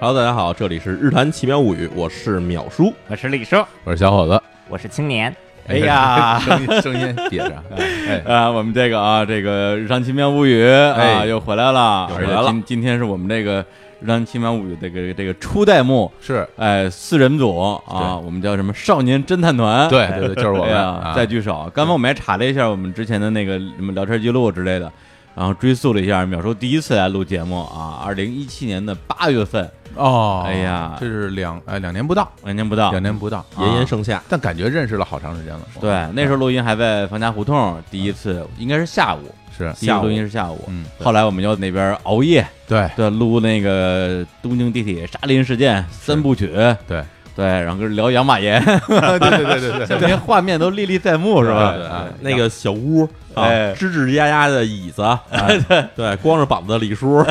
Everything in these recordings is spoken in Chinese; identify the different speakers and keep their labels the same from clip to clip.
Speaker 1: Hello，大家好，这里是《日谈奇妙物语》，我是淼叔。
Speaker 2: 我是李叔，
Speaker 3: 我是小伙子。
Speaker 2: 我是青年，
Speaker 1: 哎 呀
Speaker 3: 声音声音憋着，哎，
Speaker 4: 啊，我们这个啊，这个《日常奇妙物语》啊，
Speaker 3: 哎
Speaker 4: 又回来了，
Speaker 1: 又回来了
Speaker 4: 而且今今天是我们这个《日常奇妙物语》这个这个初代目，
Speaker 3: 是，
Speaker 4: 哎，四人组啊，我们叫什么少年侦探团？
Speaker 3: 对对对，就是我
Speaker 4: 哎
Speaker 3: 们
Speaker 4: 呀，
Speaker 3: 啊
Speaker 4: 再聚首。刚才我们也查了一下我们之前的那个什么聊天记录之类的，然后追溯了一下，淼叔第一次来录节目啊，二零一七年的八月份，
Speaker 3: 哦，
Speaker 4: 哎呀
Speaker 3: 这是两哎两年不到，
Speaker 4: 两年不嗯到
Speaker 3: 两。年不到，
Speaker 1: 炎炎
Speaker 3: 啊
Speaker 1: 盛夏，
Speaker 3: 但感觉认识了好长时间了。
Speaker 4: 对，那时候录音还在方家胡同，第一次应该是下午，
Speaker 3: 是，
Speaker 4: 第一次录音是下午，
Speaker 3: 嗯，
Speaker 4: 后来我们又那边熬夜，
Speaker 3: 对
Speaker 4: 对，录那个东京地铁沙林事件三部曲，
Speaker 3: 对
Speaker 4: 对，然后跟人聊养马爷，
Speaker 3: 对对对对 对
Speaker 4: 这些画面都历历在目，是吧？
Speaker 3: 对啊
Speaker 1: 那个小屋啊，
Speaker 4: 哎
Speaker 1: 吱吱呀呀的椅子，啊
Speaker 3: 哎
Speaker 1: 对，光着膀子的李叔，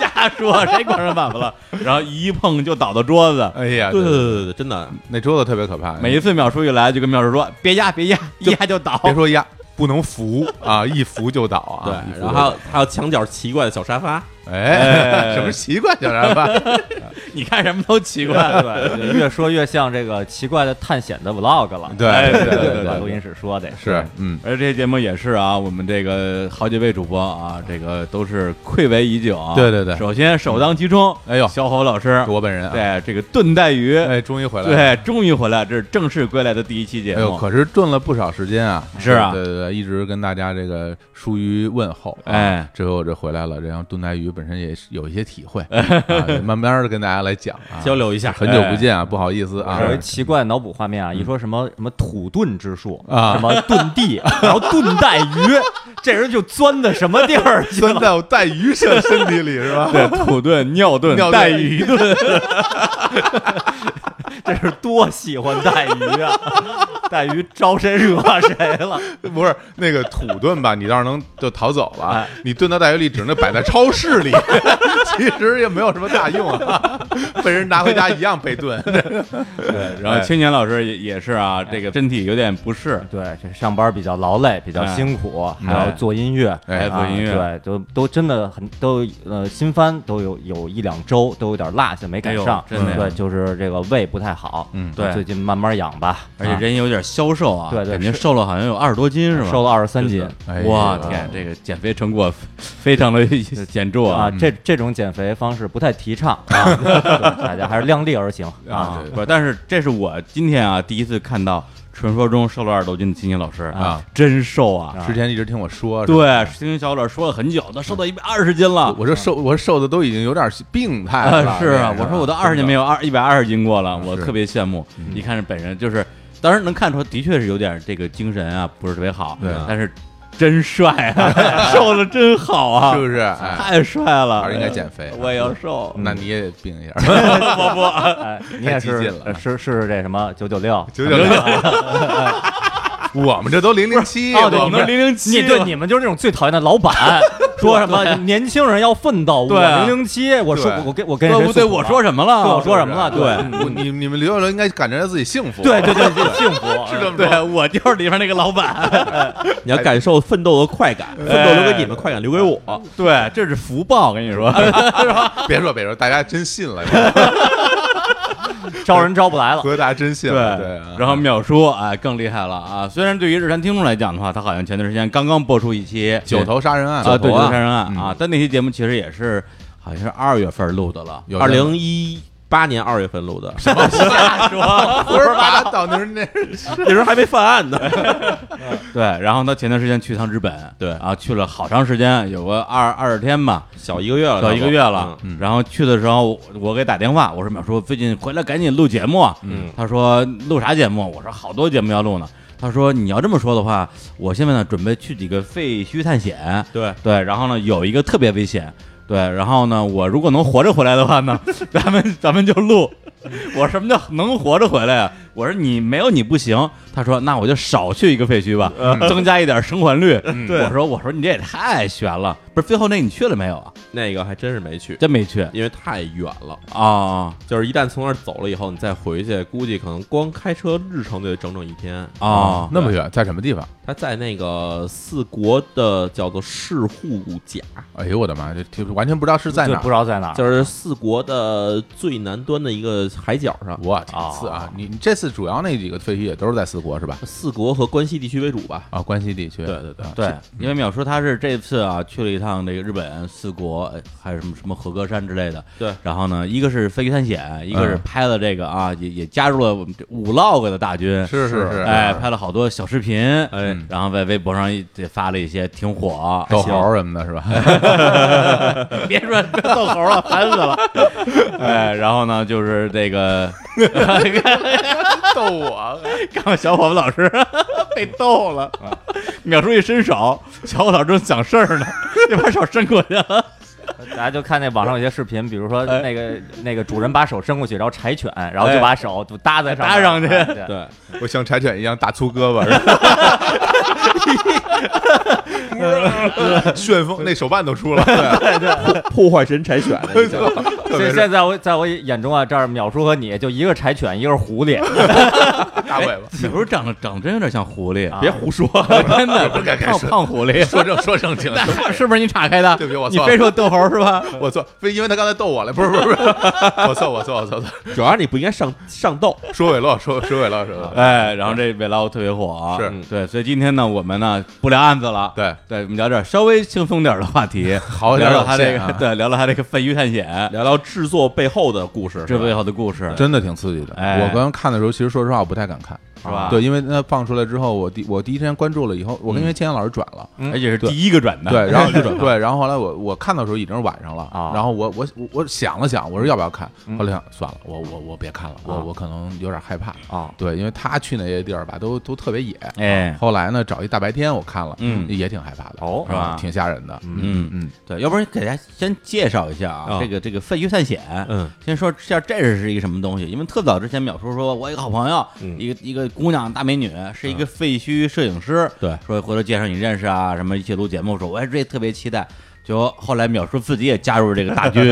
Speaker 4: 瞎说，谁光着膀子了？ 然后一碰就倒到桌子。
Speaker 3: 哎呀，
Speaker 1: 对对对对，真的，
Speaker 3: 那桌子特别可怕，
Speaker 4: 每一次淼叔一来，就跟淼叔说：“别压，别压，一压就倒。
Speaker 3: 别说压，不能扶啊，一扶就倒啊。
Speaker 1: 对
Speaker 3: 一，扶
Speaker 1: 然后还
Speaker 3: 就倒
Speaker 1: 有还有墙角奇怪的小沙发，
Speaker 3: 啊 哎，什么习惯小沙发？
Speaker 4: 你看什么都奇怪。
Speaker 2: 越说越像这个奇怪的探险的 vlog 了。
Speaker 3: 对
Speaker 4: 哎
Speaker 3: 对
Speaker 4: 对对
Speaker 3: 对
Speaker 2: 录音室说的
Speaker 3: 是，嗯”，
Speaker 4: 而这些节目也是啊，我们这个好几位主播啊，这个都是愧为已久啊。
Speaker 3: 对对对
Speaker 4: 首先首当其冲，
Speaker 3: 哎呦
Speaker 4: 小侯老师，
Speaker 3: 我本人啊，
Speaker 4: 对这个炖带鱼，
Speaker 3: 哎，终于回来了。
Speaker 4: 对，终于回来，这是正式归来的第一期节
Speaker 3: 哎呦，
Speaker 4: 目。
Speaker 3: 可是炖了不少时间啊！
Speaker 4: 是啊
Speaker 3: 对对对，一直跟大家这个疏于问候、啊。
Speaker 4: 哎，
Speaker 3: 最后这回来了，然后炖带鱼本身也是有一些体会，啊、慢慢的跟大家来讲啊，
Speaker 1: 交流一下，
Speaker 3: 很久不见啊，
Speaker 4: 哎
Speaker 3: 不好意思啊，
Speaker 2: 有一奇怪的脑补画面啊，一说什么什么土遁之 术
Speaker 3: 啊
Speaker 2: 什么遁地，然后遁带鱼，这人就钻到什么地 儿去
Speaker 3: 钻
Speaker 2: 了？
Speaker 3: 在我带鱼身身体里是 吧？
Speaker 4: 对，土炖、尿炖、
Speaker 3: 尿炖
Speaker 4: 带鱼炖，
Speaker 2: 这是多喜欢带鱼 啊！带鱼招谁惹谁了？
Speaker 3: 不是那个土炖吧，你倒是能就逃走了，你炖到带鱼里只能摆在超市 里，其实也没有什么大用 啊，被人拿回家一样被炖。
Speaker 4: 对，然后青年老师也也是啊，这个身体有点不适，
Speaker 2: 对，这上班比较劳累，比较
Speaker 4: 哎
Speaker 2: 辛苦，还要做音乐，
Speaker 3: 哎
Speaker 2: 啊
Speaker 4: 做音
Speaker 2: 对，
Speaker 4: 乐
Speaker 2: 都都真的很都呃新番都有有一两周都有点落下没赶上，
Speaker 4: 哎呦真的呀
Speaker 2: 对，就是这个胃不太好，啊
Speaker 3: 嗯
Speaker 4: 对
Speaker 2: 最近慢慢养吧，
Speaker 4: 而且
Speaker 2: 啊
Speaker 4: 人也有点消瘦啊，
Speaker 2: 对对
Speaker 4: 感觉
Speaker 2: 是
Speaker 4: 瘦了好像有二十多斤是吧？
Speaker 2: 瘦了二十三斤
Speaker 4: 真的。
Speaker 3: 哎呀
Speaker 4: 哇天，这个减肥成果非常的 显著
Speaker 2: 啊，
Speaker 4: 啊！
Speaker 2: 这这种减肥方式不太提倡 啊，对大家还是量力而行
Speaker 3: 啊对
Speaker 4: 嗯不，但是这是我今天啊第一次看到传说中瘦了二十多斤的青年老师
Speaker 3: 啊，
Speaker 4: 真瘦啊！
Speaker 3: 之前一直听我说，是吧
Speaker 4: 对，青年小老师说了很久，他瘦到一百二十斤了。
Speaker 3: 我这瘦，我这瘦的都已经有点病态了。
Speaker 4: 啊，是啊，我说我都二十年没
Speaker 3: 有，
Speaker 4: 有二一百二十斤过了，我
Speaker 3: 是嗯
Speaker 4: 特别羡慕。一看这本人就是，当然能看出的确是有点这个精神啊，不是特别好，
Speaker 3: 对
Speaker 4: 但是真帅 啊，瘦的真好啊，
Speaker 3: 是不是？哎，
Speaker 4: 太帅了，
Speaker 3: 还是应该减肥啊嗯
Speaker 4: 我也要瘦。
Speaker 3: 那你也病 一下，
Speaker 2: 哎，你也
Speaker 3: 太激
Speaker 2: 是
Speaker 3: 进了啊
Speaker 2: 是是这什么九九六
Speaker 3: 九九六。 我们这都零零七，
Speaker 2: 哦，对，
Speaker 3: 我
Speaker 2: 你
Speaker 3: 们
Speaker 2: 们零零七，你对你们就是那种最讨厌的老 板，说什么年轻人要奋斗，
Speaker 4: 对
Speaker 2: 我
Speaker 4: 啊
Speaker 2: 零零七，我说
Speaker 3: 对
Speaker 2: 我跟我跟
Speaker 4: 对
Speaker 2: 谁
Speaker 4: 不对？
Speaker 2: 诉苦啊
Speaker 4: 我
Speaker 2: 了
Speaker 4: 说什么
Speaker 2: 对
Speaker 3: 啊
Speaker 4: 了？
Speaker 2: 我说什么
Speaker 4: 啊
Speaker 2: 了？对
Speaker 3: 嗯我你你们刘九六应该感觉到自己幸福，
Speaker 2: 对对对对，幸 福
Speaker 3: 是这么
Speaker 4: 对
Speaker 3: 说。
Speaker 4: 我就是里面那个老板，
Speaker 1: 你要感受奋斗的快感，
Speaker 3: 哎
Speaker 1: 奋斗留给你们，快感留给我。
Speaker 4: 对，这是福报，我跟你说，
Speaker 3: 别说别说，大家真信了，
Speaker 2: 招人招不来了。
Speaker 3: 和大家真信了，对啊。
Speaker 4: 然后淼叔哎更厉害了啊！虽然对于日坛听众来讲的话，他好像前段时间刚刚播出一期
Speaker 3: 九头杀人案
Speaker 4: 啊，
Speaker 1: 九头
Speaker 4: 对，九
Speaker 1: 啊
Speaker 4: 头杀人案
Speaker 3: 嗯
Speaker 4: 啊，但那期节目其实也是好像是二月份录的了，
Speaker 3: 有
Speaker 1: 二
Speaker 3: 这个
Speaker 1: 零一八年二月份录的，
Speaker 4: 瞎说。
Speaker 3: 胡说八道，那是那是
Speaker 1: 那时候还没犯案呢。
Speaker 4: 对，然后他前段时间去趟日本，
Speaker 1: 对
Speaker 4: 啊，去了好长时间，有个二二十天吧，
Speaker 1: 小一个月了，
Speaker 4: 到一个月
Speaker 1: 差不多
Speaker 4: 了。
Speaker 1: 嗯
Speaker 4: 然后去的时候，我我给打电话，我说淼叔最近回来赶紧录节目啊。
Speaker 1: 嗯
Speaker 4: 他说录啥节目？我说好多节目要录呢。他说你要这么说的话，我现在呢准备去几个废墟探险，
Speaker 1: 对，
Speaker 4: 对，然后呢有一个 特别危险，对，然后呢我如果能活着回来的话呢，咱们咱们就录。 我说什么叫能活着回来啊？我说你没有你不行。他说那我就少去一个废墟吧，增加一点生还率。嗯
Speaker 1: 对
Speaker 4: 我说我说你这也太悬了，不是最后那你去了没有啊？
Speaker 1: 那个还真是没去，
Speaker 4: 真没去啊、哦
Speaker 1: 因为太远了。就是一旦从那儿走了以后，你再回去，估计可能光开车日程就得整整一天。
Speaker 4: 哦，
Speaker 3: 那么远，在什么地方？
Speaker 1: 他在那个四国的叫做市户甲，
Speaker 3: 哎呦我的妈，这这完全不知道是在
Speaker 2: 就
Speaker 3: 哪
Speaker 2: 不
Speaker 3: 儿。
Speaker 2: 知道在哪儿。
Speaker 1: 就是四国的最南端的一个海角上。
Speaker 3: 我这次啊，你你这次主要那几个废墟也都是在四国是吧？
Speaker 1: 四国和关西地区为主吧。
Speaker 3: 啊，关西地区。
Speaker 1: 对对对
Speaker 3: 啊
Speaker 4: 对，因为淼叔他是这次啊去了一趟这个日本四国，呃还有什么什么和歌山之类的。
Speaker 1: 对，
Speaker 4: 然后呢，一个是飞鱼探险，一个
Speaker 3: 嗯
Speaker 4: 是拍了这个啊，也也加入了我们这五 log 的大军。
Speaker 3: 是是是，
Speaker 4: 哎，拍了好多小视频，哎
Speaker 3: 嗯，
Speaker 4: 然后在微博上也也发了一些，挺火。哎
Speaker 3: 斗猴儿什么的是吧？
Speaker 4: 别 说逗猴了，烦死了。哎，然后呢，就是这个
Speaker 3: 逗我，
Speaker 4: 刚好小伙子老师 被逗了，
Speaker 3: 啊
Speaker 4: 淼叔一伸手，小伙子老师正想事儿呢， 就把手伸过去了。
Speaker 2: 大家就看那网上有些视频，比如说那个那个主人把手伸过去，然后柴犬，然后就把手就搭在上面
Speaker 4: 搭上去
Speaker 2: 哎对
Speaker 1: 对，
Speaker 3: 我像柴犬一样大粗胳膊是吧， 旋风那手办都出了，对
Speaker 1: 破坏神柴犬的一个，
Speaker 3: 特
Speaker 2: 所
Speaker 3: 别
Speaker 2: 以
Speaker 3: 是
Speaker 2: 现在我在我眼中啊，这儿淼叔和你就一个柴犬，一个是狐狸，
Speaker 3: 大
Speaker 4: 哎
Speaker 3: 尾巴。
Speaker 4: 小时候长得长得真有点像狐狸，
Speaker 2: 啊
Speaker 1: 别胡说。
Speaker 4: 真的
Speaker 3: 不该该
Speaker 4: 胖
Speaker 3: 说
Speaker 4: 胖狐 狸，
Speaker 3: 哎说正说正经的，
Speaker 4: 那是不是你岔开的？
Speaker 3: 对不起我
Speaker 4: 你
Speaker 3: 错了
Speaker 4: 非说逗猴是吧？
Speaker 3: 我错，非因为他刚才逗我了，不是不是不是，我错我错我错我错，
Speaker 1: 主要是你不应该上上斗，
Speaker 3: 说尾落说说尾落说尾落，
Speaker 4: 哎，然后这尾捞特别火啊，
Speaker 3: 是
Speaker 1: 嗯
Speaker 4: 对，所以今天呢，我们呢不聊案子了，
Speaker 3: 对，
Speaker 4: 对，我们聊点稍微轻松点的话题，
Speaker 3: 好
Speaker 4: 聊
Speaker 3: 点
Speaker 4: 聊
Speaker 3: 有
Speaker 4: 他这
Speaker 3: 限啊
Speaker 4: 个，对，聊聊他这个废墟探险，
Speaker 1: 聊聊制作背后的故事。
Speaker 4: 这
Speaker 1: 是吧
Speaker 4: 背后的故事，
Speaker 3: 真的挺刺激的。
Speaker 4: 哎
Speaker 3: 我刚刚看的时候，其实说实话，我不太敢看，
Speaker 4: 是吧
Speaker 3: 对，因为那放出来之后，我第我第一天关注了以后，我跟因为前天老师转了。
Speaker 4: 而且是第一个转的，
Speaker 3: 对，然后对，然后后来我我看到的时候已经是晚上了，
Speaker 2: 啊
Speaker 3: 然后我我我我想了想，我说要不要看？后来想算了，我我我别看了，我
Speaker 2: 啊
Speaker 3: 我可能有点害怕。
Speaker 2: 啊
Speaker 3: 对，因为他去那些地儿吧，都都特别野。
Speaker 4: 哎，
Speaker 3: 后来呢，找一大白天我看了，
Speaker 4: 嗯
Speaker 3: 也挺害怕的，
Speaker 2: 哦
Speaker 3: 是吧
Speaker 4: 啊？
Speaker 3: 挺吓人的。
Speaker 4: 嗯
Speaker 3: 嗯，
Speaker 4: 对，要不然给大家先介绍一下啊，
Speaker 1: 啊
Speaker 4: 这个这个废墟探险，
Speaker 1: 嗯，
Speaker 4: 先说一下这是一个什么东西，因为特早之前淼叔说，我有一个好朋友，
Speaker 1: 嗯
Speaker 4: 一个一个姑娘大美女，是一个废墟摄影师，
Speaker 1: 对
Speaker 4: 说回头介绍你认识啊，什么一起录节目，说我也这特别期待。就后来淼叔自己也加入这个 大军，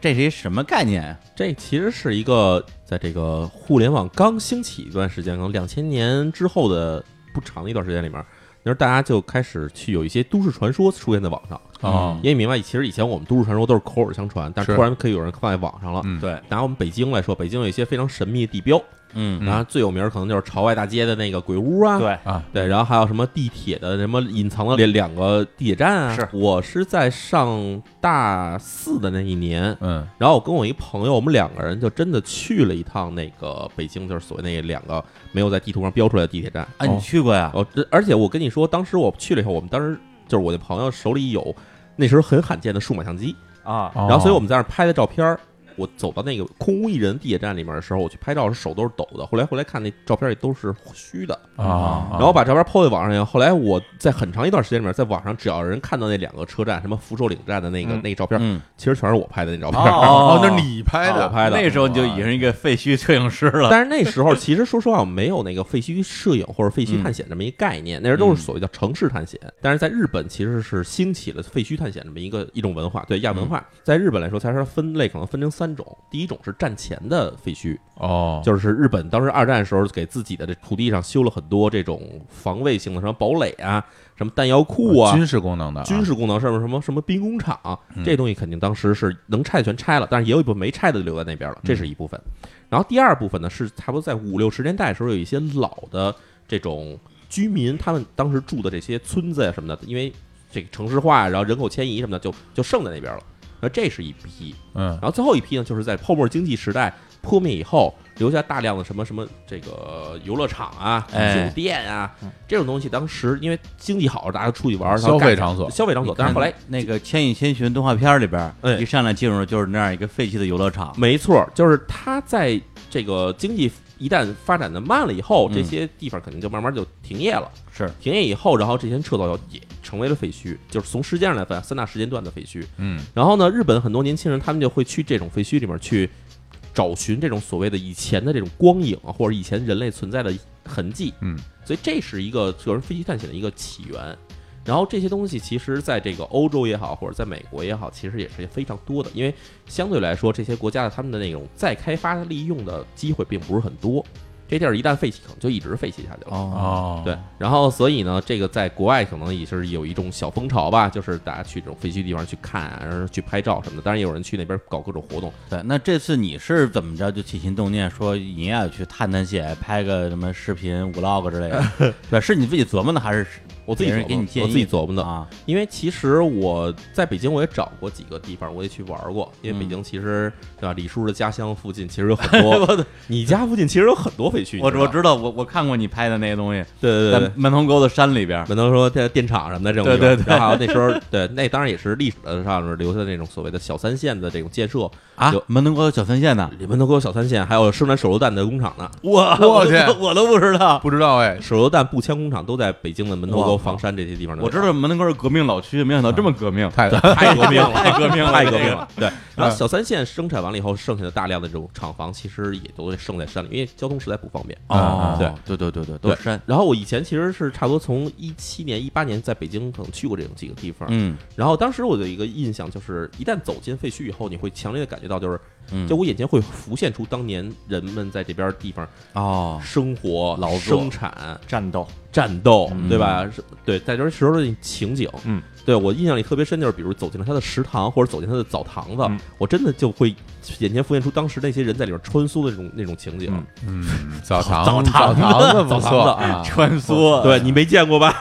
Speaker 4: 这是一什么概念？
Speaker 1: 这其实是一个在这个互联网刚兴起一段时间，可能两千年之后的不长的一段时间里面，那时候大家就开始去有一些都市传说出现在网上。
Speaker 3: 哦，
Speaker 1: 因为明白，其实以前我们都市传说都是口耳相传，但
Speaker 3: 是
Speaker 1: 突然可以有人放在网上了。
Speaker 3: 嗯
Speaker 4: 对，
Speaker 1: 拿我们北京来说，北京有一些非常神秘的地标，
Speaker 4: 嗯
Speaker 1: 然后最有名儿可能就是朝外大街的那个鬼屋啊，
Speaker 2: 对
Speaker 3: 啊，
Speaker 1: 对，然后还有什么地铁的什么隐藏的两两个地铁站啊？
Speaker 2: 是
Speaker 1: 我是在上大四的那一年，
Speaker 3: 嗯
Speaker 1: 然后我跟我一朋友，我们两个人就真的去了一趟那个北京，就是所谓那两个没有在地图上标出来的地铁站。
Speaker 4: 啊，你去过呀？
Speaker 1: 哦，这而且我跟你说，当时我去了以后，我们当时就是我那朋友手里有那时候很罕见的数码相机，
Speaker 2: 啊
Speaker 3: 哦
Speaker 1: 然后所以我们在那儿拍的照片儿。我走到那个空无一人地铁站里面的时候，我去拍照的时候手都是抖的。后来回来看那照片也都是虚的，
Speaker 3: 啊，
Speaker 1: 然后把照片 PO 在网上以后，后来我在很长一段时间里面，在网上只要有人看到那两个车站，什么福寿岭站的那个、
Speaker 2: 嗯
Speaker 1: 那个照片，
Speaker 4: 嗯，
Speaker 1: 其实全是我拍的那照片。
Speaker 3: 哦，那是你拍
Speaker 1: 我
Speaker 3: 的，
Speaker 1: 拍的哦
Speaker 4: 那时候你就已经是一个废墟摄影师 了。
Speaker 1: 但是那时候其实说实话，我没有那个废墟摄影或者废墟探险这么一个概念，那时候都是所谓叫城市探险。但是在日本其实是兴起了废墟探险这么一个一种文化，对亚文化，在日本来说，它是分类可能分成三种，第一种是战前的废墟，
Speaker 3: 哦，
Speaker 1: 就是日本当时二战时候给自己的这土地上修了很多这种防卫性的什么堡垒啊，什么弹药库啊，
Speaker 3: 军事功能的啊，嗯
Speaker 1: 军事功能，上面什么什么兵工厂，这东西肯定当时是能拆的全拆了，但是也有一部分没拆的留在那
Speaker 3: 嗯
Speaker 1: 边了，这是一部分。然后第二部分呢，是差不多在五六十年代的时候，有一些老的这种居民，他们当时住的这些村子呀什么的，因为这个城市化，然后人口迁移什么的，就就剩在那边了。那这是一批，
Speaker 3: 嗯
Speaker 1: 然后最后一批呢，就是在泡沫经济时代破灭以后，留下大量的什么什么这个游乐场啊、
Speaker 4: 哎
Speaker 1: 酒店啊这种东西。当时因为经济好，大家出去玩，然后
Speaker 3: 消费
Speaker 1: 干
Speaker 3: 场所
Speaker 1: 消费场所。但是后来，
Speaker 4: 那个《千与千寻》动画片里边，
Speaker 1: 哎
Speaker 4: 一上来进入的就是那样一个废弃的游乐场。
Speaker 1: 没错，就是它在这个经济一旦发展的慢了以后，
Speaker 4: 嗯
Speaker 1: 这些地方肯定就慢慢就停业了。
Speaker 4: 是
Speaker 1: 停业以后，然后这些人撤走以后，也成为了废墟，就是从时间上来分，三大时间段的废墟。
Speaker 3: 嗯
Speaker 1: 然后呢，日本很多年轻人他们就会去这种废墟里面去找寻这种所谓的以前的这种光影啊，或者以前人类存在的痕迹。
Speaker 3: 嗯，
Speaker 1: 所以这是一个个人飞机探险的一个起源。然后这些东西其实在这个欧洲也好，或者在美国也好，其实也是非常多的，因为相对来说，这些国家的他们的那种再开发利用的机会并不是很多。这地儿一旦废弃，可能就一直废弃下去了。
Speaker 4: 哦
Speaker 1: 对，然后所以呢，这个在国外可能也是有一种小风潮吧，就是大家去这种废墟地方去看啊，然后去拍照什么的。当然，也有人去那边搞各种活动。
Speaker 4: 对，那这次你是怎么着就起心动念说你也要去探探险，拍个什么视频 vlog 之类 的？对，是你自己琢磨的还是
Speaker 1: 我自己琢
Speaker 4: 别
Speaker 1: 磨
Speaker 4: 人给你建议
Speaker 1: 我自己琢磨的。
Speaker 4: 啊？
Speaker 1: 因为其实我在北京我也找过几个地方，我也去玩过。因为北京其实对吧，李叔的家乡附近其实有 很多，
Speaker 4: 嗯我
Speaker 1: 你家附近其实有很多废墟。
Speaker 4: 我
Speaker 1: 你知道
Speaker 4: 我
Speaker 1: 吗
Speaker 4: 知道，我我看过你拍的那些东西，
Speaker 1: 对对
Speaker 4: 在
Speaker 1: 对对。
Speaker 4: 门头沟的山里边儿。
Speaker 1: 可能说在电厂什么的这种地方，
Speaker 4: 对对对
Speaker 1: 然后那时候对那当然也是历史的上面留下的那种所谓的小三线的这种建设，
Speaker 4: 啊
Speaker 1: 有，
Speaker 4: 门头沟有小三线呢？
Speaker 1: 里面都有小三线，还有生产手榴弹的工厂呢。
Speaker 4: 我
Speaker 3: 我去
Speaker 4: 都我都不知道。
Speaker 3: 不知道哎，
Speaker 1: 手榴弹步枪工厂都在北京的门头沟、
Speaker 4: 哇
Speaker 1: 房山这些地方。
Speaker 4: 我知，道门头沟是革命老区，没想到这么革命。
Speaker 3: 太
Speaker 1: 太革命了，
Speaker 4: 太革命了
Speaker 1: 太革命了。对，然后
Speaker 3: 嗯
Speaker 1: 小三线生产完了以后，剩下的大量的这种厂房，其实也都剩在山里，因为交通实在不方便。嗯
Speaker 4: 哦，
Speaker 1: 对
Speaker 4: 对对对对，都是山。
Speaker 1: 然后我以前其实是差不多从一七年、一八年在北京可能去过这种几个地方。
Speaker 4: 嗯
Speaker 1: 然后当时我的一个印象就是，一旦走进废墟以后，你会强烈的感觉到，就是
Speaker 4: 嗯，
Speaker 1: 就我眼前会浮现出当年人们在这边地方
Speaker 4: 哦，
Speaker 1: 生活、
Speaker 4: 劳作
Speaker 1: 生产、
Speaker 2: 战斗，
Speaker 1: 战斗，
Speaker 4: 嗯
Speaker 1: 对吧？是对，在这时候的情景，
Speaker 2: 嗯，
Speaker 1: 对我印象里特别深，就是比如走进了他的食堂或者走进他的澡堂子，
Speaker 2: 嗯
Speaker 1: 我真的就会眼前浮现出当时那些人在里边穿梭的那种那种情景。
Speaker 2: 嗯
Speaker 3: 嗯，澡堂
Speaker 4: 澡
Speaker 3: 堂
Speaker 4: 堂子
Speaker 3: 子不
Speaker 1: 澡堂
Speaker 3: 错
Speaker 1: 子
Speaker 3: 啊，
Speaker 4: 穿 梭，
Speaker 1: 对你没见过 吧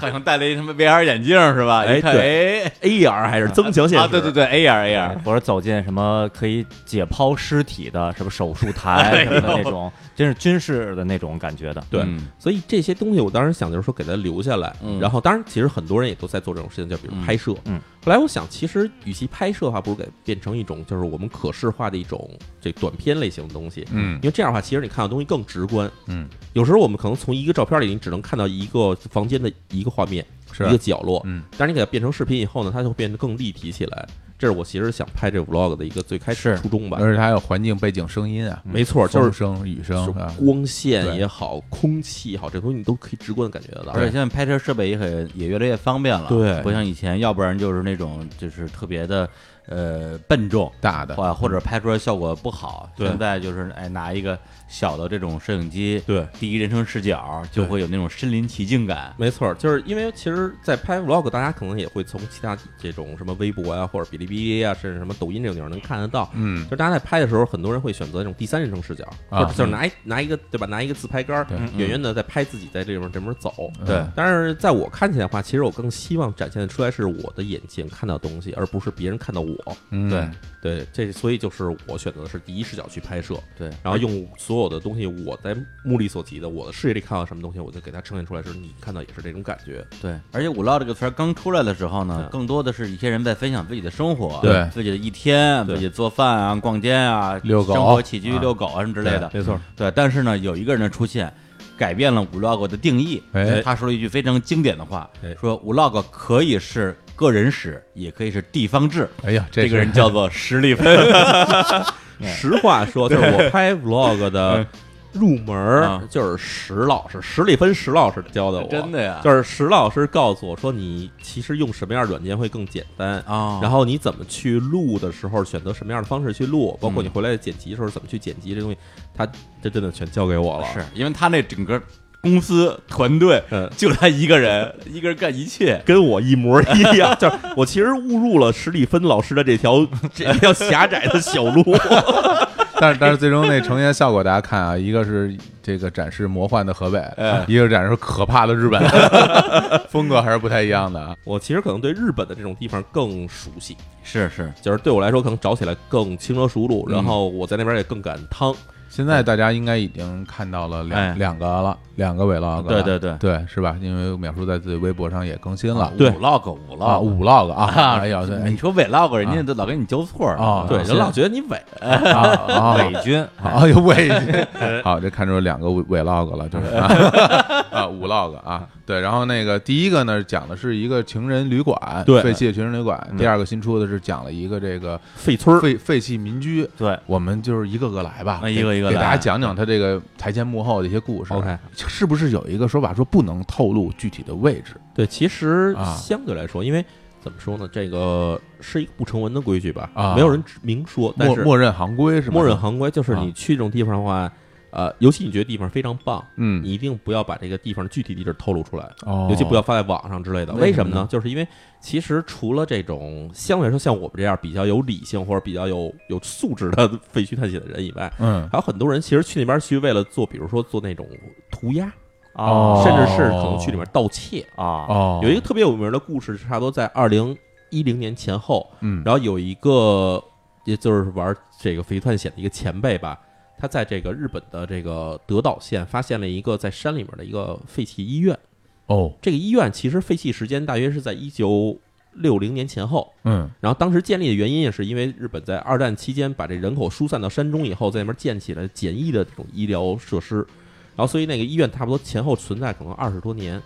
Speaker 4: 好像戴了一什么 VR 眼镜是吧？
Speaker 1: 哎
Speaker 4: 一看，哎，
Speaker 1: ？AR 还是增强现实？
Speaker 4: 啊，对对对，AR AR，
Speaker 2: 我是哎走进什么可以解剖尸体的什么手术台什么的那种，真是军事的那种感觉的。
Speaker 1: 对
Speaker 4: 嗯
Speaker 1: 所以这些东西我当时想就是说给它留下来，
Speaker 4: 嗯
Speaker 1: 然后当然其实很多人也都在做这种事情，就比如
Speaker 4: 嗯
Speaker 1: 拍摄。
Speaker 2: 嗯
Speaker 1: 后来我想，其实与其拍摄的话，不如给变成一种就是我们可视化的一种这短片类型的东西，
Speaker 3: 嗯
Speaker 1: 因为这样的话，其实你看到东西更直观。
Speaker 3: 嗯，
Speaker 1: 有时候我们可能从一个照片里，你只能看到一个房间的一个画面，
Speaker 3: 是
Speaker 1: 一个角落。
Speaker 3: 嗯
Speaker 1: 但是你给它变成视频以后呢，它就会变得更立体起来。这是我其实想拍这 vlog 的一个最开始
Speaker 4: 是
Speaker 1: 初衷吧。
Speaker 3: 而且还有环境背景声音啊，
Speaker 1: 没错，就
Speaker 3: 风
Speaker 1: 是
Speaker 3: 声、雨声
Speaker 1: 就是
Speaker 3: 啊，
Speaker 1: 光线也好，空气也好，这东西你都可以直观地感觉得到。
Speaker 4: 而且现在拍摄设备也很也越来越方便了，
Speaker 1: 对
Speaker 4: 不像以前，要不然就是那种就是特别的呃笨重，
Speaker 3: 大的
Speaker 4: 或或者拍出来效果不好。
Speaker 1: 对
Speaker 4: 现在就是哎拿一个小的这种摄影机，
Speaker 1: 对，
Speaker 4: 第一人称视角就会有那种身临其境感。
Speaker 1: 没错，就是因为其实，在拍 vlog，大家可能也会从其他这种什么微博啊，或者哔哩哔哩啊，甚至什么抖音这种地方能看得到。
Speaker 3: 嗯
Speaker 1: 就是大家在拍的时候，很多人会选择那种第三人称视角，
Speaker 3: 啊
Speaker 1: 或者就是拿一拿一个对吧，拿一个自拍杆儿
Speaker 3: 对，嗯
Speaker 1: 远远的在拍自己在这边这边走。
Speaker 4: 对
Speaker 1: 但是在我看起来的话，其实我更希望展现的出来是我的眼前看到的东西，而不是别人看到我。
Speaker 3: 嗯
Speaker 4: 对
Speaker 1: 对，这所以就是我选择的是第一视角去拍摄，
Speaker 4: 对，
Speaker 1: 然后用所有的东西，我在目力所及的，我的视野里看到什么东西，我就给它呈现出来，就是你看到也是这种感觉。
Speaker 4: 对，而且“五唠”这个词儿刚出来的时候呢，
Speaker 1: 嗯
Speaker 4: 更多的是一些人在分享自己的生活，
Speaker 3: 对
Speaker 4: 自己的一天，
Speaker 1: 对
Speaker 4: 自己做饭啊、逛街啊、
Speaker 3: 遛狗
Speaker 4: 生活起居、
Speaker 3: 啊
Speaker 4: 遛狗啊什么之类的。
Speaker 3: 没错，
Speaker 4: 对，但是呢，有一个人的出现，改变了 vlog 的定义。
Speaker 3: 哎
Speaker 4: 他说了一句非常经典的话
Speaker 1: 哎，
Speaker 4: 说 vlog 可以是个人史，也可以是地方志。
Speaker 3: 哎呀，
Speaker 4: 这
Speaker 3: 是
Speaker 4: 个人叫做史蒂芬。
Speaker 1: 实话 说，就是我拍 vlog 的入门儿
Speaker 4: 嗯
Speaker 1: 就是石老师，史里芬石老师教的我，
Speaker 4: 真的呀
Speaker 1: 就是石老师告诉我说，你其实用什么样的软件会更简单。
Speaker 4: 哦
Speaker 1: 然后你怎么去录的时候，选择什么样的方式去录，包
Speaker 4: 嗯
Speaker 1: 括你回来剪辑的时候怎么去剪辑，这东西，他这真的全教给我了。
Speaker 4: 是，因为他那整个公司团队
Speaker 1: 嗯
Speaker 4: 就他一个人，一个人干一切。
Speaker 1: 跟我一模一样， 就是我其实误入了史蒂芬老师的这条 这条狭窄的小 路。
Speaker 3: 但 是但是最终那呈现效果，大家看啊，一个是这个展示魔幻的 河北，
Speaker 4: 哎
Speaker 3: 一个是展示可怕的 日本，风格还是不太一样的啊。
Speaker 1: 我其实可能对日本的这种地方更熟悉，
Speaker 4: 是是，
Speaker 1: 就是对我来说可能找起来更轻车熟路，
Speaker 4: 嗯
Speaker 1: 然后我在那边也更敢趟。
Speaker 3: 现在大家应该已经看到了两、
Speaker 5: 哎
Speaker 3: 两个了，两个 vlog，了
Speaker 5: 对对对
Speaker 3: 对，是吧？因为淼叔在自己微博上也更新了，
Speaker 5: 对
Speaker 2: ，vlog 五
Speaker 3: 啊，
Speaker 2: log，
Speaker 3: 五 log 啊，
Speaker 5: 啊，
Speaker 3: 哎呀，对，
Speaker 5: 你说伪 log，人家都老给你纠错儿
Speaker 3: 啊
Speaker 1: 对，
Speaker 3: 是
Speaker 1: 人老觉得你伪，
Speaker 3: 哎啊啊，
Speaker 2: 伪军，
Speaker 3: 啊，有伪，好，这看出两个伪伪 log 了，就是啊啊，五 log 啊，对，然后那个第一个呢，讲的是一个情人旅馆，
Speaker 1: 对嗯
Speaker 3: 废弃的情人旅馆，第二个新出的是讲了一个这个
Speaker 1: 废村儿，
Speaker 3: 废废弃民居，
Speaker 2: 对，
Speaker 3: 我们就是一个个来吧，
Speaker 5: 啊一个一个
Speaker 3: 给大
Speaker 5: 来
Speaker 3: 家讲讲他这个台前幕后的一些故事。
Speaker 1: OK
Speaker 3: 是不是有一个说法说不能透露具体的位置？
Speaker 1: 对，其实
Speaker 3: 啊
Speaker 1: 相对来说，因为怎么说呢，这个是一个不成文的规矩吧，
Speaker 3: 啊
Speaker 1: 没有人直明说，但
Speaker 3: 默
Speaker 1: 是
Speaker 3: 默认行规是吗？
Speaker 1: 默认行规就是
Speaker 3: 啊
Speaker 1: 你去这种地方的话，呃，尤其你觉得地方非常棒，
Speaker 3: 嗯，
Speaker 1: 你一定不要把这个地方的具体地址透露出来，
Speaker 3: 哦
Speaker 1: 尤其不要发在网上之类的。
Speaker 3: 为
Speaker 1: 为
Speaker 3: 什
Speaker 1: 什
Speaker 3: 么
Speaker 1: 么
Speaker 3: 呢
Speaker 1: 呢？就是因为其实除了这种相对来说像我们这样比较有理性或者比较有有素质的废墟探险的人以外，
Speaker 3: 嗯
Speaker 1: 还有很多人其实去那边去为了做，比如说做那种涂鸦，
Speaker 3: 哦
Speaker 1: 甚至是可能去里面盗窃。
Speaker 2: 啊，
Speaker 3: 哦，
Speaker 1: 有一个特别有名的故事，差不多在二零一零年前后，
Speaker 3: 嗯
Speaker 1: 然后有一个，也就是玩这个飞探险的一个前辈吧，他在这个日本的这个德岛县发现了一个在山里面的一个废弃医院。
Speaker 3: 哦
Speaker 1: 这个医院其实废弃时间大约是在一九六零年前后。
Speaker 3: 嗯
Speaker 1: 然后当时建立的原因也是因为日本在二战期间把这人口疏散到山中以后，在那边建起了简易的这种医疗设施，然后所以那个医院差不多前后存在可能二十多年。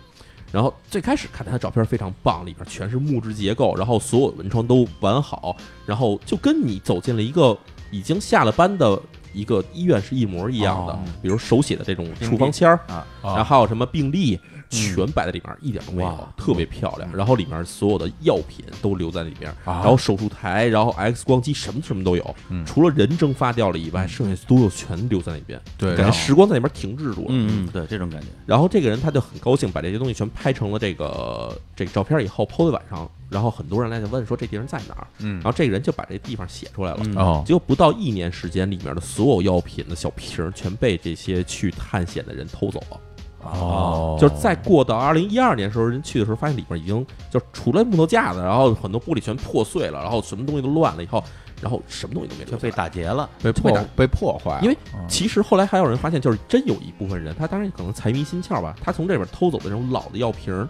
Speaker 1: 然后最开始看他的照片非常棒，里边全是木质结构，然后所有文窗都完好，然后就跟你走进了一个已经下了班的一个医院是一模一样的，
Speaker 2: 哦
Speaker 1: 比如手写的这种
Speaker 2: 病历
Speaker 1: 处方签儿，
Speaker 3: 啊嗯
Speaker 1: 然后还有什么病历全摆在里面，一点都没有
Speaker 2: 哇，
Speaker 1: 特别漂亮。然后里面所有的药品都留在里面，
Speaker 3: 啊
Speaker 1: 然后手术台，然后 X 光机，什么什么都有
Speaker 3: 嗯，
Speaker 1: 除了人蒸发掉了以外，剩下所有全留在那边，
Speaker 3: 对，哦
Speaker 1: 感
Speaker 3: 然
Speaker 1: 觉
Speaker 3: 后
Speaker 1: 时光在那边停滞住了。
Speaker 5: 嗯嗯，对这种感觉，
Speaker 1: 然后这个人他就很高兴，把这些东西全拍成了这个这个照片以后，PO 在晚上，然后很多人来就问说这地方在哪儿，
Speaker 3: 嗯
Speaker 1: 然后这个人就把这地方写出来了。
Speaker 5: 嗯
Speaker 3: 哦
Speaker 1: 结果不到一年时间，里面的所有药品的小瓶儿全被这些去探险的人偷走了。
Speaker 3: 哦，
Speaker 1: 就是再过到二零一二年的时候，人去的时候发现里边已经就除了木头架子，然后很多玻璃全破碎了，然后什么东西都乱了，以后，然后什么东西都没留
Speaker 2: 就
Speaker 1: 下
Speaker 2: 被
Speaker 1: 来。
Speaker 2: 打劫了，
Speaker 3: 被
Speaker 1: 就被
Speaker 3: 破
Speaker 1: 打
Speaker 3: 被破坏了，
Speaker 1: 因为
Speaker 3: 啊
Speaker 1: 其实后来还有人发现，就是真有一部分人，他当然可能财迷心窍吧，他从这边偷走的这种老的药瓶儿，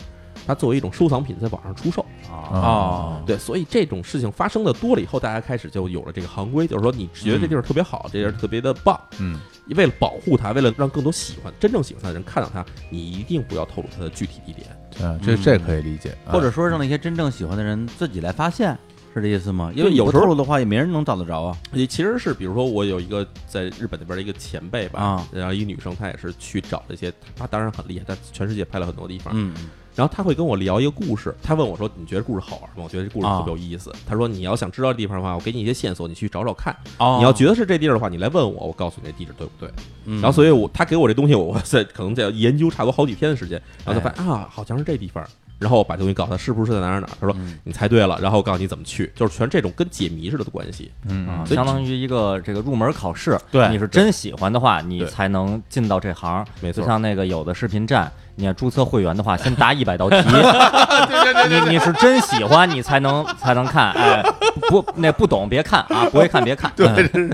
Speaker 1: 他作为一种收藏品在网上出售。
Speaker 2: 啊，
Speaker 5: 哦
Speaker 1: 对，所以这种事情发生的多了以后，大家开始就有了这个行规，就是说你觉得这地儿特别好，这地儿特别的棒，
Speaker 3: 嗯
Speaker 1: 为了保护它，为了让更多喜欢、真正喜欢它的人看到它，你一定不要透露它的具体地点。
Speaker 3: 啊，这这可以理解，啊
Speaker 5: 或者说让那些真正喜欢的人自己来发现，是这意思吗？因为
Speaker 1: 对
Speaker 5: 你
Speaker 1: 有
Speaker 5: 不
Speaker 1: 时候
Speaker 5: 透露的话，也没人能找得着啊。
Speaker 1: 也其实是，比如说我有一个在日本那边的一个前辈吧，
Speaker 5: 啊
Speaker 1: 然后一女生，她也是去找这些，她当然很厉害，在全世界拍了很多地方。
Speaker 5: 嗯，
Speaker 1: 然后她会跟我聊一个故事，她问我说：“你觉得故事好玩吗？”我觉得这故事
Speaker 5: 啊
Speaker 1: 特别有意思。她说：“你要想知道这地方的话，我给你一些线索，你去找找看。
Speaker 5: 哦
Speaker 1: 你要觉得是这地儿的话，你来问我，我告诉你这地址对不对。
Speaker 5: 嗯
Speaker 1: 然后所以我她给我这东西，我在可能在研究差不多好几天的时间，然后
Speaker 5: 哎
Speaker 1: 才发现、啊，好像是这地方。然后我把东西告诉她，是不是在哪儿哪儿？她说、
Speaker 5: 嗯
Speaker 1: 你猜对了，然后我告诉你怎么去，就是全这种跟解谜似的的关系。
Speaker 2: 啊
Speaker 3: 嗯
Speaker 1: 所以
Speaker 2: 相当于一个这个入门考试。
Speaker 5: 对
Speaker 2: 你是真喜欢的话，你
Speaker 1: 对
Speaker 2: 才能进到这行。
Speaker 1: 没错
Speaker 2: 就像那个有的视频站，你要注册会员的话，先答一百道题，你你是真喜欢，你才能才能看。哎，不，那不懂别看啊，不会看别看。对，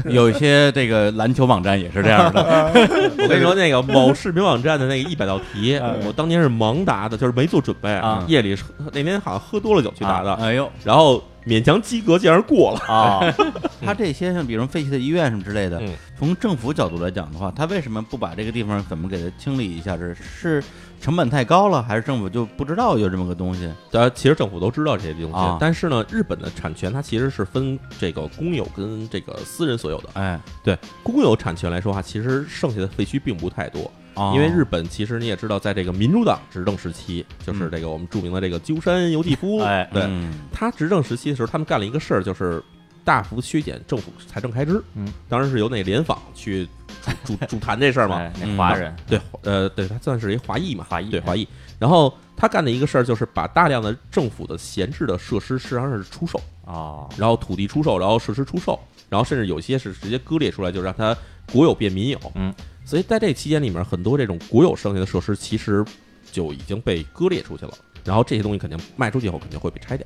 Speaker 5: 有一些这个篮球网站也是这样的，啊
Speaker 1: 我跟你说，那个某视频网站的那个一百道 题，我当年是盲答的，就是没做准备
Speaker 2: 啊
Speaker 1: 夜里是那天好像喝多了酒去答的，
Speaker 5: 哎 呦，
Speaker 1: 然后勉强及格，竟然过 了。
Speaker 2: 啊，
Speaker 5: 他这些像比如废弃的医院什么之类的
Speaker 1: 嗯，
Speaker 5: 从政府角度来讲的话，他为什么不把这个地方怎么给它清理一下？这是成本太高了，还是政府就不知道有这么个东西？
Speaker 1: 呃，其实政府都知道这些东西，
Speaker 5: 啊
Speaker 1: 但是呢，日本的产权它其实是分这个公有跟这个私人所有的。
Speaker 5: 哎，
Speaker 1: 对公有产权来说哈，其实剩下的废墟并不太多，
Speaker 5: 哦
Speaker 1: 因为日本其实你也知道，在这个民主党执政时期，就是这个我们著名的这个鸠山由纪夫，
Speaker 2: 哎
Speaker 1: 对，
Speaker 5: 嗯
Speaker 1: 他执政时期的时候，他们干了一个事儿，就是大幅削减政府财政开支。
Speaker 2: 嗯，
Speaker 1: 当时是由那联访去 主主主谈这事儿嘛。
Speaker 2: 哎那华人
Speaker 1: 对，呃，对，他算是一华裔嘛，
Speaker 2: 华裔哎
Speaker 1: 对华裔。然后他干的一个事儿就是把大量的政府的闲置的设施实际上是出售，
Speaker 2: 哦，
Speaker 1: 然后土地出售，然后设施出售，然后甚至有些是直接割裂出来，就让它国有变民有。
Speaker 2: 嗯，
Speaker 1: 所以在这期间里面，很多这种国有剩下的设施其实就已经被割裂出去了，然后这些东西肯定卖出去以后肯定会被拆掉。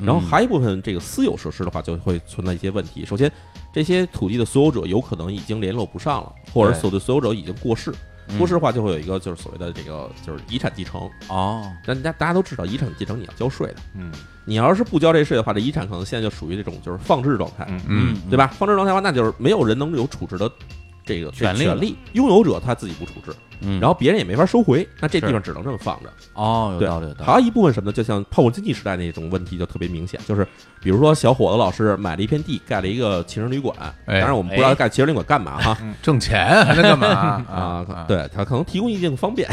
Speaker 1: 然后还有一部分这个私有设施的话，就会存在一些问题。首先，这些土地的所有者有可能已经联络不上了，或者
Speaker 5: 对
Speaker 1: 所谓的所有者已经过世。
Speaker 4: 嗯
Speaker 5: 嗯
Speaker 1: 过世的话，就会有一个就是所谓的这个就是遗产继承。
Speaker 5: 哦，
Speaker 1: 但大大家都知道，遗产继承你要交税的。
Speaker 2: 嗯
Speaker 1: 你要是不交这税的话，这遗产可能现在就属于这种就是放置状态，
Speaker 2: 嗯
Speaker 5: 嗯，
Speaker 1: 对吧？放置状态的话，那就是没有人能有处置的这个这
Speaker 5: 权利了
Speaker 1: 权利，拥有者他自己不处置，
Speaker 5: 嗯？嗯，
Speaker 1: 然后别人也没法收回，那这地
Speaker 5: 是
Speaker 1: 方只能这么放着。
Speaker 5: 哦，有
Speaker 1: 对
Speaker 5: 道理，有道理。
Speaker 1: 还有一部分什么呢？就像泡沫经济时代那种问题就特别明显，就是比如说小伙子老师买了一片地，盖了一个情人旅馆，
Speaker 3: 哎
Speaker 1: 当然我们不知道盖情人旅馆干嘛哈。
Speaker 3: 嗯挣钱还能干嘛
Speaker 1: 啊
Speaker 3: 啊，？
Speaker 1: 对他可能提供一定方便，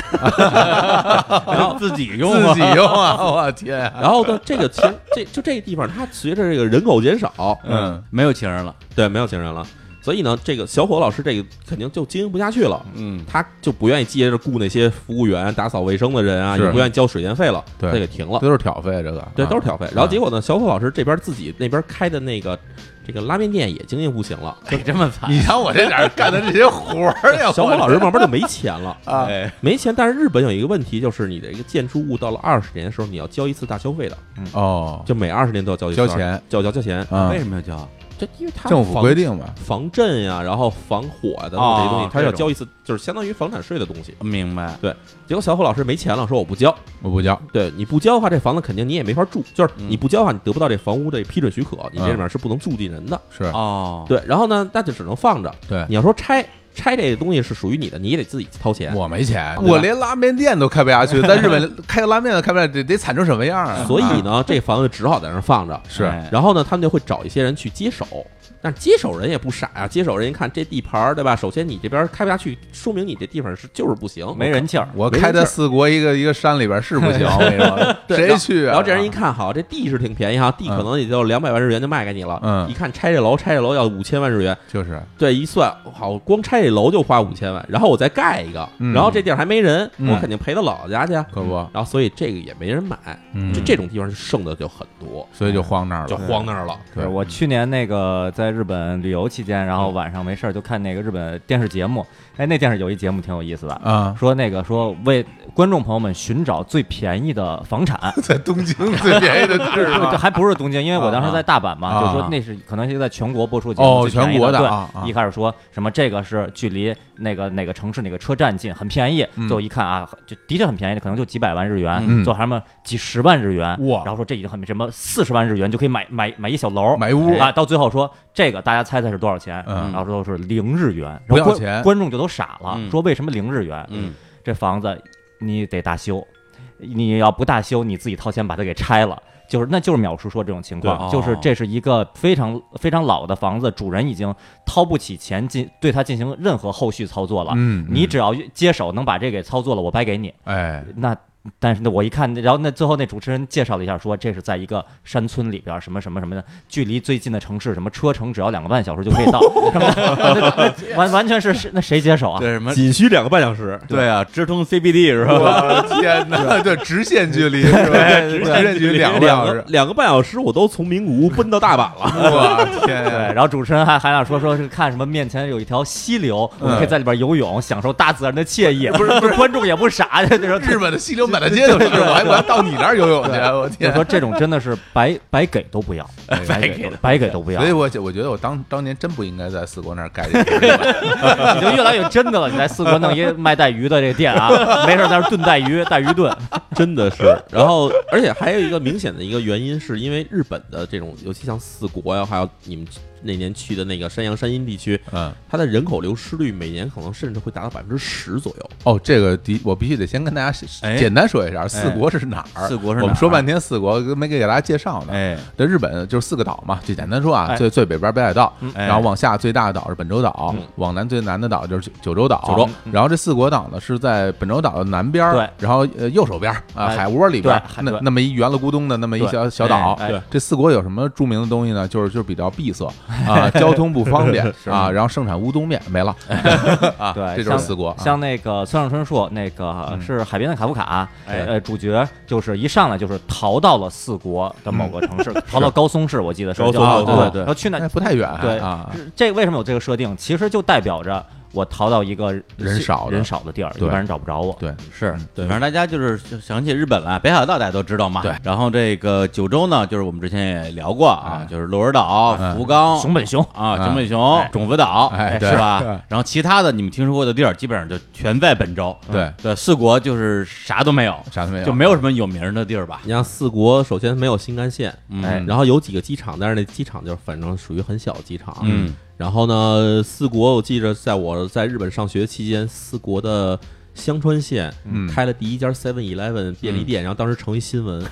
Speaker 5: 然后自己用
Speaker 3: 自
Speaker 5: 啊
Speaker 3: 己用啊！我天 啊，
Speaker 1: 然后呢，这个情这就这个地方，它随着这个人口减少，
Speaker 5: 嗯，没有情人了，
Speaker 1: 对，没有情人了，所以呢，这个小伙子老师这个肯定就经营不下去了，
Speaker 5: 嗯
Speaker 1: 他就不愿意接着雇那些服务员、打扫卫生的人啊，
Speaker 3: 是
Speaker 1: 也不愿意交水电费了，
Speaker 3: 对
Speaker 1: 他给停了
Speaker 3: 这。都是挑费，这个
Speaker 1: 对，
Speaker 3: 啊
Speaker 1: 都是挑费。然后结果呢，小伙老师这边自己那边开的那个这个拉面店也经营不行了，
Speaker 5: 哎这么惨
Speaker 3: 啊你瞧我这哪儿干的这些活儿呀？。
Speaker 1: 小伙老师慢慢就没钱了
Speaker 3: 啊，
Speaker 5: 哎，
Speaker 1: 没钱，但是日本有一个问题，就是你的一个建筑物到了二十年的时候，你要交一次大消费的，
Speaker 3: 哦，
Speaker 1: 就每二十年都要交一次
Speaker 3: 交钱，
Speaker 1: 交交交钱。
Speaker 3: 啊
Speaker 5: 为，什么要交？
Speaker 1: 这因为他
Speaker 3: 政府规定嘛，
Speaker 1: 防震呀、然后防火的这
Speaker 5: 哦
Speaker 1: 些东西，他要
Speaker 5: 这种
Speaker 1: 交一次，就是相当于房产税的东西。
Speaker 5: 明白，
Speaker 1: 结果小伙老师没钱了，说我不交。
Speaker 3: 我不交。
Speaker 1: 对你不交的话，这房子肯定你也没法住，就是
Speaker 5: 嗯
Speaker 1: 你不交的话，你得不到这房屋的批准许可，你这里面是不能住进人的。
Speaker 3: 是
Speaker 4: 嗯
Speaker 5: 哦，
Speaker 1: 对，然后呢，那就只能放着。
Speaker 3: 对，
Speaker 1: 你要说拆拆这个东西是属于你的，你也得自己掏钱。
Speaker 3: 我没钱，
Speaker 1: 对吧
Speaker 3: 我连拉面店都开不 下去，在日本开个拉面都开不下去，得得惨成什么样啊？
Speaker 1: 所以呢，这房子只好在那儿放着。
Speaker 3: 是
Speaker 5: 哎
Speaker 1: 然后呢，他们就会找一些人去接手。但是接手人也不傻呀、接手人一看这地盘儿，对吧？首先你这边开不下去，说明你这地方是就是不行，
Speaker 2: 没人气儿，
Speaker 3: 我
Speaker 1: 没
Speaker 3: 开在
Speaker 1: 人气儿
Speaker 3: 四国一个一个山里边是不 行，我跟你说，
Speaker 1: 对
Speaker 3: 谁去啊？
Speaker 1: 然后这人一看，好，这地是挺便宜哈，地可能也就两百万日元就卖给你了。
Speaker 3: 嗯
Speaker 1: 一看拆这楼，拆这楼要五千万日元，
Speaker 3: 就是
Speaker 1: 对，一算，好，光拆这楼就花五千万，然后我再盖一个，
Speaker 3: 嗯
Speaker 1: 然后这地儿还没人，
Speaker 3: 嗯
Speaker 1: 我肯定赔到姥姥家去啊。
Speaker 3: 可不，
Speaker 1: 然后所以这个也没人买，
Speaker 3: 嗯
Speaker 1: 就这种地方剩的就很多，
Speaker 3: 所以就荒那儿了，
Speaker 1: 哎就荒那儿了。
Speaker 3: 对
Speaker 2: 是我去年那个在日本旅游期间，然后晚上没事儿就看那个日本电视节目，哎，那电视有一节目挺有意思的，
Speaker 3: 啊，
Speaker 2: 说那个说为观众朋友们寻找最便宜的房 产，
Speaker 3: 在东京最便宜的地
Speaker 2: 这
Speaker 3: 儿
Speaker 2: 这
Speaker 3: 嘛，
Speaker 2: 还不是东京，因为我当时在大阪嘛，
Speaker 3: 啊
Speaker 2: 就说那是可能是在全国播出的节目，
Speaker 3: 哦
Speaker 2: 最便宜
Speaker 3: 全国的
Speaker 2: 的
Speaker 3: 啊啊
Speaker 2: 对。一开始说什么这个是距离那个哪个城市哪个车站近，很便宜，
Speaker 3: 嗯
Speaker 2: 最后一看啊，就的确很便宜，可能就几百万日元，
Speaker 3: 嗯
Speaker 2: 最后还什么几十万日元，
Speaker 3: 哇
Speaker 2: 然后说这已经很什么四十万日元就可以买买买一小楼，
Speaker 3: 买屋
Speaker 2: 啊，到最后说这个大家猜猜是多少钱？
Speaker 3: 嗯
Speaker 2: 然后说是零日元，
Speaker 3: 不
Speaker 2: 然后观
Speaker 3: 要钱
Speaker 2: 观众就都傻了，
Speaker 5: 嗯
Speaker 2: 说为什么零日元？
Speaker 5: 嗯，
Speaker 2: 这房子你得大修，你要不大修，你自己掏钱把它给拆了。就是，那就是淼叔说这种情况，
Speaker 5: 对哦
Speaker 2: 就是这是一个非常非常老的房子，主人已经掏不起钱进对它进行任何后续操作了。
Speaker 3: 嗯，
Speaker 2: 你只要接手能把这给操作了，我白给你。
Speaker 3: 哎，
Speaker 2: 那但是呢，我一看，然后那最后那主持人介绍了一下，说这是在一个山村里边儿，什么什么什么的，距离最近的城市什么车程只要两个半小时就可以到， 什么的那 那完完全是是那谁接手啊？
Speaker 5: 对什么？
Speaker 1: 仅需两个半小 时，
Speaker 5: 对啊，直通 CBD 是吧？
Speaker 3: 我的天哪，对，直线距离是吧？直线距离两个半
Speaker 1: 两
Speaker 3: 小
Speaker 1: 个
Speaker 3: 时，
Speaker 1: 两个半小时，我都从名古屋奔到大阪了。
Speaker 3: 我天
Speaker 2: 对，
Speaker 3: 呀，
Speaker 2: 然后主持人还还想说说是看什么面前有一条溪流，
Speaker 3: 嗯
Speaker 2: 我们可以在里边游泳，享受大自然的惬意。不是，观众也不傻，就说
Speaker 3: 日本的溪流满大街都是，我还我还到你那儿游泳去，啊我
Speaker 2: 就
Speaker 3: 天！哎
Speaker 2: 说这种真的是白白给都不 要，白给都白给都不要
Speaker 3: 所以，，我觉我觉得我当当年真不应该在四国那儿盖这个地儿，
Speaker 2: 你就越来越真的了。你在四国弄一个卖带鱼的这个店 啊，没事儿在那儿炖带鱼，带鱼炖。
Speaker 1: 真的是。然后，而且还有一个明显的一个原因，是因为日本的这种，尤其像四国呀，还有你们那年去的那个山阳、山阴地区，
Speaker 3: 嗯，
Speaker 1: 它的人口流失率每年可能甚至会达到百分之十左右。
Speaker 3: 哦，这个的我必须得先跟大家
Speaker 5: 哎
Speaker 3: 简单说一下，四国是哪儿？
Speaker 5: 四国是哪儿
Speaker 3: 我们说半天四国没给大家介绍呢。
Speaker 5: 哎，
Speaker 3: 这日本就是四个岛嘛，就简单说啊，
Speaker 2: 哎嗯
Speaker 3: 最最北边北海道，
Speaker 5: 哎
Speaker 3: 然后往下最大的岛是本州岛，往南最南的岛就是九九州岛。
Speaker 1: 九州
Speaker 3: 然后这四国岛呢是在本州岛的南边儿，
Speaker 2: 嗯对
Speaker 3: 然后呃右手边儿啊、
Speaker 2: 哎
Speaker 3: 海窝里边儿
Speaker 2: 对海
Speaker 3: 那
Speaker 2: 对
Speaker 3: 那么一圆了咕咚的那么一
Speaker 2: 对
Speaker 3: 小小岛。
Speaker 2: 哎哎
Speaker 3: 这四国有什么著名的东西呢？就是就是比较闭塞 啊，交通不方便啊，然后盛产乌冬面没了啊，
Speaker 2: 对，
Speaker 3: 这就是
Speaker 2: 像
Speaker 3: 四国。啊
Speaker 2: 像那个村上春树，那个是《海边的卡夫卡》，
Speaker 5: 哎
Speaker 2: 呃，主角就是一上来就是逃到了四国的某个城市，逃到高松市，我记得是
Speaker 1: 高
Speaker 2: 叫
Speaker 1: 松
Speaker 2: 啊
Speaker 1: 市对
Speaker 2: 对对
Speaker 1: 对
Speaker 2: 然后去那
Speaker 3: 哎不太远
Speaker 2: 对
Speaker 3: 啊，
Speaker 2: 这为什么有这个设定？其实就代表着我逃到一个
Speaker 3: 人少的
Speaker 2: 人少的地儿，一
Speaker 3: 对
Speaker 2: 般人找不着我。
Speaker 3: 对，
Speaker 5: 是，
Speaker 1: 对
Speaker 5: 嗯反正大家就是想想起日本来，北海道大家都知道嘛。
Speaker 3: 对
Speaker 5: 然后这个九州呢，就是我们之前也聊过啊
Speaker 3: 哎，
Speaker 5: 就是鹿儿岛、
Speaker 3: 哎
Speaker 5: 福冈、
Speaker 2: 熊本熊，
Speaker 5: 啊，
Speaker 3: 哎
Speaker 5: 熊本熊
Speaker 2: 哎、
Speaker 5: 种子岛，
Speaker 3: 哎对
Speaker 5: 是吧
Speaker 3: 对？
Speaker 5: 然后其他的你们听说过的地儿，基本上就全在本州。嗯
Speaker 3: 对
Speaker 5: 对，四国就是啥都没有，
Speaker 3: 啥都没有，
Speaker 5: 就没有什么有名儿的地儿吧？
Speaker 1: 你像四国，首先没有新干线，
Speaker 2: 哎
Speaker 1: 然后有几个机场，但是那机场就是反正属于很小的机场。
Speaker 5: 嗯，
Speaker 1: 然后呢，四国我记着，在我在日本上学期间，四国的香川县
Speaker 3: 嗯
Speaker 1: 开了第一家 Seven Eleven 便利店，然后当时成为新闻。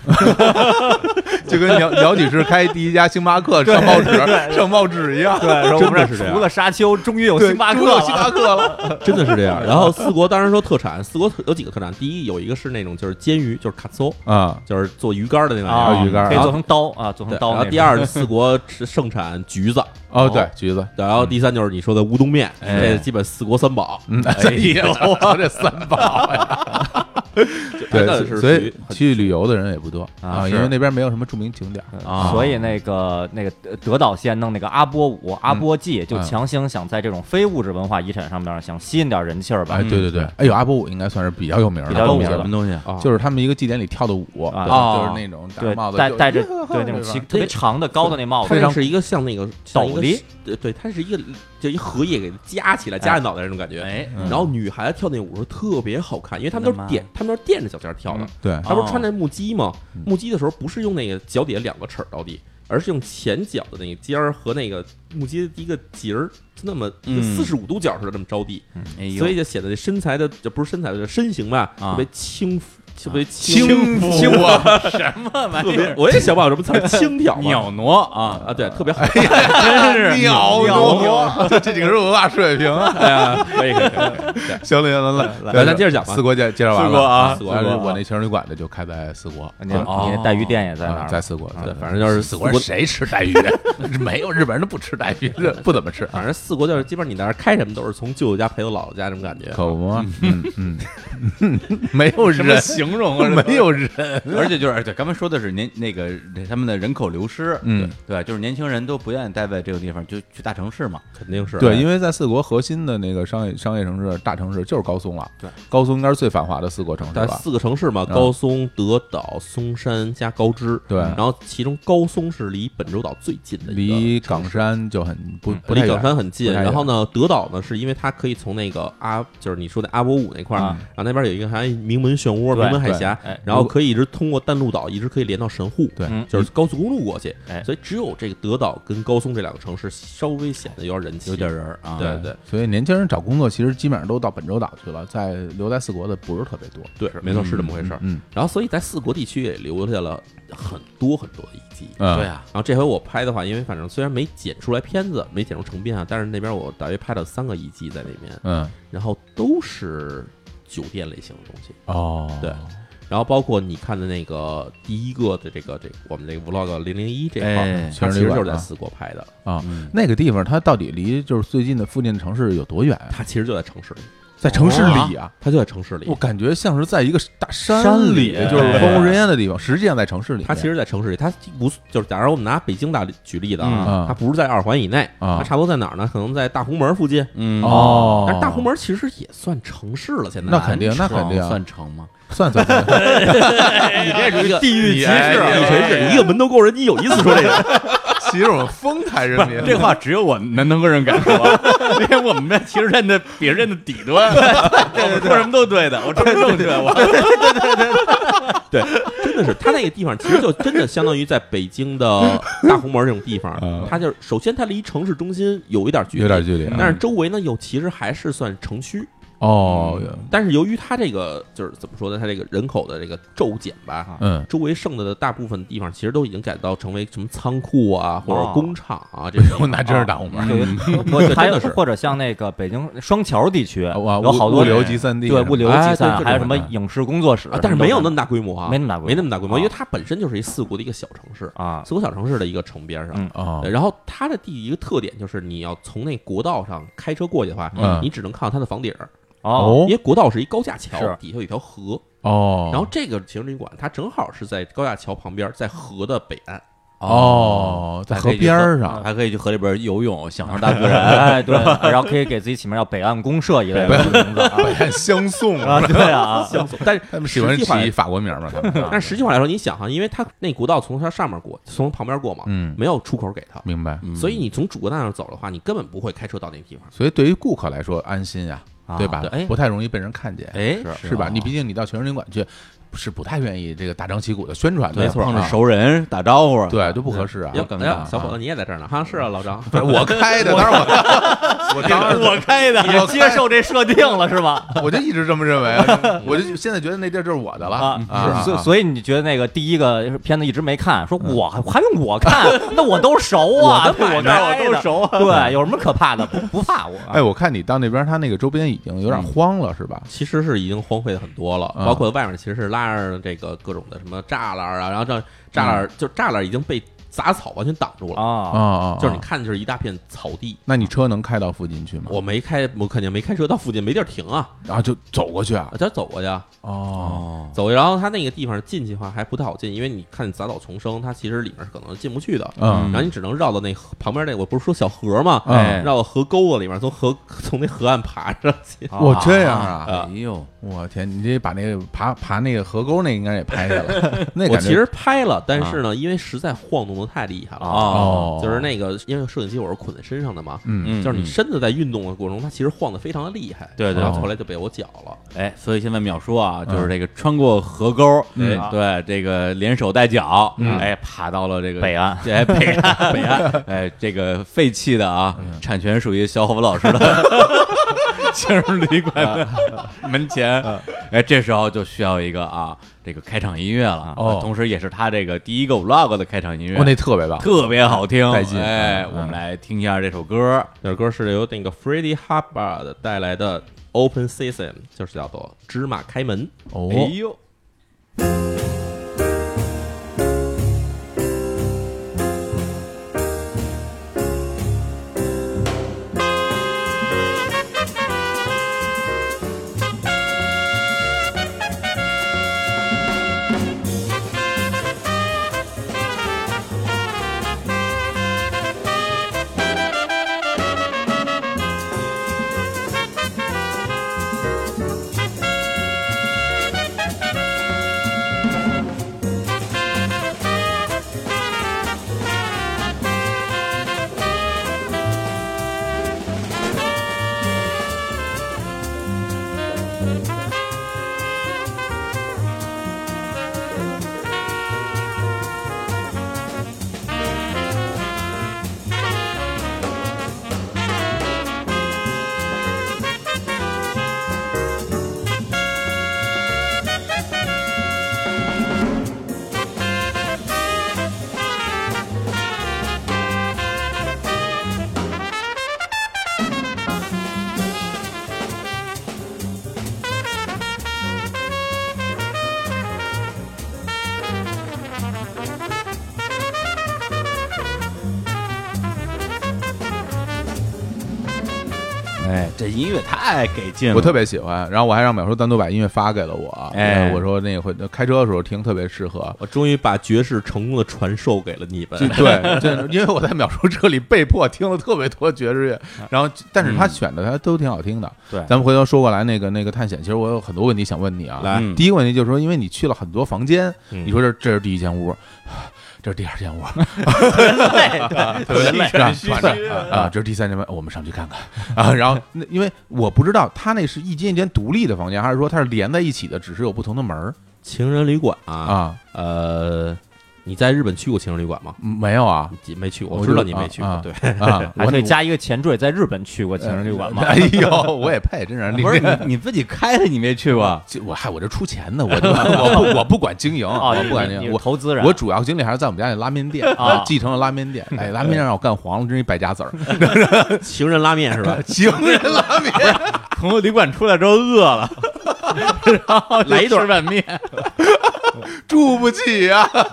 Speaker 3: 就跟 鸟鸟女士开第一家星巴克上报纸上报纸一样，
Speaker 2: 对，说我们
Speaker 3: 真的
Speaker 2: 这
Speaker 3: 是这
Speaker 2: 除
Speaker 3: 样。
Speaker 2: 了沙丘，终于有
Speaker 3: 对
Speaker 2: 星巴
Speaker 3: 终于
Speaker 2: 克
Speaker 3: 有星
Speaker 2: 了。
Speaker 3: 巴克了，
Speaker 1: 真的是这啊样。然后四国当时说特产，四国特有几个特产，第一有一个是那种就是煎鱼，就是卡搜，
Speaker 3: 啊，
Speaker 1: 就是做鱼干的那个
Speaker 2: 啊，
Speaker 3: 鱼竿
Speaker 2: 可以
Speaker 1: 然后
Speaker 2: 做成刀啊，做
Speaker 1: 对
Speaker 2: 成刀那
Speaker 1: 然后
Speaker 2: 种。
Speaker 1: 第二，四国是盛产橘子，
Speaker 3: 哦，对，橘子，
Speaker 1: 然后第三就是你说的乌冬面，
Speaker 5: 哎
Speaker 1: 这基本四国三宝。
Speaker 3: 嗯，哎呦，我这三宝呀，
Speaker 1: 真的
Speaker 3: 对，
Speaker 1: 是
Speaker 3: 所
Speaker 1: 属
Speaker 3: 以
Speaker 1: 于
Speaker 3: 去旅游的人也不多
Speaker 2: 啊哦
Speaker 3: 啊，因为那边没有什么著名景点，
Speaker 5: 啊
Speaker 2: 所以那个那个德岛县弄那个阿波舞、阿波祭，就
Speaker 3: 嗯
Speaker 2: 强行想在这种非物质文化遗产上面想吸引点人气儿吧
Speaker 3: 哎，。对对对，哎呦，阿波舞应该算是比较有名的，
Speaker 2: 嗯比较有名
Speaker 5: 什
Speaker 2: 的
Speaker 5: 么东西？
Speaker 1: 啊，
Speaker 3: 就是他们一个祭典里跳的舞，
Speaker 2: 啊
Speaker 3: 对就是那种
Speaker 2: 对
Speaker 3: 戴帽，子
Speaker 2: 戴
Speaker 3: 就
Speaker 2: 戴着
Speaker 3: 呦
Speaker 2: 对那种
Speaker 3: 吧
Speaker 2: 旗特别长的高的那帽
Speaker 1: 它那
Speaker 2: 子
Speaker 3: 非，常
Speaker 1: 是一个像那个像一
Speaker 2: 斗
Speaker 1: 个
Speaker 2: 笠
Speaker 1: 对对，它是一个就一荷叶给它夹起来，夹在脑袋上那种感觉。嗯
Speaker 5: 哎，
Speaker 1: 然后女孩子跳那舞时候特别好看，因为她们都
Speaker 5: 真的
Speaker 1: 是
Speaker 5: 吗
Speaker 1: 垫，她们都是垫着脚尖儿跳的
Speaker 3: 嗯。对，
Speaker 1: 她不
Speaker 5: 哦
Speaker 1: 是穿那木屐吗
Speaker 3: 嗯？
Speaker 1: 木屐的时候不是用那个脚底下两个齿儿着地，而是用前脚的那个尖儿和那个木屐的一个节儿，就那么
Speaker 5: 嗯
Speaker 1: 四十五度角似的这么着地，
Speaker 5: 哎呦
Speaker 1: 所以就显得这身材的就不是身材的身形吧，
Speaker 5: 啊
Speaker 1: 特别轻浮，特别
Speaker 3: 轻
Speaker 1: 轻
Speaker 3: 浮啊，
Speaker 5: 这玩
Speaker 1: 特
Speaker 5: 意
Speaker 1: 别
Speaker 5: 儿，
Speaker 1: 我也想不好什么词儿，轻佻嘛
Speaker 5: 哎 鸟挪啊，
Speaker 1: 啊，对，特别好看。
Speaker 5: 真是
Speaker 3: 鸟
Speaker 5: 挪。
Speaker 3: 多，这这几个是文化水平啊。
Speaker 1: 哎呀，可以可以可以，
Speaker 3: 行了行了，来
Speaker 1: 来咱接着讲吧
Speaker 3: 四国介介绍完了
Speaker 5: 四国啊
Speaker 1: 四国
Speaker 3: 但是
Speaker 1: 啊
Speaker 3: 我那情人旅馆的就开在四国，
Speaker 2: 你
Speaker 3: 啊
Speaker 2: 你带鱼哦店也在那
Speaker 3: 啊
Speaker 2: 儿，
Speaker 3: 在四国，
Speaker 1: 对，反正就是
Speaker 3: 四
Speaker 1: 四
Speaker 3: 国
Speaker 1: 国
Speaker 3: 人，谁吃带鱼？啊 没有日本人都不吃带鱼，这不怎么 吃啊。
Speaker 1: 反正四国就是基本上你在那儿开什么都是从舅舅家陪到姥姥家这种感觉。
Speaker 3: 可不嘛，嗯嗯， 没有
Speaker 5: 什么
Speaker 3: 人，
Speaker 5: 形容 啊？
Speaker 3: 没有人，
Speaker 5: 而且就是，而且刚才说的是年那个他们的人口流失，
Speaker 3: 嗯
Speaker 5: 对，对，就是年轻人都不愿意待在这个地方，就去大城市嘛。
Speaker 1: 肯定是哎
Speaker 3: 对，因为在四国核心的那个商业商业城市、大城市就是高松了。
Speaker 1: 对，
Speaker 3: 高松应该是最繁华的四国城市
Speaker 1: 在
Speaker 3: 吧？
Speaker 1: 四个城市嘛，
Speaker 3: 嗯
Speaker 1: 高松、德岛、松山加高知。
Speaker 3: 对
Speaker 1: 然后其中高松是离本州岛最近的一个，
Speaker 3: 离冈山就很不不
Speaker 1: 离
Speaker 3: 太
Speaker 1: 冈
Speaker 3: 远
Speaker 1: 山很近。
Speaker 3: 不太远
Speaker 1: 然后呢，德岛呢，是因为它可以从那个阿，就是你说的阿波舞那块儿，
Speaker 2: 啊
Speaker 1: 然后那边有一个还名门漩涡、
Speaker 2: 对
Speaker 1: 名门海峡
Speaker 2: 对哎，
Speaker 1: 然后可以一直通过淡路岛，一直可以连到神户，
Speaker 3: 对嗯
Speaker 2: 嗯
Speaker 1: 就是高速公路过去。
Speaker 2: 哎
Speaker 1: 所以只有这个德岛跟高松这两个城市稍微显得有点人气，
Speaker 5: 有点人儿啊，
Speaker 1: 对对
Speaker 3: 所以年轻人找工作其实基本上都到本州岛去了，在留在四国的不是特别多。
Speaker 1: 对，没错，是这么回事儿。
Speaker 3: 嗯
Speaker 1: 然后，所以在四国地区也留下了很多很多的遗迹。
Speaker 3: 嗯，
Speaker 5: 对啊，
Speaker 1: 然后这回我拍的话，因为反正虽然没剪出来片子，没剪出成片啊，但是那边我大约拍了三个遗迹在里面，
Speaker 3: 嗯
Speaker 1: 然后都是酒店类型的东西。
Speaker 3: 哦，
Speaker 1: 对然后包括你看的那个第一个的这个这个我们这个 vlog 零零一这块儿，
Speaker 5: 哎，
Speaker 1: 它其实就是在
Speaker 3: 啊
Speaker 1: 四国拍的，
Speaker 3: 啊。
Speaker 5: 嗯
Speaker 3: 那个地方它到底离就是最近的附近的城市有多远啊？
Speaker 1: 它哦其实就在城市里，
Speaker 3: 在城市里啊，
Speaker 1: 它就在城市里
Speaker 3: 我，感觉像是在一个大
Speaker 2: 山
Speaker 3: 里
Speaker 2: 里，
Speaker 3: 就是荒无人烟的地方，实际上在城市里。
Speaker 1: 它其实在城市里，它不就是假如我们拿北京大举例子
Speaker 3: 嗯
Speaker 1: 啊
Speaker 3: 啊，
Speaker 1: 它不是在二环以内，
Speaker 3: 啊
Speaker 1: 它差不多在哪儿呢？可能在大红门附近。
Speaker 5: 嗯，
Speaker 3: 哦，
Speaker 1: 但是大红门其实也算城市了，现在
Speaker 3: 那肯定那
Speaker 5: 城
Speaker 3: 肯定
Speaker 4: 哦
Speaker 3: 啊
Speaker 5: 哦算成吗？
Speaker 3: 算算算，算
Speaker 1: 你这是一个
Speaker 5: 地域
Speaker 1: 你
Speaker 5: 歧视
Speaker 1: 哎你真是一个门头沟人，你有意思说这个，
Speaker 3: 其实我们丰台人民
Speaker 5: 这话只有我们南通个人敢说，啊因为我们在其实认的别人的底端，我们说什么都对的，我这正确，我
Speaker 1: 真的是他那个地方，其实就真的相当于在北京的大红门这种地
Speaker 3: 嗯
Speaker 1: 方，它就是首先它离城市中心啊有一点距离，嗯
Speaker 3: 有点距离啊，
Speaker 1: 但是周围呢又其实还是算城区，
Speaker 3: 哦，
Speaker 1: 但是由于它这个就是怎么说呢，它这个人口的这个骤减吧，哈。
Speaker 3: 嗯
Speaker 1: 周围剩的的大部分地方，其实都已经改造成为什么仓库啊，或者
Speaker 2: 哦
Speaker 1: 工厂啊这 种。
Speaker 3: 那真是大红门
Speaker 2: 对
Speaker 1: 对
Speaker 2: 还
Speaker 1: 真
Speaker 2: 有
Speaker 1: 的是
Speaker 2: 或者像那个北京双桥地区，
Speaker 3: 哇
Speaker 2: 有好
Speaker 3: 物
Speaker 2: 多
Speaker 3: 物流集散地，啊
Speaker 2: 对物流集
Speaker 1: 哎对
Speaker 2: 散，
Speaker 1: 对
Speaker 2: 还有什么
Speaker 3: 对对
Speaker 2: 影视工作室
Speaker 1: 啊，，但是没有那
Speaker 2: 么
Speaker 1: 么大规模啊，
Speaker 2: 没那么大规模
Speaker 1: 没那么大规模，
Speaker 2: 啊
Speaker 1: 因为它本身就是一四国的一个小城市，
Speaker 2: 啊，
Speaker 1: 四国小城市的一个城边上。
Speaker 2: 嗯
Speaker 3: 哦
Speaker 1: 呃，然后它的地一个特点就是，你要从那国道上开车过去的话，
Speaker 3: 嗯
Speaker 1: 你只能看到它的房顶儿，
Speaker 2: 哦
Speaker 1: 因为国道是一高架桥
Speaker 2: 是，
Speaker 1: 底下有一条河。
Speaker 3: 哦，
Speaker 1: 然后这个情人旅馆它正好是在高架桥旁边，在河的北岸，
Speaker 3: 哦，在河边儿上，
Speaker 5: 还可以去河里边游泳，享受大自然。
Speaker 2: 哎，对，然后可以给自己起名叫“北岸公社”一类的 名字啊，
Speaker 3: 北岸相 送
Speaker 2: 啊，对啊，
Speaker 1: 但是
Speaker 3: 他们喜欢
Speaker 1: 实
Speaker 3: 嗯
Speaker 1: 际化来
Speaker 3: 起法国名儿嘛？他们
Speaker 1: 但是实际话来说，你想啊哈，因为它那古道从它上面过，从旁边过嘛，
Speaker 3: 嗯，
Speaker 1: 没有出口给它，
Speaker 3: 明白。
Speaker 1: 所以你从主国道上走的话，你根本不会开车到那个地方。
Speaker 3: 所以对于顾客来说，安心呀，
Speaker 2: 啊
Speaker 3: 对吧？
Speaker 2: 哎
Speaker 3: 不太容易被人看见，
Speaker 5: 哎，
Speaker 3: 是啊吧？你毕竟你到全人领馆去，是不太愿意这个大张旗鼓的宣传的，
Speaker 5: 没错，碰着
Speaker 3: 啊
Speaker 5: 熟人打招呼，
Speaker 3: 对，就不合适啊。
Speaker 1: 哟
Speaker 5: 尴
Speaker 1: 哎呀
Speaker 5: 尬
Speaker 1: 小伙子你也在这儿呢哈？是啊，老张，
Speaker 3: 不是 我开的，当然我 我当然
Speaker 2: 我开的，
Speaker 3: 我开的
Speaker 2: 接受这设定了是吧？
Speaker 3: 我就一直这么认 为啊，我就现在觉得那地儿就是我的了
Speaker 2: 啊，
Speaker 3: 啊
Speaker 2: 是所所以你觉得那个第一个片子一直没看，说我还还用我 看？那我都熟啊，对我
Speaker 5: 那
Speaker 2: 开的，
Speaker 5: 熟啊。
Speaker 2: 对，有什么可怕的？不不怕我。
Speaker 3: 哎，我看你到那边，他那个周边已经有点荒了，是吧？
Speaker 1: 其实是已经荒废了很多了，
Speaker 3: 嗯
Speaker 1: 包括外面其实是拉着这个各种的什么栅栏啊，然后这栅栏就栅栏已经被杂草完全挡住了，
Speaker 3: 啊
Speaker 2: 啊，
Speaker 3: 啊，啊
Speaker 1: 就是你看的就是一大片草地。
Speaker 3: 那你车能开到附近去吗？
Speaker 1: 我没开，我肯定没开车到附近，没地儿停啊，
Speaker 3: 然后就走过去啊
Speaker 1: 我。就走过去啊，
Speaker 3: 哦，
Speaker 5: 哦，
Speaker 1: 走过去。然后它那个地方进去的话还不太好进，因为你看杂草丛生，它其实里面是可能进不去的。
Speaker 3: 嗯
Speaker 1: 然后你只能绕到那河旁边那，我不是说小河吗？
Speaker 3: 嗯
Speaker 5: 哎
Speaker 1: 绕到河沟子里面，从河 从那河岸爬上去。
Speaker 3: 我这样啊，
Speaker 5: 哎呦，
Speaker 3: 我天，你这把那个爬爬那个河沟那应该也拍下 来，那
Speaker 1: 我
Speaker 3: 感觉啊
Speaker 1: 其实拍了，但是呢，因为实在晃动的太厉害了，啊
Speaker 3: 哦，
Speaker 1: 就是那个因为摄影机我是捆在身上的嘛，
Speaker 3: 嗯
Speaker 5: 嗯，
Speaker 1: 就是你身子在运动的过程中，它其实晃得非常的厉害。
Speaker 5: 对对
Speaker 1: 然
Speaker 3: 对
Speaker 1: 后后来就被我绞了。
Speaker 5: 哎，所以现在秒说啊，就是这个穿过河沟，
Speaker 3: 嗯
Speaker 5: 哎对，这个连手带脚，
Speaker 3: 嗯
Speaker 5: 哎，爬到了这个
Speaker 2: 北岸，
Speaker 5: 哎，北岸， 北岸，哎，这个废弃的啊，
Speaker 3: 嗯
Speaker 5: 产权属于小伙子老师 的情人旅馆
Speaker 3: 啊
Speaker 5: 的门前，
Speaker 3: 嗯
Speaker 5: 哎，这时候就需要一个啊，这个开场音乐了，
Speaker 3: 哦
Speaker 5: 同时也是他这个第一个 vlog 的开场音乐，
Speaker 3: 我那特别棒，
Speaker 5: 特别好听，
Speaker 3: 带劲
Speaker 5: 哎，
Speaker 3: 嗯
Speaker 5: 我们来听一下这首歌，
Speaker 1: 这首歌是由那个 Freddie Hubbard 带来的 Open Season，就是叫做《芝麻开门》。
Speaker 3: 哦
Speaker 5: 哎呦，哎，这音乐太给劲了，
Speaker 3: 我特别喜欢，然后我还让淼叔单独把音乐发给了我，
Speaker 5: 哎
Speaker 3: 我说那个会开车的时候听特别适合。
Speaker 1: 我终于把爵士成功的传授给了你们。
Speaker 3: 就对，这因为我在淼叔车里被迫听了特别多爵士乐，然后但是他选的他都挺好听的。
Speaker 2: 对
Speaker 3: 咱们回头说过来那个那个探险，其实我有很多问题想问你啊。
Speaker 1: 来
Speaker 5: 嗯
Speaker 3: 第一个问题就是说，因为你去了很多房间，
Speaker 1: 嗯
Speaker 3: 你说这这是第一间屋， 这是第二间屋，
Speaker 2: 对对，特别累
Speaker 3: 是吧？团
Speaker 2: 嗯
Speaker 3: 长啊，这是第三间吧，我们上去看看啊。然后，那因为我不知道他那是一间一间独立的房间，还是说它是连在一起的，只是有不同的门儿
Speaker 1: 情人旅馆啊，
Speaker 3: 啊？
Speaker 1: 呃，你在日本去过情人旅馆吗？
Speaker 3: 没有 啊
Speaker 1: 没去过，
Speaker 3: 我
Speaker 1: 我知道
Speaker 3: 就
Speaker 1: 你
Speaker 3: 啊
Speaker 1: 没去过
Speaker 3: 啊。
Speaker 1: 对，
Speaker 3: 啊！
Speaker 2: 还
Speaker 3: 我
Speaker 2: 可以加一个前缀，在日本去过情人旅馆吗？
Speaker 3: 哎呦，我也配，真是
Speaker 5: 不是你你自己开的，你没去过？
Speaker 3: 这我还我这出钱 呢，我这我不我不管经营，
Speaker 2: 哦，
Speaker 3: 我
Speaker 2: 你
Speaker 3: 哎不管
Speaker 2: 你
Speaker 3: 经
Speaker 2: 你
Speaker 3: 营，
Speaker 2: 是
Speaker 3: 我
Speaker 2: 投资人，
Speaker 3: 我主要精力还是在我们家那拉面店，
Speaker 2: 啊
Speaker 3: 继承了拉面店。哎，拉面店让我干黄了，真是一败家 子儿。？
Speaker 1: 情人拉面是吧
Speaker 3: 情人拉面，
Speaker 5: 从旅馆出来之后饿 了，然后
Speaker 1: 来一顿
Speaker 5: 吃碗面，
Speaker 3: 住不起啊呀。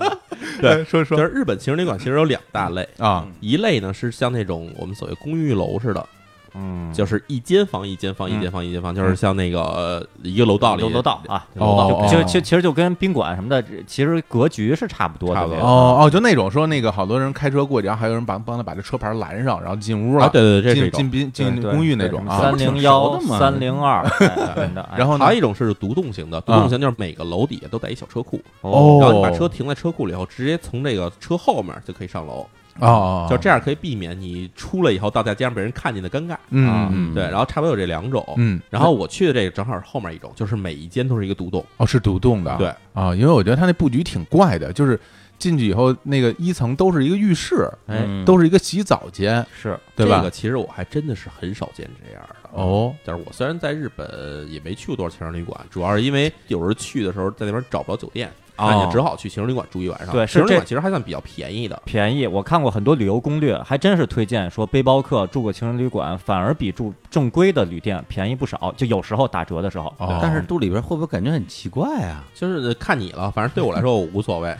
Speaker 1: 对，
Speaker 3: 说
Speaker 1: 就
Speaker 3: 说
Speaker 1: 是日本情人旅馆其实有两大类，
Speaker 3: 啊，
Speaker 1: 一类呢是像那种我们所谓公寓楼似的，
Speaker 2: 嗯，
Speaker 1: 就是一间房一间房一
Speaker 3: 嗯
Speaker 1: 间房一间房，就是像那个呃一个楼道里
Speaker 2: 楼楼道啊，
Speaker 3: 楼道
Speaker 2: 就
Speaker 3: 哦
Speaker 2: 就其其实就跟宾馆什么的，其实格局是差不多的
Speaker 1: 差不多
Speaker 2: 对吧。
Speaker 3: 哦哦，就那种说那个好多人开车过去，然后还有人帮帮他把这车牌拦上，然后进屋了，
Speaker 1: 啊，对对对，这是一
Speaker 3: 进
Speaker 1: 种。
Speaker 3: 进宾进
Speaker 2: 对
Speaker 3: 公寓那种
Speaker 2: 对
Speaker 3: 啊，
Speaker 2: 三零幺、三零 二，哎
Speaker 3: 然
Speaker 2: 后
Speaker 3: 后呢
Speaker 1: 还有一种是独栋
Speaker 3: 啊
Speaker 1: 型的，独栋型就是每个楼底下都带一小车库，
Speaker 2: 哦，
Speaker 1: 然后你把车停在车库里以后，直接从这个车后面就可以上楼，
Speaker 3: 哦，
Speaker 1: 就这样可以避免你出来以后到大街上被人看见的尴尬。
Speaker 3: 嗯，嗯
Speaker 1: 对，然后差不多有这两种。
Speaker 3: 嗯，
Speaker 1: 然后我去的这个正好是后面一种，就是每一间都是一个独栋，
Speaker 3: 哦是独栋的，
Speaker 1: 对
Speaker 3: 啊，因为我觉得它那布局挺怪的，就是进去以后那个一层都是一个浴室，
Speaker 2: 哎
Speaker 5: 嗯
Speaker 3: 都是一个洗澡间，
Speaker 2: 是
Speaker 3: 对
Speaker 1: 这
Speaker 3: 吧
Speaker 1: 个？其实我还真的是很少见这样的。
Speaker 3: 哦，
Speaker 1: 但是我虽然在日本也没去过多少情人旅馆，主要是因为有时候去的时候在那边找不着酒店，那
Speaker 5: 哦
Speaker 1: 也只好去情人旅馆住一晚上。
Speaker 2: 对
Speaker 1: 情
Speaker 2: 是
Speaker 1: 人旅
Speaker 2: 这
Speaker 1: 馆其实还算比较便宜的。
Speaker 2: 便宜。我看过很多旅游攻略，还真是推荐说背包客住个情人旅馆，反而比住正规的旅店便宜不少。就有时候打折的时候，
Speaker 3: 哦
Speaker 5: 但是肚里边会不会感觉很奇怪啊？
Speaker 1: 就是呃看你了，反正对我来说我无所谓。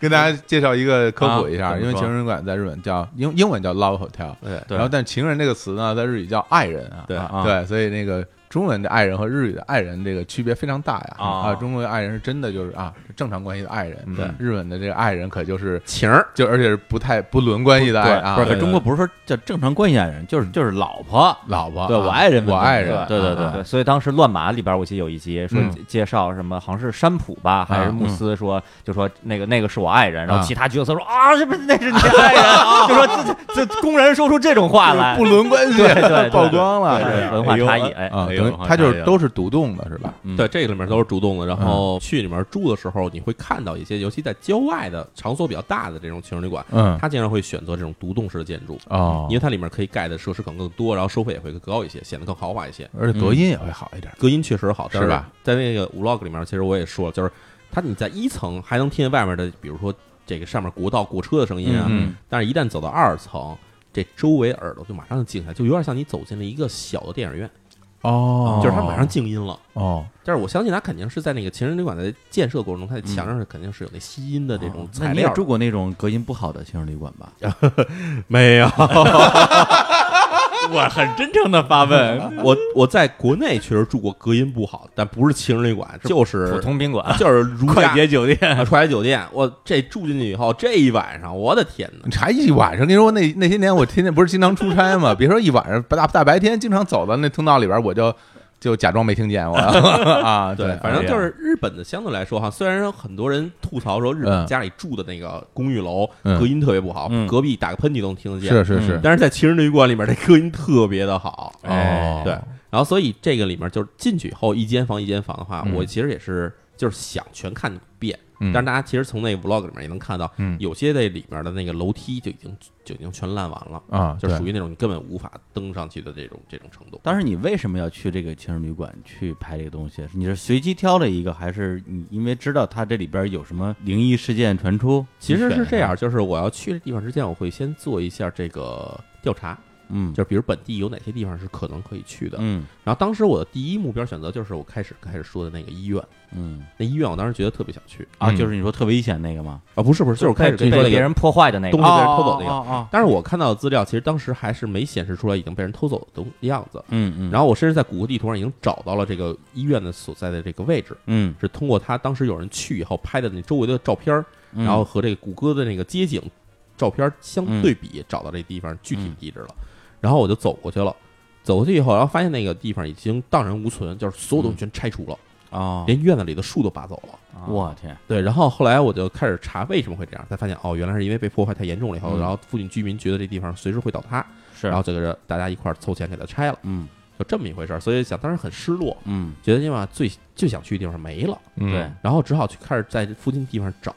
Speaker 3: 跟大家介绍一个科普一
Speaker 5: 啊
Speaker 3: 下，
Speaker 5: 怎么
Speaker 3: 因为
Speaker 5: 说
Speaker 3: 情人旅馆在日本叫英英文叫 love hotel，
Speaker 1: 对，
Speaker 5: 对
Speaker 3: 然后但情人这个词呢，在日语叫爱人啊，
Speaker 1: 对
Speaker 5: 啊，
Speaker 3: 对，所以那个中文的爱人和日语的爱人这个区别非常大呀。
Speaker 5: 啊
Speaker 3: 啊，中文爱人是真的就是啊正常关系的爱人，
Speaker 5: 对
Speaker 3: 日本的这个爱人可就是
Speaker 1: 情儿
Speaker 3: 就而且是不太不伦关系的爱啊，
Speaker 5: 不是
Speaker 3: 对
Speaker 5: 可中国不是说叫正常关系爱人，就是就是老婆，
Speaker 3: 老婆，
Speaker 5: 对
Speaker 3: 啊
Speaker 5: 我爱人们
Speaker 3: 我爱人，
Speaker 5: 对对对
Speaker 3: 啊
Speaker 2: 对，所以当时《乱麻》里边，我记得有一集说
Speaker 3: 嗯
Speaker 2: 介绍什么，好像是山普吧，还是
Speaker 3: 嗯
Speaker 2: 穆斯说，就说那个那个是我爱人，然
Speaker 3: 啊
Speaker 2: 后其他角色说啊，这不是那是你爱人，就说这这这工人说出这种话来，
Speaker 3: 不伦关系，
Speaker 2: 对对对
Speaker 3: 曝光了
Speaker 2: 对
Speaker 3: 这
Speaker 2: 文化差异，哎，
Speaker 3: 啊，
Speaker 5: 哎
Speaker 3: 等
Speaker 5: 呦
Speaker 3: 于
Speaker 5: 好
Speaker 3: 他就
Speaker 5: 哎
Speaker 3: 是
Speaker 5: 呦
Speaker 3: 都是独栋的是吧？
Speaker 5: 嗯
Speaker 1: 对，这个里面都是主动的。然
Speaker 2: 嗯
Speaker 1: 后去里面住的时候，你会看到一些，尤其在郊外的场所比较大的这种情人旅馆，
Speaker 3: 嗯，
Speaker 1: 它经常会选择这种独栋式的建筑，
Speaker 3: 哦
Speaker 1: 因为，它里面可以盖的设施可能更多，然后收费也会更高一些，显得更豪华一些。
Speaker 3: 而且隔音也会好一点。
Speaker 1: 隔音确实好，但
Speaker 3: 是吧？
Speaker 1: 在那个 vlog 里面，其实我也说了，就是它你在一层还能听见外面的，比如说这个上面国道过车的声音啊，
Speaker 3: 嗯
Speaker 1: 但是一旦走到二层。这周围耳朵就马上就静下来，就有点像你走进了一个小的电影院，
Speaker 3: 哦
Speaker 1: 就是它马上静音了。
Speaker 3: 哦，
Speaker 1: 但是我相信它肯定是在那个情人旅馆的建设过程中，它的墙上是肯定是有那吸音的这种
Speaker 5: 那
Speaker 1: 材
Speaker 5: 你也
Speaker 1: 料。
Speaker 5: 住过那种隔音不好的情人旅馆吧？
Speaker 1: 没有，
Speaker 5: 我很真诚的发问，
Speaker 1: 我我在国内确实住过隔音不好，但不是情人旅馆，就是
Speaker 2: 普通宾馆，
Speaker 1: 就是如
Speaker 5: 快
Speaker 1: 家
Speaker 5: 捷酒店
Speaker 1: 啊快捷酒店。我这住进去以后，这一晚上，我的天哪！
Speaker 3: 你查一晚上，跟你说那那些年我天天不是经常出差嘛， 别说一晚上，大大白天经常走到那通道里边，我就就假装没听见我 啊，
Speaker 1: 对，反正就是日本的相对来说哈，虽然很多人吐槽说日
Speaker 3: 嗯
Speaker 1: 本家里住的那个公寓楼
Speaker 3: 嗯
Speaker 1: 隔音特别不好
Speaker 5: 嗯，
Speaker 1: 隔壁打个喷嚏都能听得见。
Speaker 3: 是是是，
Speaker 1: 但是在情人旅馆里面，这隔音特别的好。
Speaker 3: 哦，
Speaker 1: 嗯哎对，然后所以这个里面就是进去以后一间房一间房的话，
Speaker 3: 嗯
Speaker 1: 我其实也是就是想全看一遍，
Speaker 3: 嗯
Speaker 1: 但是大家其实从那个 vlog 里面也能看到，
Speaker 3: 嗯
Speaker 1: 有些那里面的那个楼梯就已经就已经全烂完了。
Speaker 3: 啊，
Speaker 1: 就是属
Speaker 3: 于
Speaker 1: 于那种你根本无法登上去的这种这种程度。
Speaker 5: 当时你为什么要去这个情人旅馆去拍这个东西？你是随机挑了一个，还是你因为知道它这里边有什么灵异事件传出？
Speaker 1: 其实
Speaker 5: 你选
Speaker 1: 是
Speaker 5: 的
Speaker 1: 这，
Speaker 4: 啊
Speaker 1: 样，就是我要去的地方之前，我会先做一下这个调查，
Speaker 5: 嗯，
Speaker 1: 就是比如本地有哪些地方是可能可以去的。
Speaker 5: 嗯
Speaker 1: 然后当时我的第一目标选择就是我开始开始说的那个医院，
Speaker 5: 嗯
Speaker 1: 那医院我当时觉得特别想去
Speaker 5: 啊，
Speaker 3: 嗯
Speaker 5: 就是你说特危险那个吗？
Speaker 1: 啊，不是不是，就是我开始跟
Speaker 2: 被
Speaker 1: 你说
Speaker 2: 被
Speaker 1: 那
Speaker 2: 别
Speaker 1: 个
Speaker 2: 人破坏的那
Speaker 1: 东
Speaker 2: 个
Speaker 1: 西，被人偷走那个。
Speaker 5: 哦哦哦
Speaker 1: 但是我看到的资料，其实当时还是没显示出来已经被人偷走的样子。
Speaker 5: 嗯嗯，
Speaker 1: 然
Speaker 5: 后
Speaker 1: 后我甚至在谷歌地图上已经找到了这个医院的所在的这个位置，
Speaker 5: 嗯，
Speaker 1: 是通过他当时有人去以后拍的那周围的照片儿，
Speaker 5: 嗯
Speaker 1: 然后和这个谷歌的那个街景照片儿相对比，找到这地方具体
Speaker 5: 嗯
Speaker 1: 的地址了。然后我就走过去了，走过去以后，然后发现那个地方已经荡然无存，就是所
Speaker 5: 嗯
Speaker 1: 有东西全拆除了，
Speaker 5: 哦，
Speaker 1: 连院子里的树都拔走了。
Speaker 5: 我天，
Speaker 1: 对，然后后来我就开始查为什么会这样，才发现哦，原来是因为被破坏太严重了以后，
Speaker 5: 嗯
Speaker 1: 然后附近居民觉得这地方随时会倒塌，
Speaker 5: 是，
Speaker 1: 然后这个大家一块儿凑钱给它拆了，
Speaker 5: 嗯
Speaker 1: 就这么一回事儿。所以想当时很失落，
Speaker 5: 嗯
Speaker 1: 觉得那把最最想去的地方没了，
Speaker 3: 嗯
Speaker 5: 对，
Speaker 1: 然后只好去开始在附近地方找，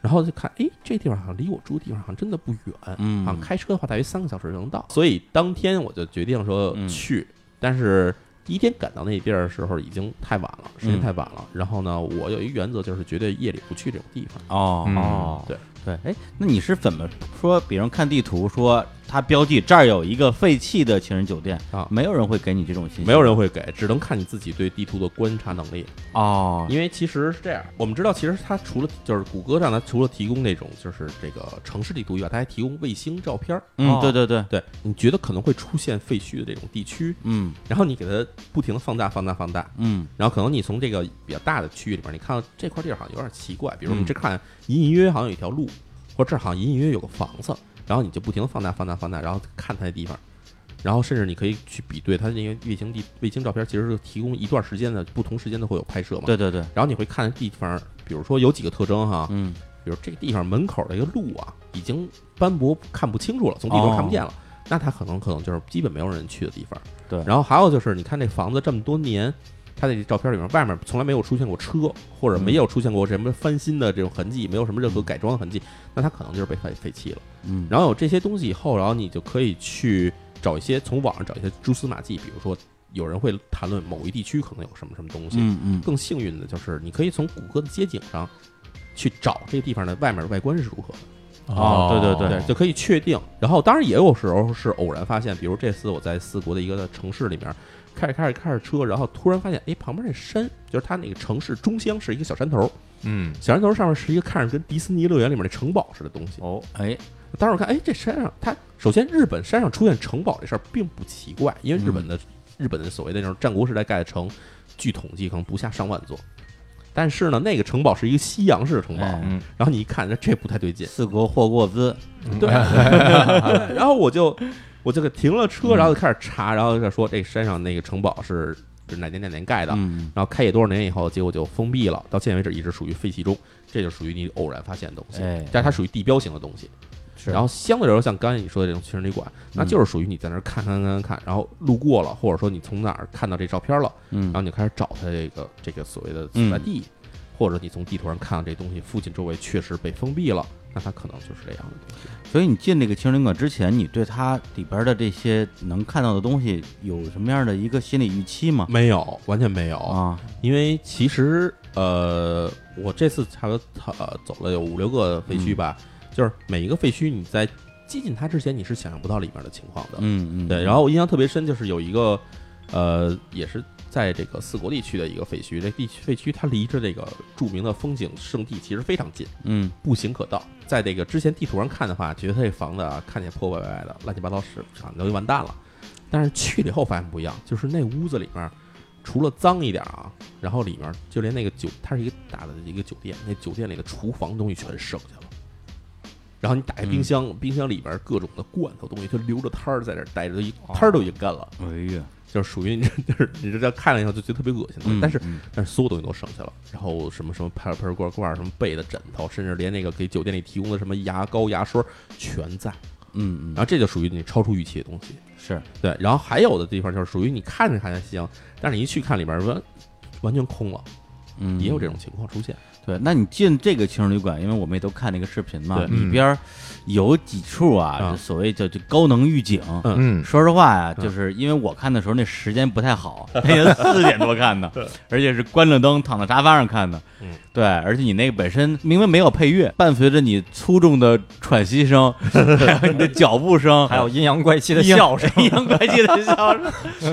Speaker 1: 然后就看，哎，这地方好像离我住的地方好像真的不远，
Speaker 5: 嗯
Speaker 1: 好像开车的话大约三个小时就能到。所以当天我就决定说
Speaker 5: 嗯
Speaker 1: 去，但是。第一天赶到那地儿的时候已经太晚了，时间
Speaker 5: 嗯
Speaker 1: 太晚了。然后呢，我有一原则就是绝对夜里不去这种地方。
Speaker 5: 哦
Speaker 3: 嗯
Speaker 5: 哦
Speaker 1: 对
Speaker 5: 对，哎，那你是怎么说？比如看地图说
Speaker 4: 它标记这儿有一个废弃的情人酒店
Speaker 1: 啊
Speaker 4: 没有人会给你这种信息，
Speaker 1: 没有人会给，只能看你自己对地图的观察能力。
Speaker 4: 哦，
Speaker 1: 因为其实是这样，我们知道，其实它除了就是谷歌上，它除了提供那种就是这个城市地图以外，它还提供卫星照片儿。
Speaker 4: 嗯
Speaker 2: 哦，
Speaker 4: 对对对，
Speaker 1: 对，你觉得可能会出现废墟的这种地区，
Speaker 4: 嗯
Speaker 1: 然后你给它不停的放大、放大、放大，
Speaker 4: 嗯
Speaker 1: 然后可能你从这个比较大的区域里边，你看到这块地儿好像有点奇怪，比如你这看隐隐约约好像有一条路，或者这儿好像隐隐约约有个房子，然后你就不停地放大、放大、放大，然后看它的地方，然后甚至你可以去比对它的那个卫星地卫星照片，其实是提供一段时间的不同时间的会有拍摄嘛，
Speaker 4: 对对对，
Speaker 1: 然后你会看地方，比如说有几个特征哈，
Speaker 4: 嗯
Speaker 1: 比如这个地方门口的一个路啊，已经斑驳看不清楚了，从地图上看不见了。那它可能可能就是基本没有人去的地方。
Speaker 4: 哦对
Speaker 1: 然后还有就是，你看这房子这么多年，它的照片里面外面从来没有出现过车，或者没有出现过什么翻新的这种痕迹，没有什么任何改装的痕迹，那它可能就是被废废弃了。
Speaker 4: 嗯，
Speaker 1: 然后有这些东西以后，然后你就可以去找一些从网上找一些蛛丝马迹，比如说有人会谈论某一地区可能有什么什么东西，
Speaker 4: 嗯嗯，
Speaker 1: 更幸运的就是，你可以从谷歌的街景上去找这地方的外面的外观是如何的，啊
Speaker 4: 哦对对
Speaker 1: 对，就可以确定。然后当然也有时候是偶然发现，比如这次我在四国的一个城市里面开着开着开着车，然后突然发现，哎，旁边那山就是它那个城市中央是一个小山头，
Speaker 3: 嗯，
Speaker 1: 小山头上面是一个看着跟迪士尼乐园里面的城堡似的东西。
Speaker 2: 哦，
Speaker 4: 哎，
Speaker 1: 当时我看，哎，这山上它首先日本山上出现城堡这事儿并不奇怪，因为日
Speaker 4: 嗯
Speaker 1: 本的、日本的所谓的那种战国时代盖的城，据统计可能不下上万座。但是呢，那个城堡是一个西洋式的城堡，
Speaker 4: 哎
Speaker 2: 嗯
Speaker 1: 然后你一看，这不太对劲。
Speaker 4: 四国霍沃兹，
Speaker 1: 对，然后我就我就给停了车，然后就开始查，然后就说这山上那个城堡是是啊哪年哪年盖的，
Speaker 4: 嗯，
Speaker 1: 然后开业多少年以后，结果就封闭了，到现在为止一直属于废弃中，这就属于你偶然发现的东西，
Speaker 4: 哎
Speaker 1: 但是它属于地标型的东西。
Speaker 4: 是
Speaker 1: 然后相对来说，像刚才你说的这种情人旅馆，那就是属于你在那儿看看看看，然后路过了，或者说你从哪儿看到这照片了，
Speaker 4: 嗯
Speaker 1: 然后你就开始找它这个这个所谓的所在地，或者你从地图上看到这东西附近周围确实被封闭了，那它可能就是这样的东西。
Speaker 4: 所以你进这个情人旅馆之前，你对它里边的这些能看到的东西有什么样的一个心理预期吗？
Speaker 1: 没有，完全没有，
Speaker 4: 啊，
Speaker 1: 因为其实呃，我这次差不多呃走了有五六个废
Speaker 4: 嗯
Speaker 1: 墟吧，就是每一个废墟你在接近它之前，你是想象不到里面的情况的。
Speaker 4: 嗯嗯，
Speaker 1: 对，然后我印象特别深，就是有一个呃，也是在这个四国地区的一个废墟，这地区废墟它离着这个著名的风景胜地其实非常近，
Speaker 4: 嗯
Speaker 1: 步行可到。在这个之前地图上看的话，觉得这房子啊看见破破败败的，乱七八糟是想都就完蛋了。但是去了以后发现不一样，就是那屋子里面除了脏一点啊，然后里面就连那个酒，它是一个大的一个酒店，那酒店里的厨房东西全省下了。然后你打开冰箱，冰箱里边各种的罐头东西就留着摊儿在这儿待着，都一摊儿都已经干了，
Speaker 4: 哎呀，
Speaker 1: 就是属于你这就是你这这看了以后就觉得特别恶心的。
Speaker 4: 嗯
Speaker 1: 但是
Speaker 4: 嗯
Speaker 1: 但是所有东西都省下了，然后什么什么拍盆罐罐儿、什么被的枕头，甚至连那个给酒店里提供的什么牙膏、牙刷全在。然
Speaker 4: 嗯嗯，
Speaker 1: 后这就属于你超出预期的东西。
Speaker 4: 是，
Speaker 1: 对，然后还有的地方就是属于你看着看着行，但是你一去看里边完完全空了，
Speaker 4: 嗯，
Speaker 1: 也有这种情况出现。
Speaker 4: 对，那你进这个情人旅馆，因为我们也都看那个视频嘛，
Speaker 1: 对
Speaker 4: 里边儿有几处啊，
Speaker 1: 啊
Speaker 4: 就所谓叫就高能预警。
Speaker 3: 嗯
Speaker 4: 说实话呀、
Speaker 1: 嗯
Speaker 4: 就是因为我看的时候那时间不太好，那也四点多看的，而且是关了灯躺在沙发上看的。
Speaker 1: 嗯，
Speaker 4: 对，而且你那个本身明明没有配乐，伴随着你粗重的喘息声， 还有你的脚步声，
Speaker 2: 还有阴阳怪气的
Speaker 4: 阴阳
Speaker 2: 笑声，
Speaker 4: 阴阳怪气的笑声，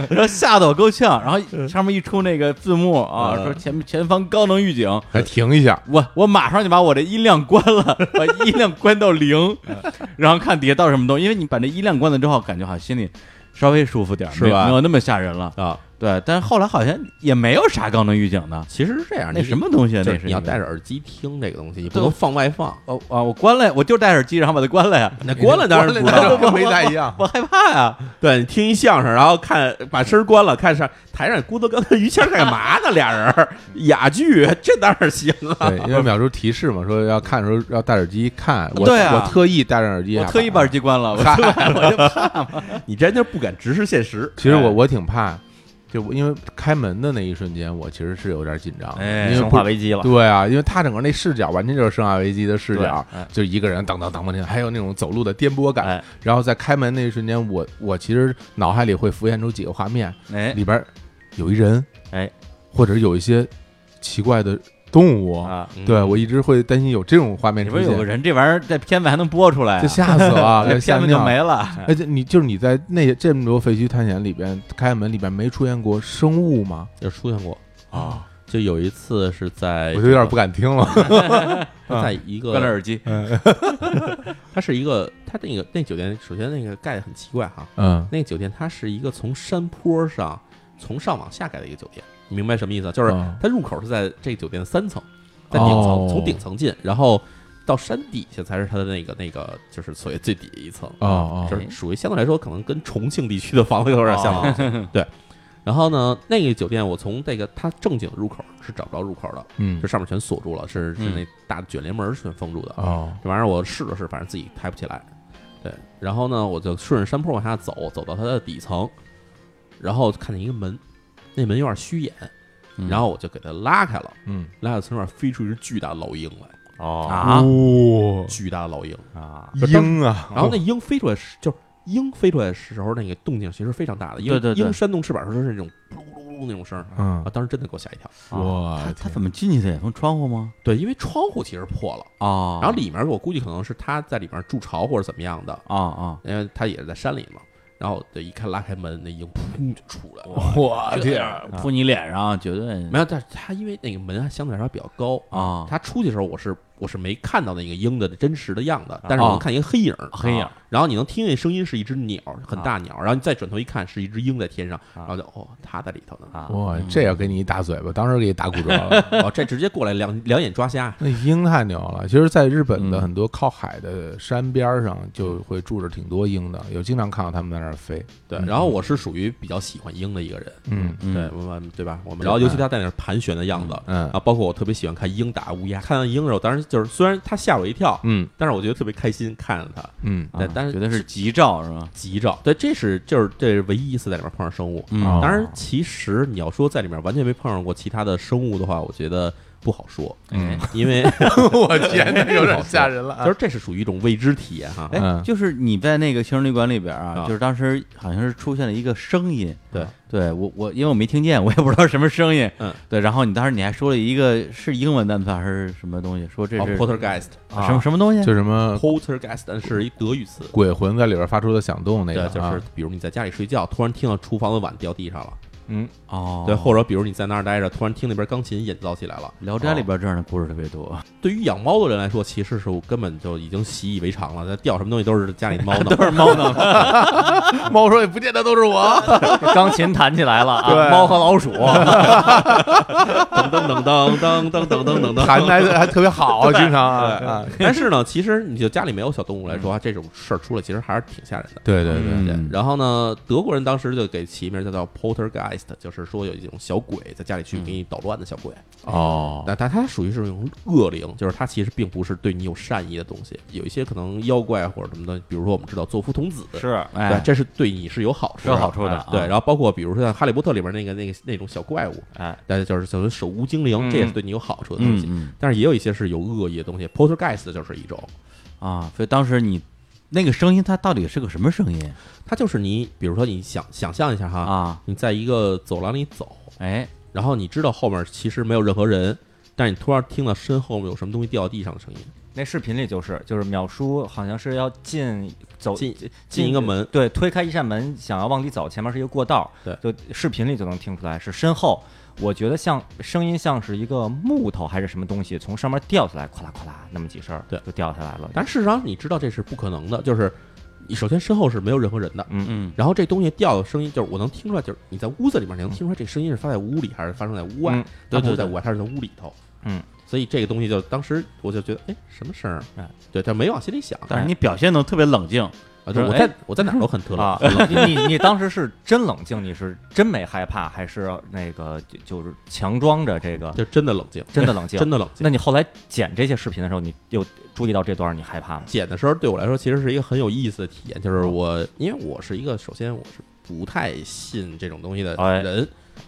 Speaker 4: 然后吓得我够呛。然后上面一出那个字幕啊，
Speaker 1: 嗯
Speaker 4: 说前前方高能预警，
Speaker 3: 来停一下，
Speaker 4: 我我马上就把我这音量关了，把音量关到零，
Speaker 1: 嗯
Speaker 4: 然后看底下到底什么东西。因为你把这音量关了之后，感觉好像心里稍微舒服点儿，
Speaker 1: 是吧
Speaker 4: 没有没有那么吓人了。
Speaker 1: 啊，
Speaker 4: 对，但是后来好像也没有啥高能预警的，
Speaker 1: 其实是这样，
Speaker 4: 那
Speaker 1: 你
Speaker 4: 什么东西啊？
Speaker 1: 就
Speaker 4: 那
Speaker 1: 是
Speaker 4: 是
Speaker 1: 你要戴
Speaker 4: 着
Speaker 1: 着耳机听这个东西，你不
Speaker 4: 对
Speaker 1: 能放外放。
Speaker 4: 哦啊，我关了，我就戴着耳机，然后把它关了呀。
Speaker 1: 那关了当然不知
Speaker 3: 关了
Speaker 1: 道，
Speaker 3: 那跟没戴一 样。
Speaker 4: 我害怕呀，
Speaker 1: 对你听一相声，然后看把声儿关了，看上台上郭德纲跟于谦儿干嘛呢？俩人儿
Speaker 4: 嗯
Speaker 1: 哑剧，这当然行啊。
Speaker 3: 对，因为淼叔提示嘛，说要看的时候要戴耳机看。我
Speaker 4: 对啊
Speaker 3: 我特意戴上耳机，啊
Speaker 4: 我特意把耳。机关了，我
Speaker 3: 嗨
Speaker 4: 就我就怕
Speaker 1: 你这就不敢直视现实。
Speaker 3: 其实我我挺怕，就因为开门的那一瞬间，我其实是有点紧张的，
Speaker 4: 哎
Speaker 3: 因为
Speaker 2: 生
Speaker 3: 不
Speaker 2: 化危机了，
Speaker 3: 对啊，因为他整个那视角完全就是《生化危机》的视角
Speaker 4: 对哎，
Speaker 3: 就一个人当当当当当，还有那种走路的颠簸感
Speaker 4: 哎。
Speaker 3: 然后在开门那一瞬间，我我其实脑海里会浮现出几个画面，
Speaker 4: 哎
Speaker 3: 里边有一人，
Speaker 4: 哎，
Speaker 3: 或者有一些奇怪的动物，
Speaker 4: 啊，
Speaker 3: 对我一直会担心有这种画面
Speaker 4: 里
Speaker 3: 出
Speaker 4: 边有个
Speaker 3: 现，
Speaker 4: 人这玩意儿在片子还能播出来、啊
Speaker 3: 就，吓死 了，给吓
Speaker 4: 片子
Speaker 3: 尿
Speaker 4: 就没了。
Speaker 3: 而且你就是你在那这么多废墟探险里边，开门里边没出现过生物吗？
Speaker 1: 就出现过，
Speaker 3: 啊，
Speaker 1: 就有一次是在
Speaker 3: 我就有点不啊敢听了。
Speaker 1: 他在一
Speaker 5: 关了
Speaker 1: 个，
Speaker 5: 耳机，
Speaker 4: 哎
Speaker 1: 它是一个，它那个那酒店首先那个盖的很奇怪哈，
Speaker 3: 嗯
Speaker 1: 那个酒店它是一个从山坡上从上往下盖的一个酒店，你明白什么意思啊？就是
Speaker 3: 嗯
Speaker 1: 它入口是在这个酒店三层，在顶层，
Speaker 3: 哦
Speaker 1: 从顶层进，然后到山底下才是它的那个那个，就是所谓最底一层
Speaker 3: 哦哦
Speaker 1: 就是属于相对来说可能跟重庆地区的房子有点像啊， 对。然后呢，那个酒店我从这个它正经入口是找不着入口的，
Speaker 3: 嗯
Speaker 1: 这上面全锁住了，是
Speaker 4: 嗯
Speaker 1: 是那大卷帘门全封住的。
Speaker 3: 哦
Speaker 1: 这玩意儿我试了试，反正自己抬不起来。对，然后呢，我就顺着山坡往下走，走到它的底层，然后看见一个门，那门有点虚掩，
Speaker 4: 嗯
Speaker 1: 然后我就给它拉开了，
Speaker 3: 嗯
Speaker 1: 拉开了从那边飞出一只巨大老鹰来，
Speaker 2: 哦
Speaker 5: 啊
Speaker 3: 哦
Speaker 1: 巨大老鹰。
Speaker 2: 啊，
Speaker 3: 鹰啊，
Speaker 4: 哦
Speaker 1: 然后那鹰飞出来时，就是鹰飞出来的时候，那个动静其实非常大的，因为
Speaker 4: 对对对哦
Speaker 1: 鹰扇动翅膀的时候是那种咕噜咕噜咕噜那种声儿
Speaker 3: 嗯
Speaker 1: 啊，，当时真的给我吓一跳。
Speaker 3: 哇，
Speaker 4: 他他
Speaker 3: 天
Speaker 4: 怎么进去的呀？从窗户吗？
Speaker 1: 对，因为窗户其实破了，
Speaker 4: 哦，
Speaker 1: 然后里面我估计可能是它在里面筑巢或者怎么样的，
Speaker 4: 啊啊，
Speaker 1: 因为它也是在山里嘛。然后对，一看拉开门，那鹰噗就出来了。
Speaker 4: 我啊
Speaker 1: 天
Speaker 4: 扑你脸上绝对
Speaker 1: 没有，但是它因为那个门啊相对来说还比较高
Speaker 4: 啊
Speaker 1: 它出去的时候我是我是没看到那个鹰的真实的样子，但是我能看一个黑影，
Speaker 4: 黑影
Speaker 1: 啊然后你能听见声音是一只鸟，很大鸟，然后你再转头一看是一只鹰在天上，然后就哦，它在里头呢，
Speaker 2: 啊
Speaker 3: 哇，这要给你一大嘴巴，当时给你打骨折了。
Speaker 1: 哦，这直接过来两两眼抓瞎，
Speaker 3: 那鹰太牛了！其实，在日本的
Speaker 4: 嗯
Speaker 3: 很多靠海的山边儿上，就会住着挺多鹰的，有经常看到它们在那儿飞。
Speaker 1: 对，
Speaker 3: 嗯
Speaker 1: 然后我是属于比较喜欢鹰的一个人，
Speaker 3: 嗯
Speaker 4: 嗯
Speaker 1: 对，我们对吧？我们然后尤其它在那儿盘旋的样子。
Speaker 3: 嗯
Speaker 1: 啊，包括我特别喜欢看鹰打乌鸦，看到鹰的时候，当时就是虽然它吓我一跳，
Speaker 3: 嗯
Speaker 1: 但是我觉得特别开心看着它，
Speaker 3: 嗯
Speaker 1: 对，但
Speaker 4: 啊觉
Speaker 1: 是
Speaker 4: 得是吉兆是吧？
Speaker 1: 急兆，对，这是就是这是唯一一次在里面碰上生物。
Speaker 4: 嗯
Speaker 3: 哦
Speaker 1: 当然，其实你要说在里面完全没碰上过其他的生物的话，我觉得不好说，
Speaker 3: 嗯，
Speaker 1: 因为
Speaker 3: 我天 哪，有点吓人了
Speaker 1: 就是这是属于一种未知体验哈。哦
Speaker 4: 哎，
Speaker 3: 嗯
Speaker 4: 就是你在那个情人旅馆里边啊，
Speaker 1: 啊
Speaker 4: 就是当时好像是出现了一个声音，
Speaker 1: 对，
Speaker 4: 对我我因为我没听见，我也不知道什么声音，
Speaker 1: 嗯，
Speaker 4: 对，然后你当时你还说了一个是英文单词还是什么东西，说这
Speaker 1: 哦
Speaker 4: 是
Speaker 1: ，poltergeist，poltergeist
Speaker 4: 啊什么什么东西，
Speaker 3: 嗯就什么
Speaker 1: 是一德语词，
Speaker 3: 鬼魂在里边发出的响动那
Speaker 1: 对
Speaker 3: 个，，
Speaker 1: 就是比如你在家里睡觉，突然听到厨房的碗掉地上了，
Speaker 3: 嗯，
Speaker 4: 哦，
Speaker 1: 对，或者比如你在那儿待着，突然听那边钢琴演奏起来了。
Speaker 4: 聊斋》里边这样的故事特别多，
Speaker 1: 对于养猫的人来说，其实是我根本就已经习以为常了，那掉什么东 西都是家里猫弄的。
Speaker 4: 是猫呢，
Speaker 3: 啊猫说也不见得都是我，
Speaker 2: 钢琴弹起来了
Speaker 3: 对
Speaker 2: 啊，猫和老鼠，
Speaker 1: 噔噔噔噔噔噔噔 噔噔，
Speaker 3: 弹的还特别好，经常啊啊，
Speaker 1: 但是呢，其实你就家里没有小动物来说，啊这种事儿出来其实还是挺吓人的。
Speaker 3: 对对对，
Speaker 4: 嗯
Speaker 1: 对，然后呢，德国人当时就给起名叫做 Poltergeist，就是说有一种小鬼在家里去给你捣乱的小鬼。
Speaker 4: 嗯
Speaker 3: 哦，
Speaker 1: 那但它属于是一种恶灵，就是它其实并不是对你有善意的东西。有一些可能妖怪或者什么的，比如说我们知道作夫童子，
Speaker 2: 是哎
Speaker 1: 对，
Speaker 4: 哎，
Speaker 1: 这是对你是有好处的，
Speaker 4: 有好处的啊
Speaker 1: 对，然后包括比如说像《哈利波特》里边那个那个那种小怪物，
Speaker 2: 哎，
Speaker 1: 对，就是叫做手无精灵，
Speaker 2: 嗯
Speaker 1: 这也是对你有好处的东
Speaker 4: 嗯
Speaker 1: 西。
Speaker 4: 嗯
Speaker 1: 但是也有一些是有恶意的东西，Poltergeist 就是一种。
Speaker 4: 啊，所以当时你那个声音它到底是个什么声音
Speaker 1: 它就是你，比如说你想想象一下哈，
Speaker 4: 啊？
Speaker 1: 你在一个走廊里走，
Speaker 4: 哎，
Speaker 1: 然后你知道后面其实没有任何人，但是你突然听到身后面有什么东西掉地上的声音，
Speaker 2: 那视频里就是就是淼叔好像是要进走
Speaker 1: 进进一个门，
Speaker 2: 对，推开一扇门，想要往里走，前面是一个过道，
Speaker 1: 对
Speaker 2: 就视频里就能听出来是身后，我觉得像声音像是一个木头还是什么东西从上面掉下来，咵啦咵啦那么几声儿，
Speaker 1: 对
Speaker 2: 就掉下来了。
Speaker 1: 但是事实上你知道这是不可能的，就是你首先身后是没有任何人的，
Speaker 2: 嗯
Speaker 4: 嗯
Speaker 1: 然后这东西掉的声音就是我能听出来，就是你在屋子里面你能听出来这声音是发在屋里还是发生在屋外，
Speaker 2: 嗯
Speaker 1: 它
Speaker 4: 对
Speaker 1: 不是
Speaker 4: 对
Speaker 1: 在
Speaker 4: 对
Speaker 1: 屋外，它是在屋里头，
Speaker 2: 嗯。
Speaker 1: 所以这个东西就当时我就觉得，哎，什么声儿
Speaker 2: 哎？
Speaker 1: 对，但没往心里想。
Speaker 4: 但是你表现的特别冷静，
Speaker 1: 啊，对，我
Speaker 4: 哎
Speaker 1: 在我在哪儿都很特冷
Speaker 2: 啊， 你你你当时是真冷静，你是真没害怕，还是那个就就是强装着这个
Speaker 1: 就真的冷静，
Speaker 2: 真的冷静？
Speaker 1: 真的冷静
Speaker 2: 那。你后来剪这些视频的时候，你有注意到这段，你害怕吗？
Speaker 1: 剪的时候对我来说其实是一个很有意思的体验，就是我因为我是一个首先我是不太信这种东西的
Speaker 2: 哎
Speaker 1: 人，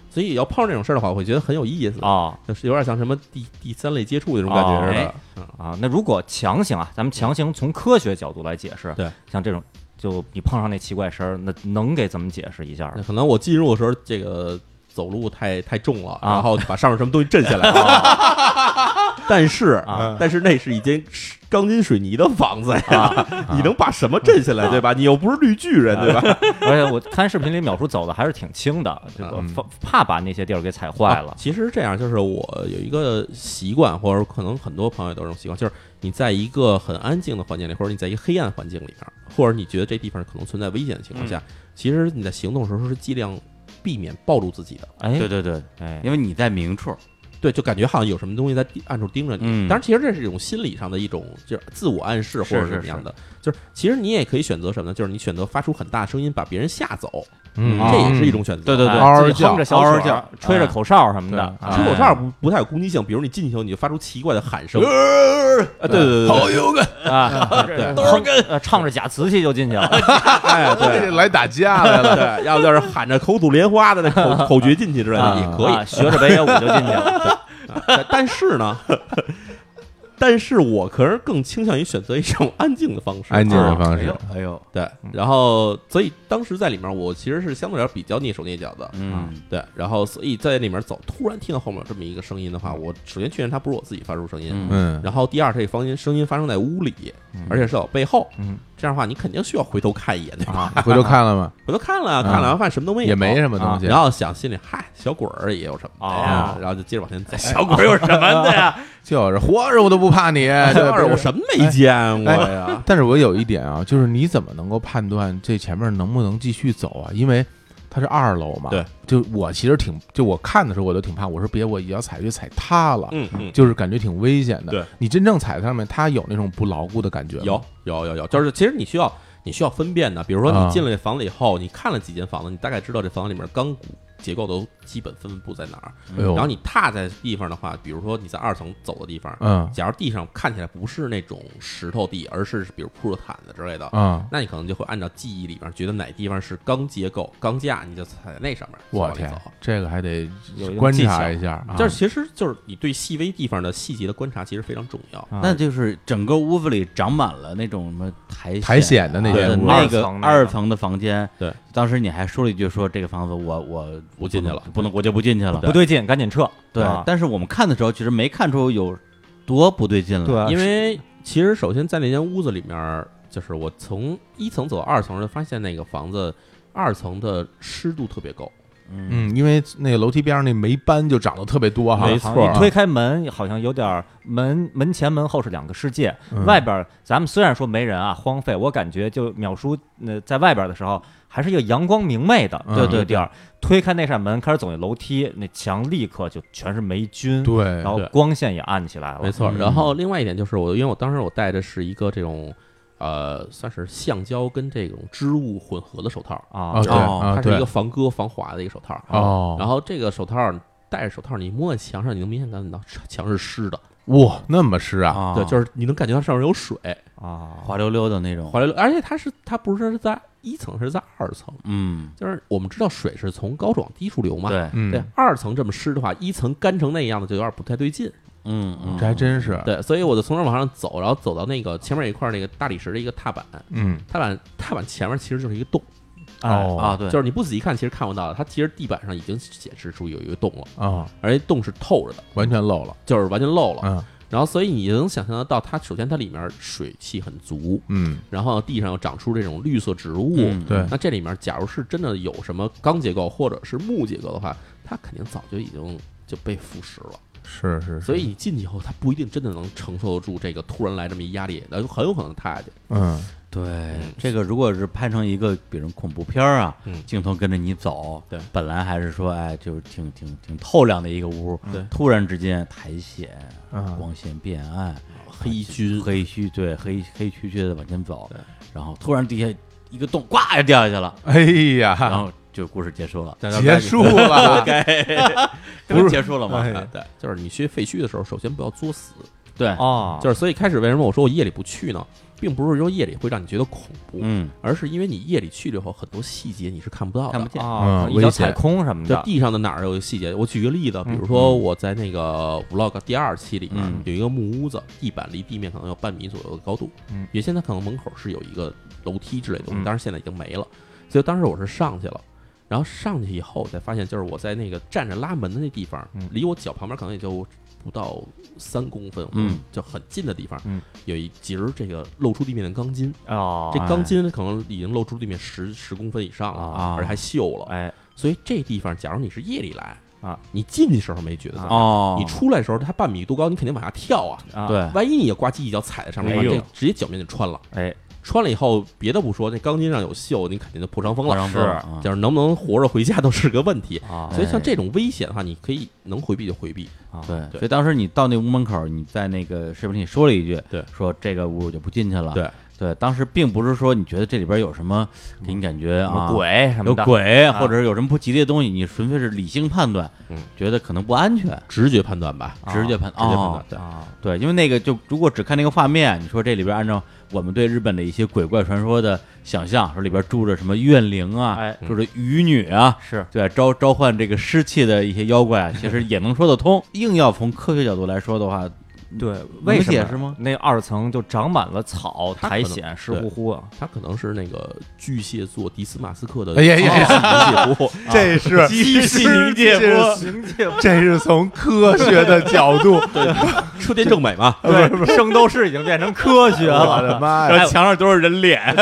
Speaker 1: 所以要碰上这种事儿的话，我会觉得很有意思，
Speaker 2: 哦
Speaker 1: 就是有点像什么第第三类接触那种感觉
Speaker 2: 哦
Speaker 1: 似的。嗯
Speaker 2: 啊，那如果强行啊，咱们强行从科学角度来解释，
Speaker 1: 对，
Speaker 2: 像这种就你碰上那奇怪声儿，那能给咱们解释一下吗？
Speaker 1: 那可能我进入的时候，这个走路太太重了，
Speaker 2: 啊
Speaker 1: 然后把上面什么东西震下来了。 但是
Speaker 2: 啊，
Speaker 1: 但是那是一间钢筋水泥的房子呀， 你能把什么震下来，
Speaker 2: 啊
Speaker 1: 对吧？你又不是绿巨人，对吧？
Speaker 2: 而且我看视频里淼叔走的还是挺轻的，这个
Speaker 3: 嗯
Speaker 2: 怕怕把那些地儿给踩 坏
Speaker 1: 啊
Speaker 2: 了。
Speaker 1: 其实这样，就是我有一个习惯，或者可能很多朋友都有这种习惯，就是你在一个很安静的环境里，或者你在一个黑暗环境里面，或者你觉得这地方可能存在危险的情况
Speaker 2: 嗯
Speaker 1: 下，其实你在行动的时候是尽量避免暴露自己的。
Speaker 2: 哎，
Speaker 4: 对对对，
Speaker 2: 哎，
Speaker 4: 因为你在明处，
Speaker 1: 对，就感觉好像有什么东西在地暗处盯着你。
Speaker 4: 嗯
Speaker 1: 当然，其实这是一种心理上的一种，就是自我暗示或者
Speaker 4: 是
Speaker 1: 怎么样的。就是其实你也可以选择什么呢？就是你选择发出很大声音把别人吓走，
Speaker 2: 嗯
Speaker 1: 这也是一种选择。
Speaker 4: 对对对
Speaker 3: 嗷嗷
Speaker 2: 自己哼
Speaker 3: 叫
Speaker 2: 啊着小
Speaker 4: 嗷
Speaker 2: 曲
Speaker 4: 嗷
Speaker 2: 儿
Speaker 4: 叫
Speaker 2: 吹着
Speaker 4: 哎
Speaker 2: 口哨什么的，
Speaker 4: 对
Speaker 2: 啊
Speaker 1: 吹口哨不不太有攻击性，比如你进去以后你就发出奇怪的喊声，啊，对对对，对
Speaker 2: 啊，都是跟唱着假瓷器就进去了，
Speaker 1: 哎，对
Speaker 3: 这嗯来打架来了，
Speaker 1: 对，要不就是喊着口吐莲花的那口口诀进去之类的也可
Speaker 2: 啊
Speaker 1: 以。
Speaker 2: 学着北野武就进去了。
Speaker 1: 但但是呢， 但是我可是更倾向于选择一种安静的方式。
Speaker 3: 安静的
Speaker 1: 啊
Speaker 3: 方式，
Speaker 4: 哎呦，
Speaker 1: 对，
Speaker 3: 嗯
Speaker 1: 然后所以当时在里面，我其实是相对来说比较蹑手蹑脚的。
Speaker 4: 嗯，
Speaker 1: 对，然后所以在里面走，突然听到后面有这么一个声音的话，我首先确认它不是我自己发出声音，
Speaker 4: 嗯
Speaker 3: 嗯，
Speaker 1: 然后第二，这个房间声音发生在屋里，而且是在我背后，
Speaker 2: 嗯，
Speaker 1: 这样的话你肯定需要回头看一眼，对吧？
Speaker 2: 啊，
Speaker 3: 回头看 了吗？
Speaker 1: 回头看了，啊看了完发现什么都没有，
Speaker 3: 嗯也没什么东西
Speaker 1: 然，后想心里嗨，小鬼儿也有什么的呀
Speaker 2: 哦？
Speaker 1: 然后就接着往前走。
Speaker 2: 小鬼有什么的呀？
Speaker 3: 就是活着我都不 怕你，
Speaker 1: 小鬼
Speaker 3: 哎对哎
Speaker 1: 儿我什么没见过呀？
Speaker 3: 但是我有一点啊，就是你怎么能够判断这前面能不能继续走啊？因为它是二楼嘛。
Speaker 1: 对，
Speaker 3: 就我其实挺，就我看的时候我都挺怕，我说别我一脚踩就踩塌了，
Speaker 1: 嗯嗯，
Speaker 3: 就是感觉挺危险的。
Speaker 1: 对，
Speaker 3: 你真正踩在上面，它有那种不牢固的感觉吗。
Speaker 1: 有有有有，就是其实你需要你需要分辨的，比如说你
Speaker 3: 啊
Speaker 1: 进了这房子以后，你看了几间房子，你大概知道这房子里面钢骨结构都基本分布在哪儿。
Speaker 3: 哎呦，
Speaker 1: 然后你踏在地方的话，比如说你在二层走的地方，
Speaker 3: 嗯
Speaker 1: 假如地上看起来不是那种石头地，而是比如铺着毯子之类的，
Speaker 3: 啊，
Speaker 1: 那你可能就会按照记忆里边觉得哪地方是钢结构、钢架，你就踩在那上面。走
Speaker 3: 我
Speaker 1: 一啊
Speaker 3: 天啊
Speaker 1: 走，
Speaker 3: 这个还得
Speaker 2: 有一种
Speaker 3: 观
Speaker 2: 技巧
Speaker 3: 察一下啊。
Speaker 1: 就是其实就是你对细微地方的细节的观察，其实非常重要。
Speaker 3: 嗯
Speaker 2: 啊
Speaker 4: 那就是整个屋子里长满了那种什么苔
Speaker 3: 苔藓的那些
Speaker 4: 啊
Speaker 3: 屋
Speaker 4: 那
Speaker 2: 二
Speaker 4: 个
Speaker 2: 层那个
Speaker 4: 二层的房间。
Speaker 1: 对，
Speaker 4: 当时你还说了一句说这个房子我我
Speaker 1: 不进去了
Speaker 4: 不能我就不进去了。
Speaker 2: 不对劲，赶紧撤。
Speaker 4: 对
Speaker 2: 啊，
Speaker 4: 但是我们看的时候其实没看出有多不嗯对劲了。
Speaker 2: 对，
Speaker 1: 因为其实首先在那间屋子里面，就是我从一层走到二层，就发现那个房子二层的湿度特别高，
Speaker 4: 嗯，
Speaker 3: 嗯，因为那个楼梯边上那霉斑就长得特别多哈。
Speaker 1: 没
Speaker 2: 好像啊
Speaker 1: 错
Speaker 2: 一推开门好像有点儿门门前门后是两个世界。
Speaker 3: 嗯
Speaker 2: 外边儿咱们虽然说没人啊，荒废，我感觉就淼叔呃在外边儿的时候还是一个阳光明媚的
Speaker 3: 嗯
Speaker 2: 对对地儿。推开那扇门，开始走进楼梯，那墙立刻就全是霉菌，
Speaker 3: 对
Speaker 2: 然，后
Speaker 1: 对
Speaker 2: 光线也暗起来了。
Speaker 1: 没错。
Speaker 3: 嗯
Speaker 1: 然后另外一点就是我，因为我当时我戴的是一个这种。呃，算是橡胶跟这种织物混合的手套，
Speaker 2: 啊
Speaker 3: 啊，对
Speaker 4: 哦
Speaker 3: 啊
Speaker 1: 它是一
Speaker 3: 对
Speaker 1: 个防割防滑的一个手套。啊
Speaker 3: 哦，
Speaker 1: 然后这个手套戴着手套，你摸在墙上，你能明显感觉到墙是湿的，
Speaker 3: 哇，那么湿啊！
Speaker 4: 啊
Speaker 1: 对，就是你能感觉到上面有水，
Speaker 2: 啊，
Speaker 4: 滑溜溜的那种。
Speaker 1: 滑溜溜。而且它是它不是在一层，是在二层，
Speaker 4: 嗯，
Speaker 1: 就是我们知道水是从高处往低处流嘛。
Speaker 4: 对，
Speaker 3: 嗯，
Speaker 1: 对，二层这么湿的话，一层干成那样的就有点不太对劲。
Speaker 4: 嗯嗯，
Speaker 3: 这还真是。
Speaker 1: 对，所以我就从这儿往上走，然后走到那个前面有一块那个大理石的一个踏板，
Speaker 3: 嗯，
Speaker 1: 踏板踏板前面其实就是一个洞，
Speaker 2: 哎
Speaker 3: 哦
Speaker 4: 啊，对，
Speaker 1: 就是你不仔细看其实看不到的，它其实地板上已经显示出有一个洞了，
Speaker 3: 啊，
Speaker 1: 而且洞是透着的，
Speaker 3: 完全漏了。
Speaker 1: 就是完全漏了。
Speaker 3: 嗯
Speaker 1: 然后所以你就能想象得到，它首先它里面水汽很足，
Speaker 3: 嗯，
Speaker 1: 然后地上又长出这种绿色植物。
Speaker 4: 嗯
Speaker 3: 对，
Speaker 1: 那这里面假如是真的有什么钢结构或者是木结构的话，它肯定早就已经就被腐蚀了。
Speaker 3: 是是，是
Speaker 1: 所以你进去以后，它不一定真的能承受得住这个突然来这么一压力，那很有可能塌下去。
Speaker 3: 嗯，
Speaker 4: 对，这个如果是拍成一个，比如恐怖片儿啊，
Speaker 1: 嗯
Speaker 4: 镜头跟着你走，
Speaker 1: 对，
Speaker 4: 本来还是说，哎，就是挺挺挺透亮的一个屋，
Speaker 1: 对
Speaker 4: 突然之间苔藓，
Speaker 3: 嗯
Speaker 4: 光线变暗，哎啊
Speaker 1: 黑菌，
Speaker 4: 黑黢，对，黑黑黢黢的往前走
Speaker 1: 对，
Speaker 4: 然后突然底下一个洞，呱就掉下去了，
Speaker 3: 哎
Speaker 4: 然
Speaker 3: 呀，
Speaker 4: 后就故事结束 了，
Speaker 3: 结束了，
Speaker 4: 不是结束了吗？
Speaker 1: 啊
Speaker 3: 哎
Speaker 1: 对，就是你去废墟的时候，首先不要作死。
Speaker 4: 对，
Speaker 2: 哦，
Speaker 1: 就是所以开始为什么我说我夜里不去呢？并不是说夜里会让你觉得恐怖，
Speaker 4: 嗯，
Speaker 1: 而是因为你夜里去了以后，很多细节你是看不到的。
Speaker 4: 看不见，
Speaker 2: 啊，
Speaker 3: 嗯
Speaker 2: 一脚
Speaker 3: 危险
Speaker 2: 踩空什么
Speaker 1: 就
Speaker 2: 的，
Speaker 1: 地上的哪儿有细节？我举个例子，比如
Speaker 2: 嗯
Speaker 1: 说我在那个 vlog 第二期里面
Speaker 4: 嗯
Speaker 1: 有一个木屋子，地板离地面可能有半米左右的高度
Speaker 3: 嗯。
Speaker 1: 原先它可能门口是有一个楼梯之类的东西，
Speaker 2: 嗯
Speaker 1: 当然现在已经没了。所以当时我是上去了，然后上去以后，我才发现就是我在那个站着拉门的那地方，
Speaker 2: 嗯
Speaker 1: 离我脚旁边可能也就不到三公分，
Speaker 5: 嗯，
Speaker 1: 就很近的地方，
Speaker 2: 嗯
Speaker 1: 有一节儿这个露出地面的钢筋，
Speaker 2: 哦，
Speaker 1: 这钢筋可能已经露出地面十十公分以上了，
Speaker 2: 啊
Speaker 1: 而且还锈了。
Speaker 2: 哎，
Speaker 1: 所以这地方，假如你是夜里来
Speaker 2: 啊，
Speaker 1: 你进去时候没觉得怎么样
Speaker 5: 哦
Speaker 1: 你出来的时候，它半米多高，你肯定往下跳啊！
Speaker 2: 啊，
Speaker 5: 对
Speaker 1: 万一你呱唧一脚踩在上面，
Speaker 2: 哎呦
Speaker 1: 这直接脚面就穿了。
Speaker 2: 哎，
Speaker 1: 穿了以后，别的不说，那钢筋上有锈，你肯定就破伤风了。
Speaker 5: 是啊
Speaker 1: 就是能不能活着回家都是个问题。
Speaker 2: 啊，
Speaker 1: 所以像这种危险的话，你可以能回避就回避。
Speaker 5: 对，所
Speaker 1: 对
Speaker 5: 以当时你到那屋门口，你在那个视频里说了一句，
Speaker 1: 对
Speaker 5: 说这个屋我就不进去了。
Speaker 1: 对
Speaker 5: 对，当时并不是说你觉得这里边有什么给你感觉
Speaker 2: 嗯什
Speaker 5: 啊
Speaker 2: 么鬼什
Speaker 5: 有
Speaker 2: 么的，
Speaker 5: 鬼，
Speaker 2: 啊
Speaker 5: 或者是有什么不吉利的东西，你纯粹是理性判断，
Speaker 1: 嗯
Speaker 5: 觉得可能不安全，
Speaker 1: 直觉判断吧，
Speaker 2: 啊
Speaker 5: 直觉判
Speaker 1: 直觉判
Speaker 5: 哦
Speaker 1: 断。对，
Speaker 2: 啊，
Speaker 5: 对，因为那个就如果只看那个画面，你说这里边按照我们对日本的一些鬼怪传说的想象，说里边住着什么怨灵啊，
Speaker 2: 哎
Speaker 5: 住着渔女啊，
Speaker 2: 是
Speaker 5: 对，召召唤这个湿气的一些妖 怪啊，其实也能说得通。硬要从科学角度来说的话，
Speaker 2: 对，
Speaker 5: 能
Speaker 2: 为什么
Speaker 5: 解释吗？
Speaker 2: 那二层就长满了草、
Speaker 1: 它
Speaker 2: 苔
Speaker 1: 可能
Speaker 2: 藓、湿
Speaker 1: 对
Speaker 2: 乎乎啊，
Speaker 1: 他可能是那个巨蟹座迪斯马斯克的
Speaker 3: 哎呀呀
Speaker 1: 巨 蟹座，
Speaker 3: 这是
Speaker 2: 鸡西
Speaker 3: 凝结波
Speaker 2: 凝 结波，
Speaker 3: 这是从科学的角 度，
Speaker 1: 车田正美嘛，
Speaker 2: 对，圣斗士已经变成科学
Speaker 3: 我
Speaker 2: 了，
Speaker 3: 的妈
Speaker 5: 然
Speaker 3: 呀！
Speaker 5: 后墙上都是人
Speaker 4: 哎
Speaker 5: 脸，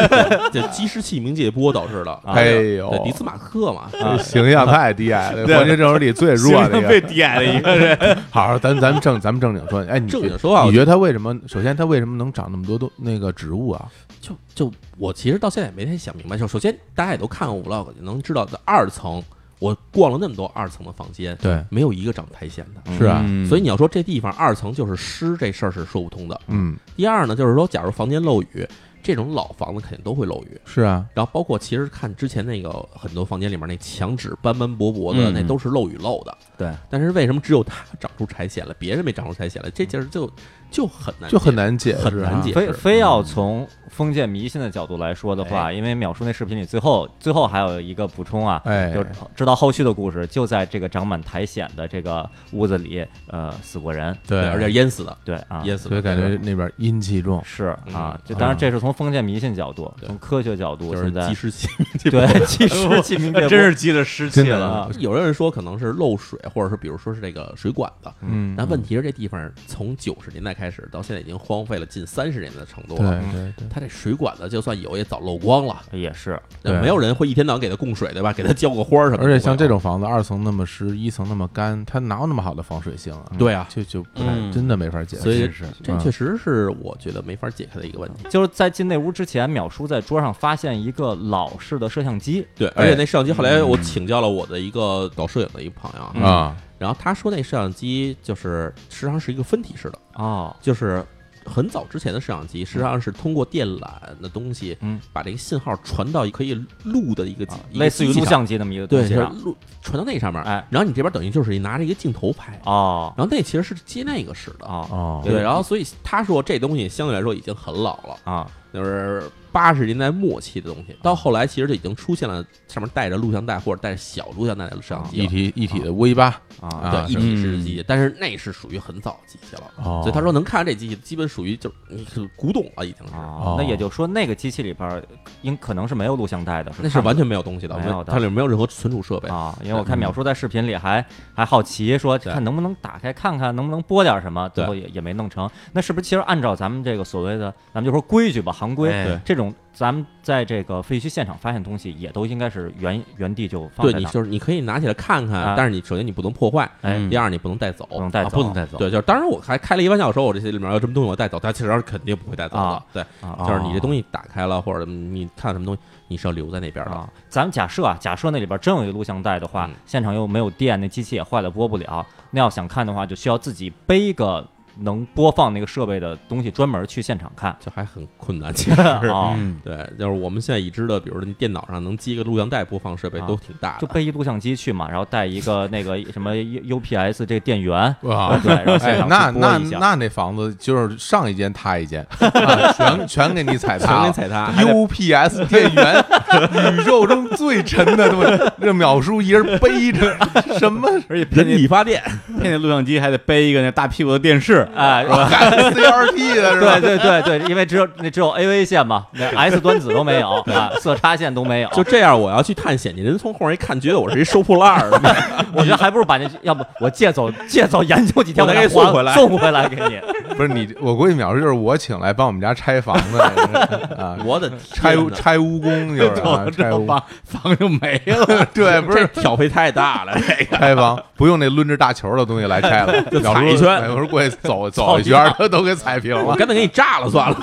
Speaker 1: 这鸡湿气冥界波导致的。
Speaker 2: 啊
Speaker 3: 哎
Speaker 1: 对，迪
Speaker 3: 呦，
Speaker 1: 斯马克嘛，
Speaker 3: 这形象太低矮了，黄金阵容里最弱的一
Speaker 5: 被
Speaker 3: 个。
Speaker 5: 点了一个人。
Speaker 3: 好好，咱咱们正咱们正经说，哎，你
Speaker 1: 正
Speaker 3: 觉
Speaker 1: 经说啊
Speaker 3: 你觉得它为什么？首先，它为什么能长那么多东那个植物啊？
Speaker 1: 就就我其实到现在也没太想明白。就首先大家也都看过 vlog，也能知道在二层，我逛了那么多二层的房间，
Speaker 3: 对，
Speaker 1: 没有一个长苔藓的。
Speaker 3: 是啊，
Speaker 5: 嗯
Speaker 1: 所以你要说这地方二层就是湿这事儿是说不通的。
Speaker 3: 嗯，
Speaker 1: 第二呢，就是说假如房间漏雨，这种老房子肯定都会漏雨。
Speaker 3: 是啊，
Speaker 1: 然后包括其实看之前那个很多房间里面那墙纸斑斑驳驳的，
Speaker 5: 嗯
Speaker 1: 那都是漏雨漏的。
Speaker 5: 对，
Speaker 1: 但是为什么只有它长出苔藓了，别人没长出苔藓了？这件事就就很难，
Speaker 3: 就很。难解释，
Speaker 1: 很难解
Speaker 2: 非
Speaker 1: 释，
Speaker 2: 非要从封建迷信的角度来说的话，
Speaker 1: 哎
Speaker 2: 因为淼叔那视频里最后最后还有一个补充啊，
Speaker 3: 哎
Speaker 2: 就知道后续的故事，就在这个长满苔藓的这个屋子里，呃，死过人，
Speaker 3: 对，
Speaker 1: 而且淹死的，
Speaker 2: 对啊，
Speaker 1: 淹死
Speaker 3: 所
Speaker 1: 的
Speaker 3: 以感觉那边阴气重，
Speaker 2: 是啊
Speaker 1: 嗯，
Speaker 2: 这当然这是从封建迷信角度，
Speaker 1: 对
Speaker 2: 从科学角度，
Speaker 1: 就是
Speaker 2: 现在
Speaker 1: 及时 性。
Speaker 2: 对，其实其 明确
Speaker 4: 真是积了湿气
Speaker 3: 真
Speaker 4: 了。
Speaker 3: 的
Speaker 2: 啊，
Speaker 1: 有的人说可能是漏水，或者是比如说是这个水管子。
Speaker 3: 嗯，
Speaker 1: 但问题是这地方从九十年代开始到现在已经荒废了近三十年的程度
Speaker 3: 对
Speaker 1: 了。
Speaker 3: 对对，
Speaker 1: 它这水管子就算有也早漏光了，
Speaker 2: 也是
Speaker 1: 那
Speaker 3: 对
Speaker 1: 没有人会一天到晚给它供水，对吧？给它浇个花儿什么的。
Speaker 3: 而且像这，种房子，二层那么湿，一层那么干，它哪有那么好的防水性啊？
Speaker 1: 对啊，
Speaker 3: 就就不太
Speaker 5: 嗯
Speaker 3: 真的没法解释。
Speaker 1: 所以
Speaker 5: 是
Speaker 1: 这确实是我觉得没法解开的一个问题。
Speaker 2: 就是在进那屋之前，淼叔在桌上发现一个老式的摄像机，
Speaker 1: 对，哎嗯而且那摄像机后来我请教了我的一个搞摄影的一个朋友啊，
Speaker 3: 啊，
Speaker 1: 然后他说那摄像机就是实际上是一个分体式的，
Speaker 2: 哦，
Speaker 1: 就是很早之前的摄像机，实际上是通过电缆的东西，
Speaker 2: 嗯，啊
Speaker 1: 把这个信号传到一可以录的一个机、一个
Speaker 2: 类似于
Speaker 1: 机器啊
Speaker 2: 录
Speaker 1: 上，
Speaker 2: 像机那么一个东
Speaker 1: 对，
Speaker 2: 西
Speaker 1: 就是
Speaker 2: 上，
Speaker 1: 录传到那上面，
Speaker 2: 哎，
Speaker 1: 然后你这边等于就是拿着一个镜头拍，
Speaker 2: 哦
Speaker 1: 然后那其实是接那个使的，
Speaker 2: 哦
Speaker 3: 哦，
Speaker 1: 对，然后所以他说这东西相对来说已经很老了，
Speaker 2: 啊，
Speaker 1: 就是八十年代末期的东西，到后来其实就已经出现了上面带着录像带或者带着小录像带的摄像机
Speaker 3: 一
Speaker 1: 了。
Speaker 3: 体一体的 V 八
Speaker 2: 啊
Speaker 3: 啊
Speaker 1: 对，一体式
Speaker 5: 嗯
Speaker 1: 的机器，但是那是属于很早的机器了，
Speaker 3: 哦
Speaker 1: 所以他说能看这机器，基本属于就是你是古董了，已经是。
Speaker 2: 啊，那也就是说那个机器里边儿应可能是没有录像带的，
Speaker 1: 那是
Speaker 2: 看不
Speaker 1: 完全没有东西的，
Speaker 2: 没
Speaker 1: 我们
Speaker 2: 有的
Speaker 1: 它里面没有任何存储设备。
Speaker 2: 啊，因为我看淼叔在视频里还还好奇说，
Speaker 1: 嗯对
Speaker 2: 看能不能打开看看，能不能播点什么，最
Speaker 1: 对
Speaker 2: 后也也没弄成。那是不是其实按照咱们这个所谓的，咱们就说规矩吧，行规、
Speaker 5: 哎对
Speaker 2: 这种，咱们在这个废墟现场发现东西，也都应该是原原地就放
Speaker 1: 对
Speaker 2: 在
Speaker 1: 你
Speaker 2: 那儿，
Speaker 1: 就是你可以拿起来看
Speaker 2: 啊
Speaker 1: 看，但是你首先你不能破坏，
Speaker 2: 哎
Speaker 5: 嗯
Speaker 1: 第二你不能带走，
Speaker 2: 不能带
Speaker 5: 啊
Speaker 2: 走，
Speaker 5: 不能带走。
Speaker 1: 对，就是当然我还开了一玩笑说，我这些里面要什么东西我带走，但其实上肯定不会带走的
Speaker 2: 啊。
Speaker 1: 对，
Speaker 2: 啊
Speaker 1: 就是你这东西打开了或者你看什么东西，你是要留在那边的。
Speaker 2: 啊，咱们假设啊，假设那里边真有一录像带的话，
Speaker 1: 嗯
Speaker 2: 现场又没有电，那机器也坏了，播不了。那要想看的话，就需要自己背一个能播放那个设备的东西，专门去现场看。
Speaker 1: 这还很困难， 其实
Speaker 2: 啊，
Speaker 5: 嗯，
Speaker 1: 对，就是我们现在已知的，比如说你电脑上能接个录像带播放设备
Speaker 2: 啊
Speaker 1: 都挺大
Speaker 2: 就
Speaker 1: 的，
Speaker 2: 背一录像机去嘛，然后带一个那个什么 U P S 这个 电源，
Speaker 3: 哇。
Speaker 2: 对，然后现
Speaker 3: 哎，
Speaker 2: 场
Speaker 3: 那
Speaker 2: 去播
Speaker 3: 那
Speaker 2: 一下。
Speaker 3: 那那房子就是 上一间塌一间，啊全全给你踩
Speaker 1: 全
Speaker 3: 塌
Speaker 1: 给
Speaker 3: 了。
Speaker 1: 踩 踏，
Speaker 3: UPS 电源，宇宙中最沉的东西，这淼叔一人背着，什么
Speaker 4: 而且
Speaker 1: 人
Speaker 4: 配
Speaker 1: 体发电，
Speaker 4: 那配那录像机还得背一个那大屁股的电视，
Speaker 5: 式，
Speaker 2: 哎，
Speaker 3: 改 CRT 的是吧？
Speaker 2: 对对对对，因为只有那只有 AV 线嘛， 那 S 端子都没有啊，色差线都没有，
Speaker 1: 就这样，我要去探险去，人从后面一看，觉得我是一收破烂儿的，
Speaker 2: 我觉得还不如把那，要不我借走借走研究几天，
Speaker 1: 我
Speaker 2: 我
Speaker 1: 再给
Speaker 2: 再
Speaker 1: 你送
Speaker 2: 还
Speaker 1: 回来
Speaker 2: 送回来给你。
Speaker 3: 不是你，我估计秒叔就是我请来帮我们家拆房子的人 啊，
Speaker 1: 我的
Speaker 3: 拆
Speaker 1: 天哪
Speaker 3: 拆蜈蚣就是啊，拆蜈蚣，
Speaker 4: 房房就没了。
Speaker 3: 对，不是
Speaker 1: 这挑费太大了，这个
Speaker 3: 拆房，不用那抡着大球的东西来拆了，
Speaker 1: 就
Speaker 3: 秒
Speaker 1: 踩
Speaker 3: 叔
Speaker 1: 一圈
Speaker 3: 秒叔过去走 走一圈，他都给踩平
Speaker 1: 我
Speaker 3: 了，
Speaker 1: 干脆给你炸了算了。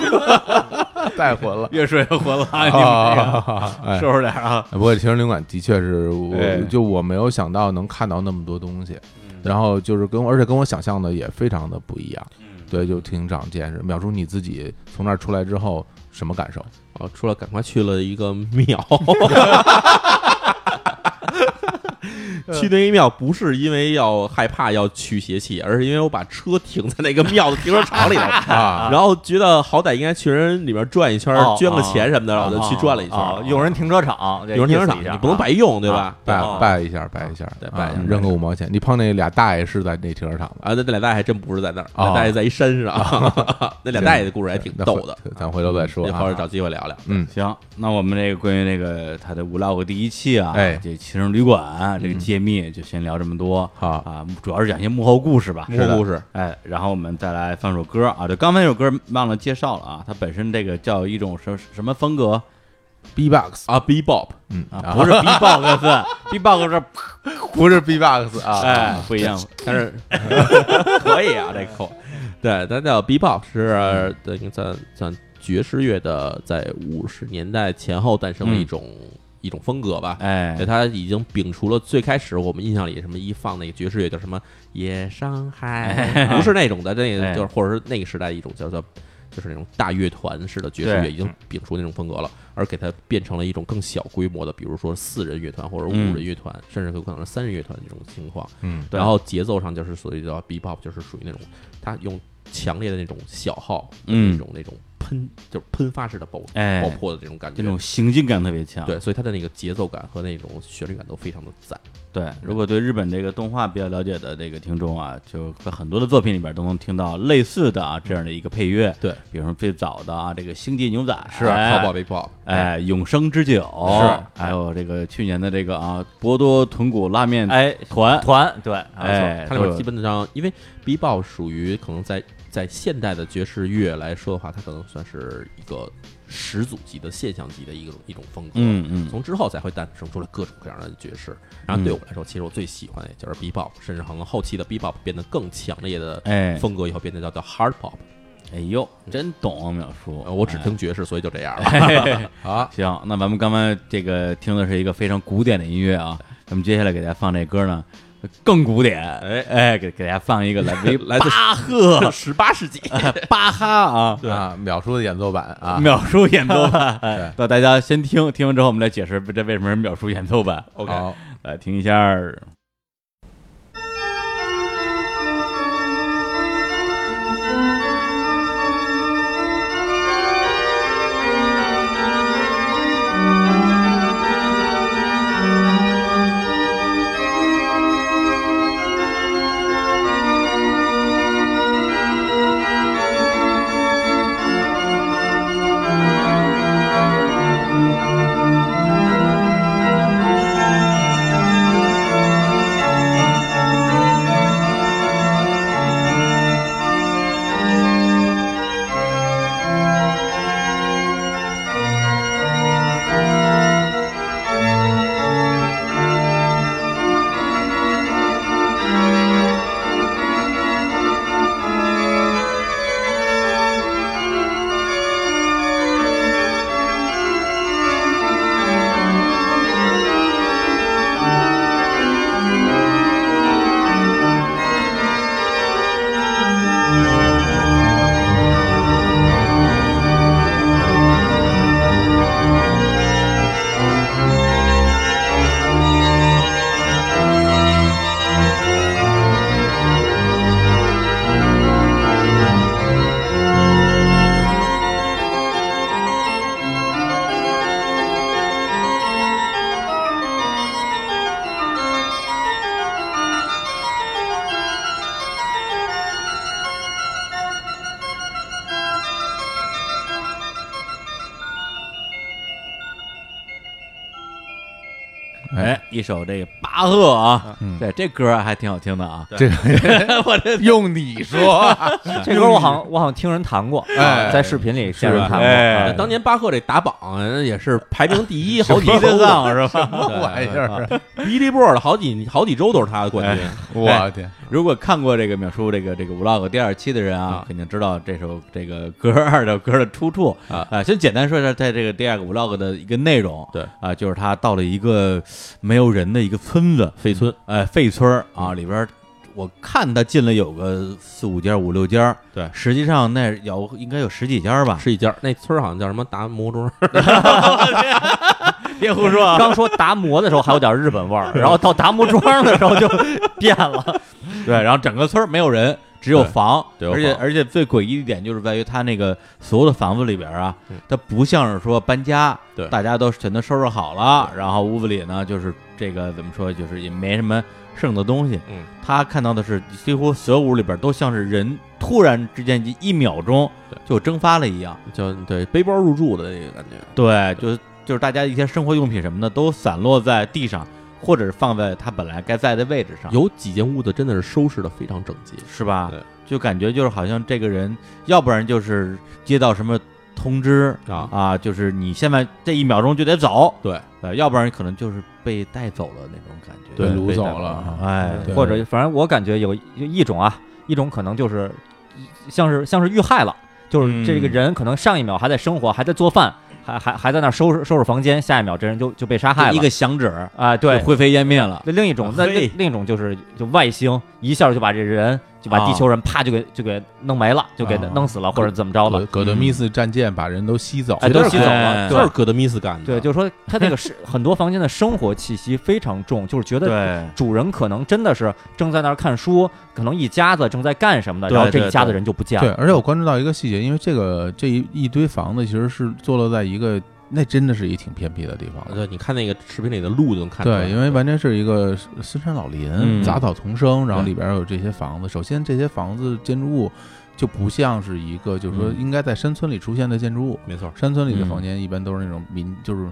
Speaker 3: 太混了。哎
Speaker 4: 越说越混了啊，你们这个
Speaker 3: 啊，哎
Speaker 4: 收拾点啊！
Speaker 3: 不过情人旅馆的确是我
Speaker 4: 哎，
Speaker 3: 就我没有想到能看到那么多东西，然后就是跟我，而且跟我想象的也非常的不一样，对，就挺长见识。秒叔你自己从那儿出来之后什么感受？
Speaker 1: 哦，出来赶快去了一个庙，去那一庙不是因为要害怕要驱邪气，而是因为我把车停在那个庙的停车场里头，
Speaker 3: 啊，
Speaker 1: 然后觉得好歹应该去人里边转一圈
Speaker 2: 哦，
Speaker 1: 捐个钱什么的，然后我就去转了一
Speaker 2: 啊
Speaker 1: 圈。，
Speaker 2: 用人停车场，这
Speaker 1: 有人停车
Speaker 2: 意
Speaker 1: 场，
Speaker 2: 思一下
Speaker 1: 你不能
Speaker 2: 啊
Speaker 1: 白用对吧？
Speaker 3: 拜
Speaker 2: 哦
Speaker 3: 拜一下，拜一下，
Speaker 1: 对
Speaker 3: 啊
Speaker 1: 拜一下
Speaker 3: 扔个五毛钱。你碰那俩大爷是在那停车场吗？
Speaker 1: 啊，那那俩大爷还真不是在那儿，
Speaker 3: 哦
Speaker 1: 俩大爷在一山上。
Speaker 3: 啊
Speaker 1: 那俩大爷的故事还挺
Speaker 3: 那
Speaker 1: 逗的，
Speaker 3: 回咱回头再说
Speaker 1: 那
Speaker 3: 啊
Speaker 1: 或者。找机会聊聊。
Speaker 3: 嗯，
Speaker 4: 行，那我们这个关于这个他的无 log 第一期啊，
Speaker 3: 哎
Speaker 4: 这情人旅馆啊这个揭秘就先聊这么多
Speaker 3: 好
Speaker 4: 啊，主要是讲一些幕后故事吧，
Speaker 1: 幕后故事，
Speaker 4: 哎，然后我们再来放首歌啊，对，刚才那首歌忘了介绍了啊，它本身这个叫一种什什么风格
Speaker 3: B box，
Speaker 1: 啊，B Bob，
Speaker 3: 嗯，
Speaker 4: 啊？不是 B-box，B-box 是
Speaker 3: 不是 B box 啊，
Speaker 4: 哎不一样，
Speaker 1: 但 是可以啊，这口。对，它叫 B-pop，是
Speaker 3: 嗯
Speaker 1: 等于算算爵士乐的，在五十年代前后诞
Speaker 3: 嗯
Speaker 1: 生的一种、一种风格吧。
Speaker 4: 哎
Speaker 1: 对，，它已经摒除了最开始我们印象里什么一放那个爵士乐叫什么野上海，不是那种的，那
Speaker 4: 哎
Speaker 1: 个就是或者是那个时代一种叫做就是那种大乐团式的爵士乐，
Speaker 4: 对嗯
Speaker 1: 已经摒除那种风格了，而给它变成了一种更小规模的，比如说四人乐团或者五人乐团，甚至有可能是三人乐团这种情况。
Speaker 3: 嗯，
Speaker 4: 嗯对
Speaker 1: 然后节奏上就是所谓的 B-pop，就是属于那种他用强烈的那种小号，
Speaker 4: 嗯
Speaker 1: 那种那种喷就是喷发式的爆、
Speaker 4: 哎
Speaker 1: 爆破的这种感觉
Speaker 4: 这，种行进感特别强，
Speaker 1: 哦对，所以它的那个节奏感和那种旋律感都非常的赞。
Speaker 4: 对，如果对日本这个动画比较了解的这个听众啊，就在很多的作品里边都能听到类似的啊这样的一个配乐。
Speaker 1: 对，啊
Speaker 4: 比如说最早的啊这个《星际牛仔》
Speaker 1: 淘宝
Speaker 4: 哎
Speaker 1: B-pop，
Speaker 4: 哎，永生之酒
Speaker 1: 是
Speaker 4: 还有这个去年的这个啊博多豚骨拉面
Speaker 2: 哎
Speaker 4: 团，
Speaker 2: 团对，哎，
Speaker 4: 哎，
Speaker 1: 啊它里面基本上因为 B-pop 属于可能在在现代的爵士乐来说的话，它可能算是一个始祖级的现象级的一个一种风格。
Speaker 4: 嗯嗯
Speaker 1: 从之后才会诞生出来各种各样的爵士。然后对我来说，其实我最喜欢的也就是 B-pop，甚至可能后期的 B-pop 变得更强烈的
Speaker 4: 哎
Speaker 1: 风格以后，变得叫叫 Hard Pop。
Speaker 4: 哎呦，真懂啊，淼叔，
Speaker 1: 呃我只
Speaker 4: 哎
Speaker 1: 听爵士，所以就这样了。
Speaker 3: 好，
Speaker 4: 行，那咱们刚刚这个听的是一个非常古典的音乐啊，咱们接下来给大家放这歌呢，更古典，哎哎，给给大家放一个来自
Speaker 1: 来自
Speaker 4: 巴 赫、
Speaker 1: 十八世纪，
Speaker 4: 巴哈啊，
Speaker 3: 啊，秒叔的演奏版啊，
Speaker 4: 秒叔演奏版，
Speaker 3: 对
Speaker 4: 那大家先听，听完之后我们来解释这为什么是秒叔演奏版。OK，
Speaker 3: 好，
Speaker 4: 来听一下儿。
Speaker 6: Thank
Speaker 4: 哎，一首这个巴赫啊，
Speaker 7: 嗯
Speaker 4: 对，这歌还挺好听的啊。
Speaker 3: 这个我这用你说，
Speaker 2: 这歌我好像我好像听人弹过，啊
Speaker 3: 哎
Speaker 2: 在视频里见人弹过。
Speaker 7: 哎
Speaker 1: 但当年巴啊赫这打榜也是排名第一，好
Speaker 4: 好
Speaker 1: 几
Speaker 4: 几
Speaker 1: 周的
Speaker 4: 个藏哎是吧？
Speaker 3: 什么 玩意儿啊？
Speaker 1: ，Billboard 好几好几周都是他的冠军。
Speaker 3: 哎我天，
Speaker 4: 如果看过这个秒叔这个这个 vlog 第二期的人啊，肯定知道这首这个歌二的歌的出处
Speaker 1: 啊
Speaker 4: 啊。先简单说一下，在这个第二个 vlog 的一个内容，
Speaker 1: 对
Speaker 4: 啊，就是他到了一个没有人的一个村子，
Speaker 1: 绯村，嗯
Speaker 4: 呃，废村儿啊，里边儿我看他进了有个四五家、五六家，
Speaker 1: 对
Speaker 4: 实际上那有应该有十几家吧。
Speaker 1: 是一家，那村儿好像叫什么达摩庄，
Speaker 4: 别胡说啊！
Speaker 2: 刚说达摩的时候还有点日本味儿，然后到达摩庄的时候就变了。
Speaker 4: 对，然后整个村儿没有人，只有
Speaker 1: 对
Speaker 4: 房，
Speaker 1: 只有
Speaker 4: 而且
Speaker 1: 房
Speaker 4: 而且最诡异的一点就是在于他那个所有的房子里边儿啊，它不像是说搬家，
Speaker 1: 嗯对
Speaker 4: 大家都全都收拾好了，然后屋子里呢就是这个怎么说，就是也没什么剩的东西。
Speaker 1: 嗯，
Speaker 4: 他看到的是几乎所有屋里边儿都像是人突然之间一一秒钟
Speaker 1: 对
Speaker 4: 就蒸发了一样。
Speaker 1: 叫对背包入住的那个感觉。
Speaker 4: 对，就是就是大家一些生活用品什么的都散落在地上，或者是放在它本来该在的位置上，
Speaker 1: 有几间屋子真的是收拾的非常整洁，
Speaker 4: 是吧
Speaker 1: 对？
Speaker 4: 就感觉就是好像这个人，要不然就是接到什么通知
Speaker 1: 啊
Speaker 4: 就是你现在这一秒钟就得走，
Speaker 1: 对
Speaker 4: 呃，要不然可能就是被带走了那种感觉，
Speaker 3: 对
Speaker 4: 被
Speaker 3: 掳走
Speaker 4: 带
Speaker 3: 了啊
Speaker 4: 哎，
Speaker 3: 对
Speaker 2: 或者反正我感觉有一一种啊，一种可能就是像是像是遇害了，就是这个
Speaker 4: 嗯
Speaker 2: 人可能上一秒还在生活，还在做饭，还还还在那儿收拾收拾房间，下一秒这人就就被杀害了。
Speaker 4: 一个响指，
Speaker 2: 啊，对
Speaker 4: 就，灰飞烟灭了。
Speaker 2: 那另一种，那
Speaker 4: 嘿
Speaker 2: 另另一种就是就外星一下就把这人就
Speaker 4: 啊
Speaker 2: 把地球人啪就给就给弄没了，就给
Speaker 3: 啊
Speaker 2: 弄死了或者怎么着了
Speaker 3: 葛。葛德密斯战舰把人都吸走，
Speaker 2: 哎，都吸走
Speaker 4: 哎
Speaker 2: 了，
Speaker 1: 就是葛德米斯干的。
Speaker 2: 对，就是说他这个是 很多房间的生活气息非常重，就是觉得
Speaker 4: 对，
Speaker 2: 主人可能真的是正在那儿看书，可能一家子正在干什么的，
Speaker 4: 对
Speaker 2: 然后这
Speaker 4: 对
Speaker 2: 一家子
Speaker 4: 对
Speaker 2: 人就不见
Speaker 3: 对，
Speaker 2: 了。
Speaker 3: 而且我关注到一个细节，因为这个这一一堆房子其实是坐落在一个那真的是一挺偏僻的地方
Speaker 1: 啊对，你看那个视频里的路就能看出来。
Speaker 3: 对，因为完全是一个深山老林，
Speaker 4: 嗯
Speaker 3: 杂草丛生，然后
Speaker 4: 对
Speaker 3: 里边有这些房子。首先，这些房子建筑物就不像是一个，就是说
Speaker 4: 嗯
Speaker 3: 应该在山村里出现的建筑物。
Speaker 1: 没错，
Speaker 3: 山村里的
Speaker 4: 嗯
Speaker 3: 房间一般都是那种民，就是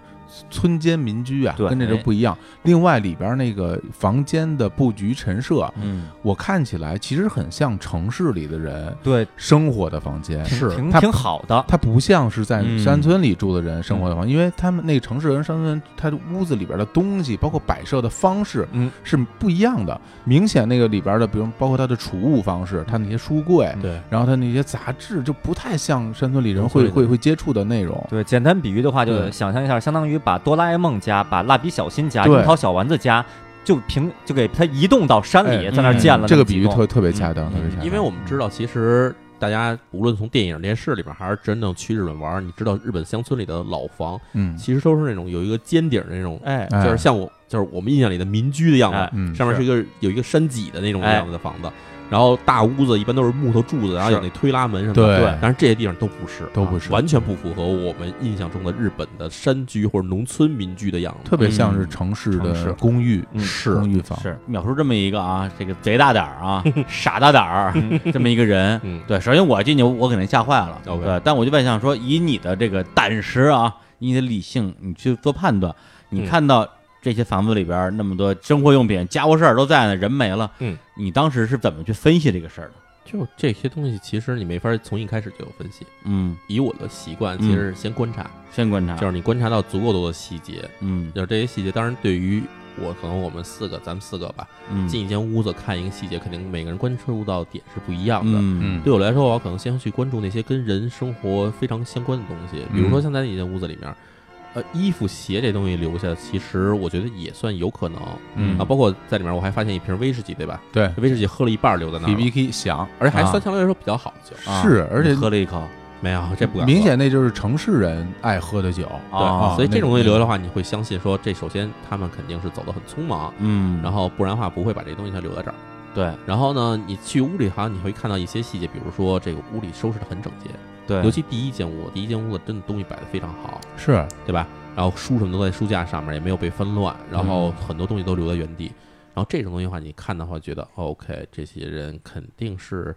Speaker 3: 村间民居啊，
Speaker 2: 对
Speaker 3: 跟这都不一样。另外，里边那个房间的布局陈设，
Speaker 4: 嗯，
Speaker 3: 我看起来其实很像城市里的人
Speaker 2: 对，
Speaker 3: 生活的房间，
Speaker 2: 挺挺
Speaker 3: 它
Speaker 2: 挺好的。
Speaker 3: 它不像是在
Speaker 4: 嗯
Speaker 3: 山村里住的人生活的房，因为他们那个城市人山村，他屋子里边的东西，包括摆设的方式，
Speaker 2: 嗯，
Speaker 3: 是不一样的。明显那个里边的，比如包括它的储物方式，它那些书柜，
Speaker 1: 对，
Speaker 3: 然后它那些杂志，就不太像山村里人
Speaker 1: 对
Speaker 3: 会
Speaker 1: 对对
Speaker 3: 会会接触的内容。
Speaker 2: 对，简单比喻的话，就
Speaker 3: 对
Speaker 2: 想象一下，相当于把哆啦 A 梦家、把蜡笔小新家、
Speaker 3: 对
Speaker 2: 樱桃小丸子家，就平就给它移动到山里，
Speaker 3: 哎
Speaker 2: 在那儿嗯建了、
Speaker 3: 这个比喻特特别恰当，
Speaker 4: 嗯
Speaker 3: 特别恰当。
Speaker 1: 因为我们知道，其实大家无论从电影、电视里边，还是真正去日本玩，你知道日本乡村里的老房，
Speaker 3: 嗯，
Speaker 1: 其实都是那种有一个尖顶的那种，
Speaker 2: 哎，
Speaker 3: 哎
Speaker 1: 就是像我就是我们印象里的民居的样
Speaker 2: 哎
Speaker 1: 子，
Speaker 3: 嗯
Speaker 1: 上面是一哎个有一个山脊的那种样子的房子，然后大屋子一般都是木头柱子，然后有那推拉门什么的。
Speaker 3: 对
Speaker 1: 但是这些地方都不是，啊
Speaker 3: 都不是
Speaker 1: 完全不符合我们印象中的日本的山居或者农村民居的样子。
Speaker 3: 特别像是
Speaker 4: 嗯
Speaker 3: 城市
Speaker 4: 城市
Speaker 3: 的公寓，
Speaker 2: 嗯
Speaker 1: 是
Speaker 3: 公寓房。
Speaker 4: 是秒出这么一个啊，这个贼大胆儿啊，傻大胆儿，这么一个人，
Speaker 1: 嗯，
Speaker 4: 对，首先我进去，我肯定吓坏了。
Speaker 1: OK
Speaker 4: 对，但我就在想说，以你的这个胆识啊，以你的理性，你去做判断，你
Speaker 1: 嗯
Speaker 4: 看到这些房子里边儿那么多生活用品、家伙事儿都在呢，人没了，
Speaker 1: 嗯，
Speaker 4: 你当时是怎么去分析这个事儿的？
Speaker 1: 就这些东西，其实你没法从一开始就有分析。
Speaker 4: 嗯，
Speaker 1: 以我的习惯，其实是先观察，
Speaker 4: 先观察，
Speaker 1: 就是你观察到足够多的细节，
Speaker 4: 嗯
Speaker 1: 就是这些细节。当然，对于我可能我们四个，咱们四个吧，
Speaker 4: 嗯
Speaker 1: 进一间屋子看一个细节，肯定每个人关注到点是不一样的。
Speaker 4: 嗯
Speaker 1: 对我来说，我可能先去关注那些跟人生活非常相关的东西，比如说
Speaker 3: 嗯
Speaker 1: 像在那间屋子里面，呃，衣服、鞋这东西留下，其实我觉得也算有可能
Speaker 4: 嗯
Speaker 1: 啊。包括在里面，我还发现一瓶威士忌，对吧？
Speaker 3: 对
Speaker 1: 威士忌喝了一半留在那
Speaker 3: B
Speaker 1: 儿
Speaker 3: B
Speaker 1: 了，
Speaker 3: K 响，
Speaker 1: 而且还
Speaker 4: 啊
Speaker 1: 算相对来说比较好的酒，
Speaker 4: 啊
Speaker 3: 是而且
Speaker 4: 你喝了一口
Speaker 1: 没有这不敢喝
Speaker 3: 明。显那就是城市人爱喝的酒。
Speaker 1: 对，
Speaker 4: 啊，
Speaker 1: 所以这种东西
Speaker 3: 那
Speaker 1: 留下的话，你会相信说，这首先他们肯定是走得很匆忙，
Speaker 4: 嗯，
Speaker 1: 然后不然的话不会把这东西它留在这儿。
Speaker 4: 对
Speaker 1: 然后呢，你去屋里好像你会看到一些细节，比如说这个屋里收拾的很整洁，
Speaker 4: 对，
Speaker 1: 尤其第一间屋，第一间屋子真的东西摆的非常好，
Speaker 3: 是，
Speaker 1: 对吧？然后书什么都在书架上面，也没有被纷乱，然后很多东西都留在原地。然后哦这种东西的话，你看的话，觉得 OK，这些人肯定是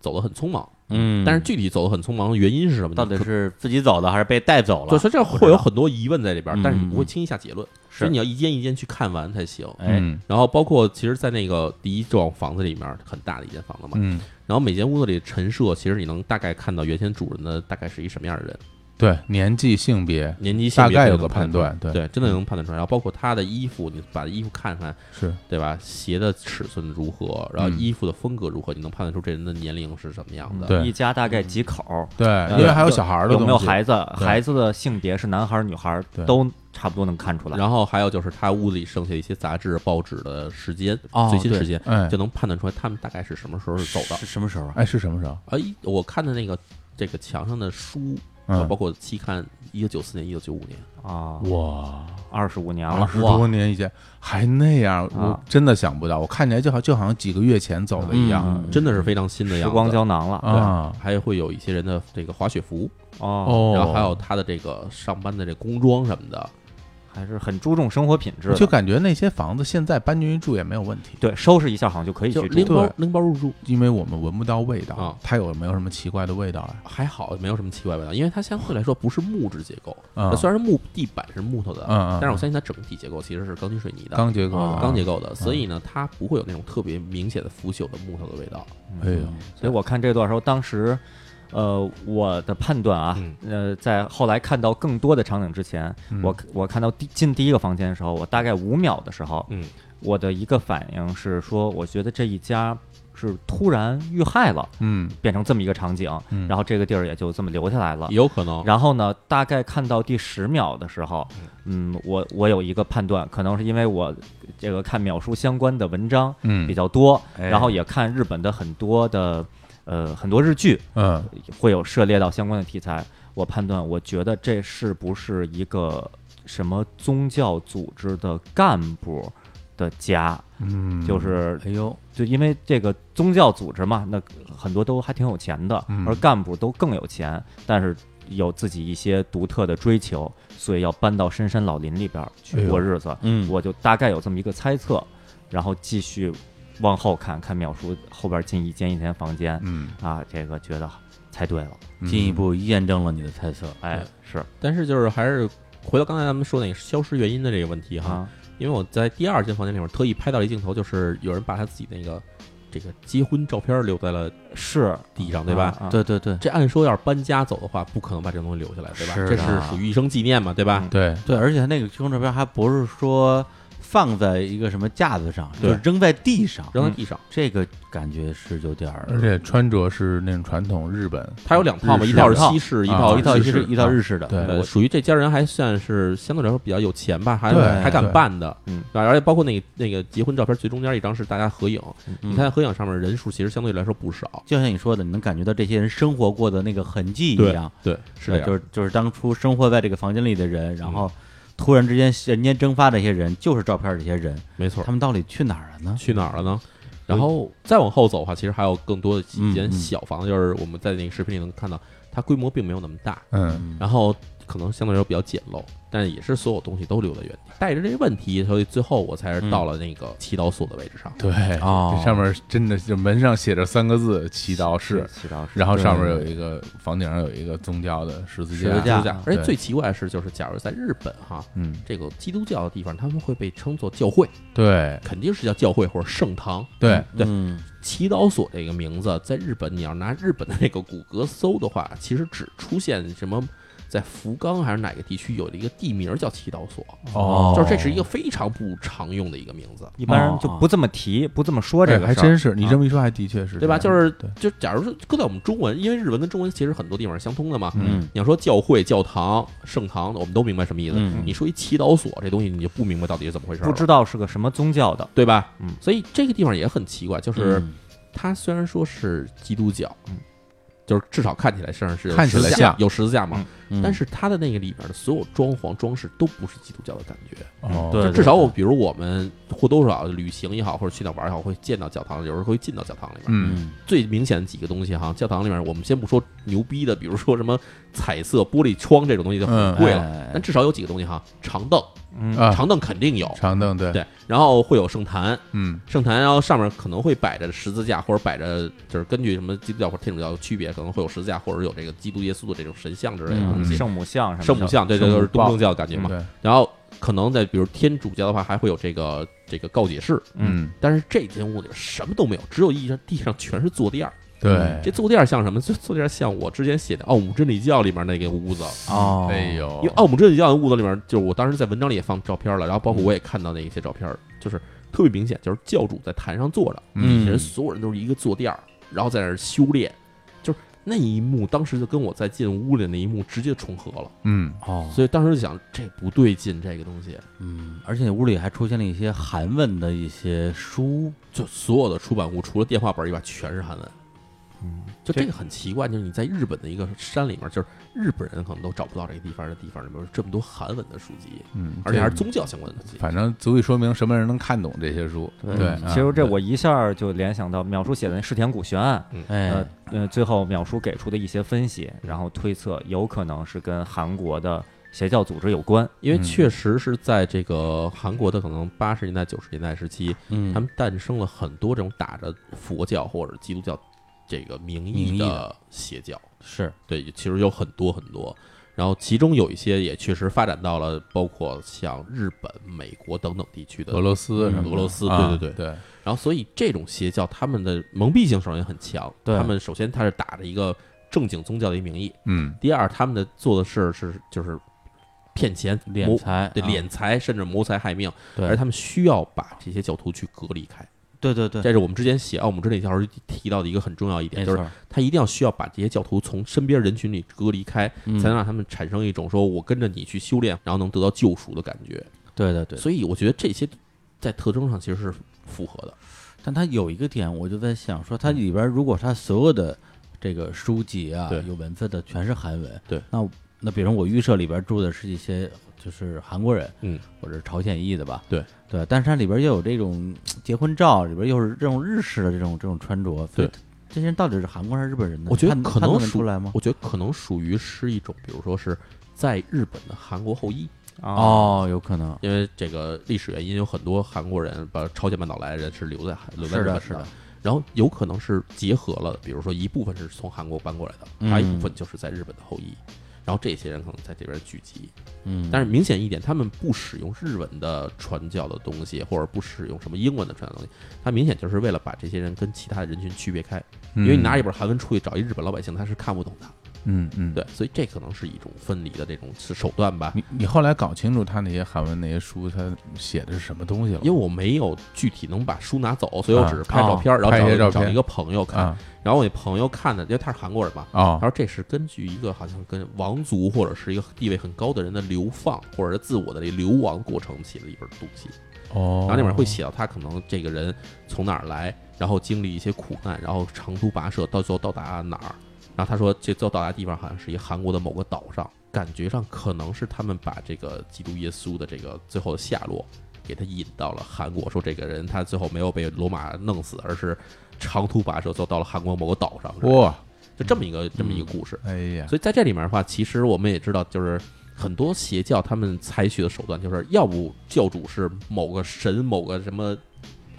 Speaker 1: 走得很匆忙，
Speaker 4: 嗯
Speaker 1: 但是具体走的很匆忙，原因是什么呢？
Speaker 4: 到底是自己走的还是被带走
Speaker 1: 对，
Speaker 4: 了？
Speaker 1: 所以这会有很多疑问在里边儿
Speaker 4: 嗯，
Speaker 1: 但是你不会轻易下结论，所以你要一间一间去看完才行。
Speaker 4: 哎，
Speaker 5: 嗯
Speaker 1: 然后包括其实，在那个第一幢房子里面很大的一间房子嘛，
Speaker 5: 嗯
Speaker 1: 然后每间屋子里陈设，其实你能大概看到原先主人的大概是一什么样的人，
Speaker 3: 对，年纪、性别
Speaker 1: 年纪、性
Speaker 3: 大
Speaker 1: 别
Speaker 3: 概
Speaker 1: 都
Speaker 3: 有
Speaker 1: 能
Speaker 3: 个判
Speaker 1: 断，
Speaker 3: 断，嗯对，
Speaker 1: 对，真的能判断出来。然后包括他的衣服，你把衣服看看，
Speaker 3: 是
Speaker 1: 对吧？鞋的尺寸如何，然后
Speaker 3: 嗯
Speaker 1: 衣服的风格如何，你能判断出这人的年龄是什么样的。
Speaker 3: 对
Speaker 2: 一家大概几口儿，
Speaker 3: 对，因
Speaker 1: 呃
Speaker 3: 为还有小孩儿的
Speaker 2: 有没有
Speaker 3: 东西
Speaker 2: 孩子，
Speaker 3: 对
Speaker 2: 孩子的性别是男孩儿女孩儿
Speaker 3: 对
Speaker 2: 都差不多能看出来。
Speaker 1: 然后还有就是他屋里剩下一些杂志、报纸的时间，
Speaker 4: 哦
Speaker 1: 最新
Speaker 4: 对
Speaker 1: 时间，
Speaker 3: 哎
Speaker 1: 就能判断出来他们大概是什么时候是走的。
Speaker 4: 是什么时候啊？
Speaker 3: 哎，是什么时候？
Speaker 1: 哎，我看的那个这个墙上的书，
Speaker 3: 嗯
Speaker 1: 呃包括期刊，一九九四年、一九九五年，
Speaker 2: 啊，
Speaker 3: 哇，
Speaker 2: 二十五年
Speaker 1: 啊
Speaker 3: 二
Speaker 2: 了，
Speaker 3: 十多年以前还那样，我
Speaker 2: 啊
Speaker 3: 真的想不到，我看起来就好就好像几个月前走的一
Speaker 4: 嗯
Speaker 3: 样
Speaker 1: 真的是非常新的样
Speaker 2: 时
Speaker 1: 子。
Speaker 2: 光胶囊
Speaker 1: 嗯
Speaker 2: 了。
Speaker 3: 啊。
Speaker 1: 还会有一些人的这个滑雪服，
Speaker 2: 哦，
Speaker 3: 哦，
Speaker 1: 然后还有他的这个上班的这工装什么的。
Speaker 2: 还是很注重生活品质
Speaker 3: 我
Speaker 2: 的。
Speaker 3: 就感觉那些房子现在搬进去住也没有问题，
Speaker 2: 对，收拾一下好像就可以
Speaker 1: 就
Speaker 2: 去
Speaker 1: 拎
Speaker 2: 住。
Speaker 1: 包
Speaker 3: 对
Speaker 1: 拎包入住
Speaker 3: 因为我们闻不到味道，
Speaker 1: 啊
Speaker 3: 它有没有什么奇怪的味道啊？
Speaker 1: 还好，没有什么奇怪味道，因为它相对来说不是木质结构，
Speaker 3: 嗯
Speaker 1: 虽然是木地板是木头的，
Speaker 3: 嗯嗯
Speaker 1: 但是我相信它整体结构其实是钢筋水泥的，
Speaker 3: 钢哦结构啊的，
Speaker 1: 钢结构的，所以呢，它不会有那种特别明显的腐朽的木头的味道。
Speaker 3: 哎呦，
Speaker 2: 所以我看这段时候，当时，呃，我的判断啊，
Speaker 1: 嗯
Speaker 2: 呃，在后来看到更多的场景之前，
Speaker 3: 嗯
Speaker 2: 我我看到第进第一个房间的时候，我大概五秒的时候，
Speaker 1: 嗯，
Speaker 2: 我的一个反应是说，我觉得这一家是突然遇害了，
Speaker 3: 嗯
Speaker 2: 变成这么一个场景，
Speaker 3: 嗯
Speaker 2: 然后这个地儿也就这么留下来了。
Speaker 1: 嗯有可能，
Speaker 2: 然后呢，大概看到第十秒的时候，嗯，我我有一个判断，可能是因为我这个看秒叔相关的文章比
Speaker 3: 嗯
Speaker 2: 较多，
Speaker 4: 哎
Speaker 2: 然后也看日本的很多的呃很多日剧
Speaker 3: 嗯，
Speaker 2: 会有涉猎到相关的题材。我判断，我觉得这是不是一个什么宗教组织的干部的家？
Speaker 3: 嗯
Speaker 2: 就是
Speaker 4: 哎呦，
Speaker 2: 就因为这个宗教组织嘛，那很多都还挺有钱的，
Speaker 3: 嗯
Speaker 2: 而干部都更有钱，但是有自己一些独特的追求，所以要搬到深山老林里边儿
Speaker 3: 哎
Speaker 2: 去
Speaker 3: 呦
Speaker 2: 过日子。
Speaker 4: 嗯
Speaker 2: 我就大概有这么一个猜测，然后继续往后看看淼叔后边进一间一间房间、
Speaker 3: 嗯，
Speaker 2: 啊，这个觉得猜对了，
Speaker 4: 进一
Speaker 1: 嗯
Speaker 4: 步验证了你的猜测。
Speaker 2: 哎，是
Speaker 1: 但是就是还是回到刚才咱们说那个消失原因的这个问题哈，
Speaker 2: 啊，
Speaker 1: 因为我在第二间房间里面特意拍到了一镜头，就是有人把他自己那个这个结婚照片留在了
Speaker 2: 是
Speaker 1: 地上，对吧？
Speaker 2: 啊啊
Speaker 4: 对对对
Speaker 1: 这按说要是搬家走的话，不可能把这东西留下来，对吧？
Speaker 4: 是
Speaker 1: 这
Speaker 4: 的
Speaker 1: 是属于一生纪念嘛，对吧？
Speaker 2: 嗯
Speaker 3: 对，
Speaker 4: 对，而且那个结婚照片还不是说放在一个什么架子上，就
Speaker 1: 对
Speaker 4: 是扔在地上，嗯
Speaker 1: 扔在地上，
Speaker 4: 这个感觉是有点儿
Speaker 3: 而且穿着是那种传统日本，
Speaker 1: 它有两套嘛，
Speaker 3: 日
Speaker 1: 一
Speaker 3: 式
Speaker 1: 套
Speaker 3: 的
Speaker 1: 是西式，一
Speaker 3: 啊
Speaker 1: 套
Speaker 4: 哦一套
Speaker 1: 日
Speaker 4: 西式
Speaker 1: 式
Speaker 4: 一套日式的，
Speaker 3: 对
Speaker 1: 呃，属于这家人还算是相对来说比较有钱吧，还
Speaker 3: 对
Speaker 1: 还敢
Speaker 3: 对
Speaker 1: 办的，
Speaker 2: 嗯
Speaker 1: 对吧，而且包括那个那个结婚照片最中间一张是大家合影，
Speaker 4: 嗯
Speaker 1: 你看合影上面人数其实相对来说不少，
Speaker 4: 就像你说的，你能感觉到这些人生活过的那个痕迹一样，
Speaker 1: 对，是这
Speaker 4: 对
Speaker 1: 样，嗯
Speaker 4: 就是就是当初生活在这个房间里的人，然后突然之间人间蒸发的一些人，就是照片儿这些人，
Speaker 1: 没错
Speaker 4: 他。们到底去哪儿了呢？
Speaker 1: 去哪儿了呢？然后再往后走的话，其实还有更多的几
Speaker 4: 嗯
Speaker 1: 间
Speaker 4: 嗯
Speaker 1: 小房子，就是我们在那个视频里能看到，它规模并没有那么大，
Speaker 3: 嗯，
Speaker 1: 然后可能相对来说比较简陋，但是也是所有东西都留在原地。带着这些问题，所以最后我才是到了那个祈祷所的位置啊上。
Speaker 3: 对，
Speaker 4: 哦
Speaker 3: 这上面真的是门上写着三个字“祈祷室
Speaker 2: 祈祷”，是
Speaker 3: 然后上面有一个房顶上有一个宗教的十字
Speaker 4: 十字架
Speaker 3: 架，
Speaker 1: 这样，而且最奇怪的是，就是假如在日本哈，
Speaker 3: 嗯，
Speaker 1: 这个基督教的地方，他们会被称作教会，
Speaker 3: 对
Speaker 1: 肯定是叫教会或者圣堂。
Speaker 3: 对，
Speaker 1: 对
Speaker 4: 嗯
Speaker 1: 祈祷所这个名字，在日本你要拿日本的那个谷歌搜的话，其实只出现什么在福冈还是哪个地区有了一个地名叫祈祷所，
Speaker 3: 哦
Speaker 1: 就是这是一个非常不常用的一个名字，
Speaker 2: 一般人就不这么提，不这么说这
Speaker 3: 哎
Speaker 2: 个
Speaker 3: 还
Speaker 2: 事儿
Speaker 3: 真是，你这么一说，还的确是这样，
Speaker 1: 对吧？就是
Speaker 3: 对
Speaker 1: 就假如说搁在我们中文，因为日文跟中文其实很多地方是相通的嘛。
Speaker 4: 嗯
Speaker 1: 你要说教会、教堂、圣堂，我们都明白什么意思。
Speaker 4: 嗯
Speaker 1: 你说一祈祷所这东西，你就不明白到底是怎么回事儿
Speaker 2: 不
Speaker 1: 了，
Speaker 2: 知道是个什么宗教的，
Speaker 1: 对吧？
Speaker 2: 嗯
Speaker 1: 所以这个地方也很奇怪，就是
Speaker 4: 嗯
Speaker 1: 它虽然说是基督教
Speaker 2: 嗯，
Speaker 1: 就是至少看起来身上是有
Speaker 3: 看起来
Speaker 1: 十字架
Speaker 3: 像
Speaker 1: 有十字架嘛，
Speaker 2: 嗯
Speaker 4: 嗯
Speaker 1: 但是它的那个里边的所有装潢装饰都不是基督教的感觉，
Speaker 2: 嗯
Speaker 3: 哦，
Speaker 4: 对
Speaker 1: 就至少我比如我们或多或少旅行也好，或者去哪玩也好，会见到教堂，有时候会进到教堂里面。
Speaker 3: 嗯，
Speaker 4: 嗯
Speaker 1: 最明显的几个东西哈，教堂里面我们先不说牛逼的，比如说什么彩色玻璃窗这种东西就很贵了，
Speaker 4: 哎
Speaker 1: 但至少有几个东西哈，长凳、
Speaker 3: 嗯
Speaker 2: 嗯
Speaker 3: 啊，
Speaker 1: 长凳肯定有，
Speaker 3: 长凳对，
Speaker 1: 对，然后会有圣坛，
Speaker 3: 嗯
Speaker 1: 圣坛，然后上面可能会摆着十字架，或者摆着就是根据什么基督教或者天主教的区别，可能会有十字架，或者有这个基督耶稣的这种神像之类的东西，
Speaker 2: 嗯圣母像什么
Speaker 1: 圣母
Speaker 2: 的，
Speaker 1: 像，对，这
Speaker 3: 圣
Speaker 1: 就
Speaker 3: 母
Speaker 1: 是东正教的感觉嘛。
Speaker 3: 对，
Speaker 1: 然后可能在比如天主教的话，还会有这个这个告解室，
Speaker 3: 嗯
Speaker 1: 但是这间屋里什么都没有，只有一张地上全是坐垫儿。
Speaker 3: 对，
Speaker 1: 这坐垫儿像什么？这坐垫儿像我之前写的《奥姆真理教》里面那个屋子，
Speaker 2: 哦，
Speaker 3: 哎
Speaker 1: 因为
Speaker 3: 呦
Speaker 1: 《奥姆真理教》的屋子里面，就是我当时在文章里也放照片了，然后包括我也看到那一些照片，就是特别明显，就是教主在坛上坐着，
Speaker 3: 嗯
Speaker 1: 底下人所有人都是一个坐垫儿，然后在那儿修炼，就是那一幕，当时就跟我在进屋里那一幕直接重合了，
Speaker 3: 嗯
Speaker 4: 哦，
Speaker 1: 所以当时就想这不对劲，这个东西，
Speaker 4: 嗯，而且屋里还出现了一些韩文的一些书，
Speaker 1: 就所有的出版物除了电话本以外全是韩文。就这个很奇怪，就是你在日本的一个山里面，就是日本人可能都找不到这个地方的地方里面有这么多韩文的书籍，
Speaker 3: 嗯，
Speaker 1: 而且还是
Speaker 3: 这
Speaker 1: 宗教相关的东西。
Speaker 3: 反正足以说明什么人能看懂这些书，对，
Speaker 2: 其
Speaker 3: 啊
Speaker 2: 实这我一下就联想到淼叔写的那《世田谷悬案》，
Speaker 4: 哎
Speaker 2: 呃，呃，最后淼叔给出的一些分析，然后推测有可能是跟韩国的邪教组织有关。
Speaker 1: 因为
Speaker 3: 嗯
Speaker 1: 确实是在这个韩国的可能八十年代、九十年代时期，
Speaker 4: 嗯
Speaker 1: 他们诞生了很多这种打着佛教或者基督教这个名
Speaker 4: 名
Speaker 1: 义
Speaker 4: 义
Speaker 1: 的
Speaker 4: 的
Speaker 1: 邪教。
Speaker 4: 是
Speaker 1: 对，其实有很多很多，然后其中有一些也确实发展到了包括像日本、美国等等地区的
Speaker 3: 俄罗斯什么的
Speaker 1: 俄罗斯
Speaker 3: 啊
Speaker 1: 对对对
Speaker 3: 对，
Speaker 1: 然后所以这种邪教他们的蒙蔽性首先很强，
Speaker 4: 对
Speaker 1: 他们首先他是打着一个正经宗教的一名义，
Speaker 3: 嗯
Speaker 1: 第二他们的做的事儿是就是骗钱
Speaker 4: 敛
Speaker 1: 谋
Speaker 4: 财，
Speaker 1: 对
Speaker 4: 啊，
Speaker 1: 敛财甚至谋财害命，
Speaker 4: 对
Speaker 1: 而他们需要把这些教徒去隔离开。
Speaker 4: 对对对，
Speaker 1: 这是我们之前写《奥姆真理教》时提到的一个很重要一点，
Speaker 4: 没
Speaker 1: 就是
Speaker 4: 错，
Speaker 1: 他一定要需要把这些教徒从身边人群里隔离开，
Speaker 4: 嗯
Speaker 1: 才能让他们产生一种说我跟着你去修炼，然后能得到救赎的感觉。
Speaker 4: 对对对。
Speaker 1: 所以我觉得这些在特征上其实是符合的。
Speaker 4: 但它有一个点，我就在想说，它里边如果它所有的这个书籍啊
Speaker 1: 对，
Speaker 4: 有文字的全是韩文，
Speaker 1: 对，
Speaker 4: 那那比如我预设里边住的是一些就是韩国人，
Speaker 1: 嗯，
Speaker 4: 或者是朝鲜裔的吧，
Speaker 1: 对
Speaker 4: 对，但是它里边又有这种结婚照，里边又是这种日式的这种这种穿着，所以
Speaker 1: 对
Speaker 4: 这些人到底是韩国人还是日本人呢？
Speaker 1: 我觉得
Speaker 4: 判
Speaker 1: 可能
Speaker 4: 判断得
Speaker 1: 属
Speaker 4: 出来吗？
Speaker 1: 我觉得可能属于是一种，比如说是在日本的韩国后裔，
Speaker 2: 哦，
Speaker 4: 哦，有可能，
Speaker 1: 因为这个历史原因，有很多韩国人把朝鲜半岛来的人是留在韩留在
Speaker 4: 是
Speaker 1: 日
Speaker 4: 的
Speaker 1: 本
Speaker 4: 是的
Speaker 1: 然后有可能是结合了，比如说一部分是从韩国搬过来的，
Speaker 4: 嗯
Speaker 1: 还有一部分就是在日本的后裔。然后这些人可能在这边聚集，
Speaker 4: 嗯，
Speaker 1: 但
Speaker 4: 是
Speaker 1: 是明显一点，他们不使用日文的传教的东西，或者不使用什么英文的传教的东西，他明显就是为了把这些人跟其他的人群区别开。因为你拿一本韩文出去找一日本老百姓，他是看不懂的。
Speaker 3: 嗯嗯，
Speaker 1: 对，所以这可能是一种分离的这种是手段吧。
Speaker 3: 你你后来搞清楚他那些韩文那些书，他写的是什么东西了吗？
Speaker 1: 因为我没有具体能把书拿走，所以我只是拍照片，
Speaker 3: 啊
Speaker 1: 然
Speaker 3: 拍一
Speaker 1: 后
Speaker 3: 些
Speaker 1: 找
Speaker 3: 照片
Speaker 1: 找一个朋友看，
Speaker 3: 啊
Speaker 1: 然后我那朋友看的，因为他是韩国人嘛，
Speaker 3: 哦
Speaker 1: 他，说这是根据一个好像跟王族或者是一个地位很高的人的流放或者是自我的流亡过程写的一本东西，
Speaker 3: 哦，
Speaker 1: 然后里面会写到他可能这个人从哪儿来，然后经历一些苦难，然后长途跋涉到最后到达哪儿，然后他说这最后到达的地方好像是一韩国的某个岛上，感觉上可能是他们把这个基督耶稣的这个最后的下落给他引到了韩国，说这个人他最后没有被罗马弄死，而是长途跋涉最后到了韩国某个岛上，
Speaker 3: 哇，
Speaker 1: 就这么一个这么一个故事。
Speaker 3: 哎呀，
Speaker 1: 所以在这里面的话，其实我们也知道，就是很多邪教他们采取的手段，就是要不教主是某个神、某个什么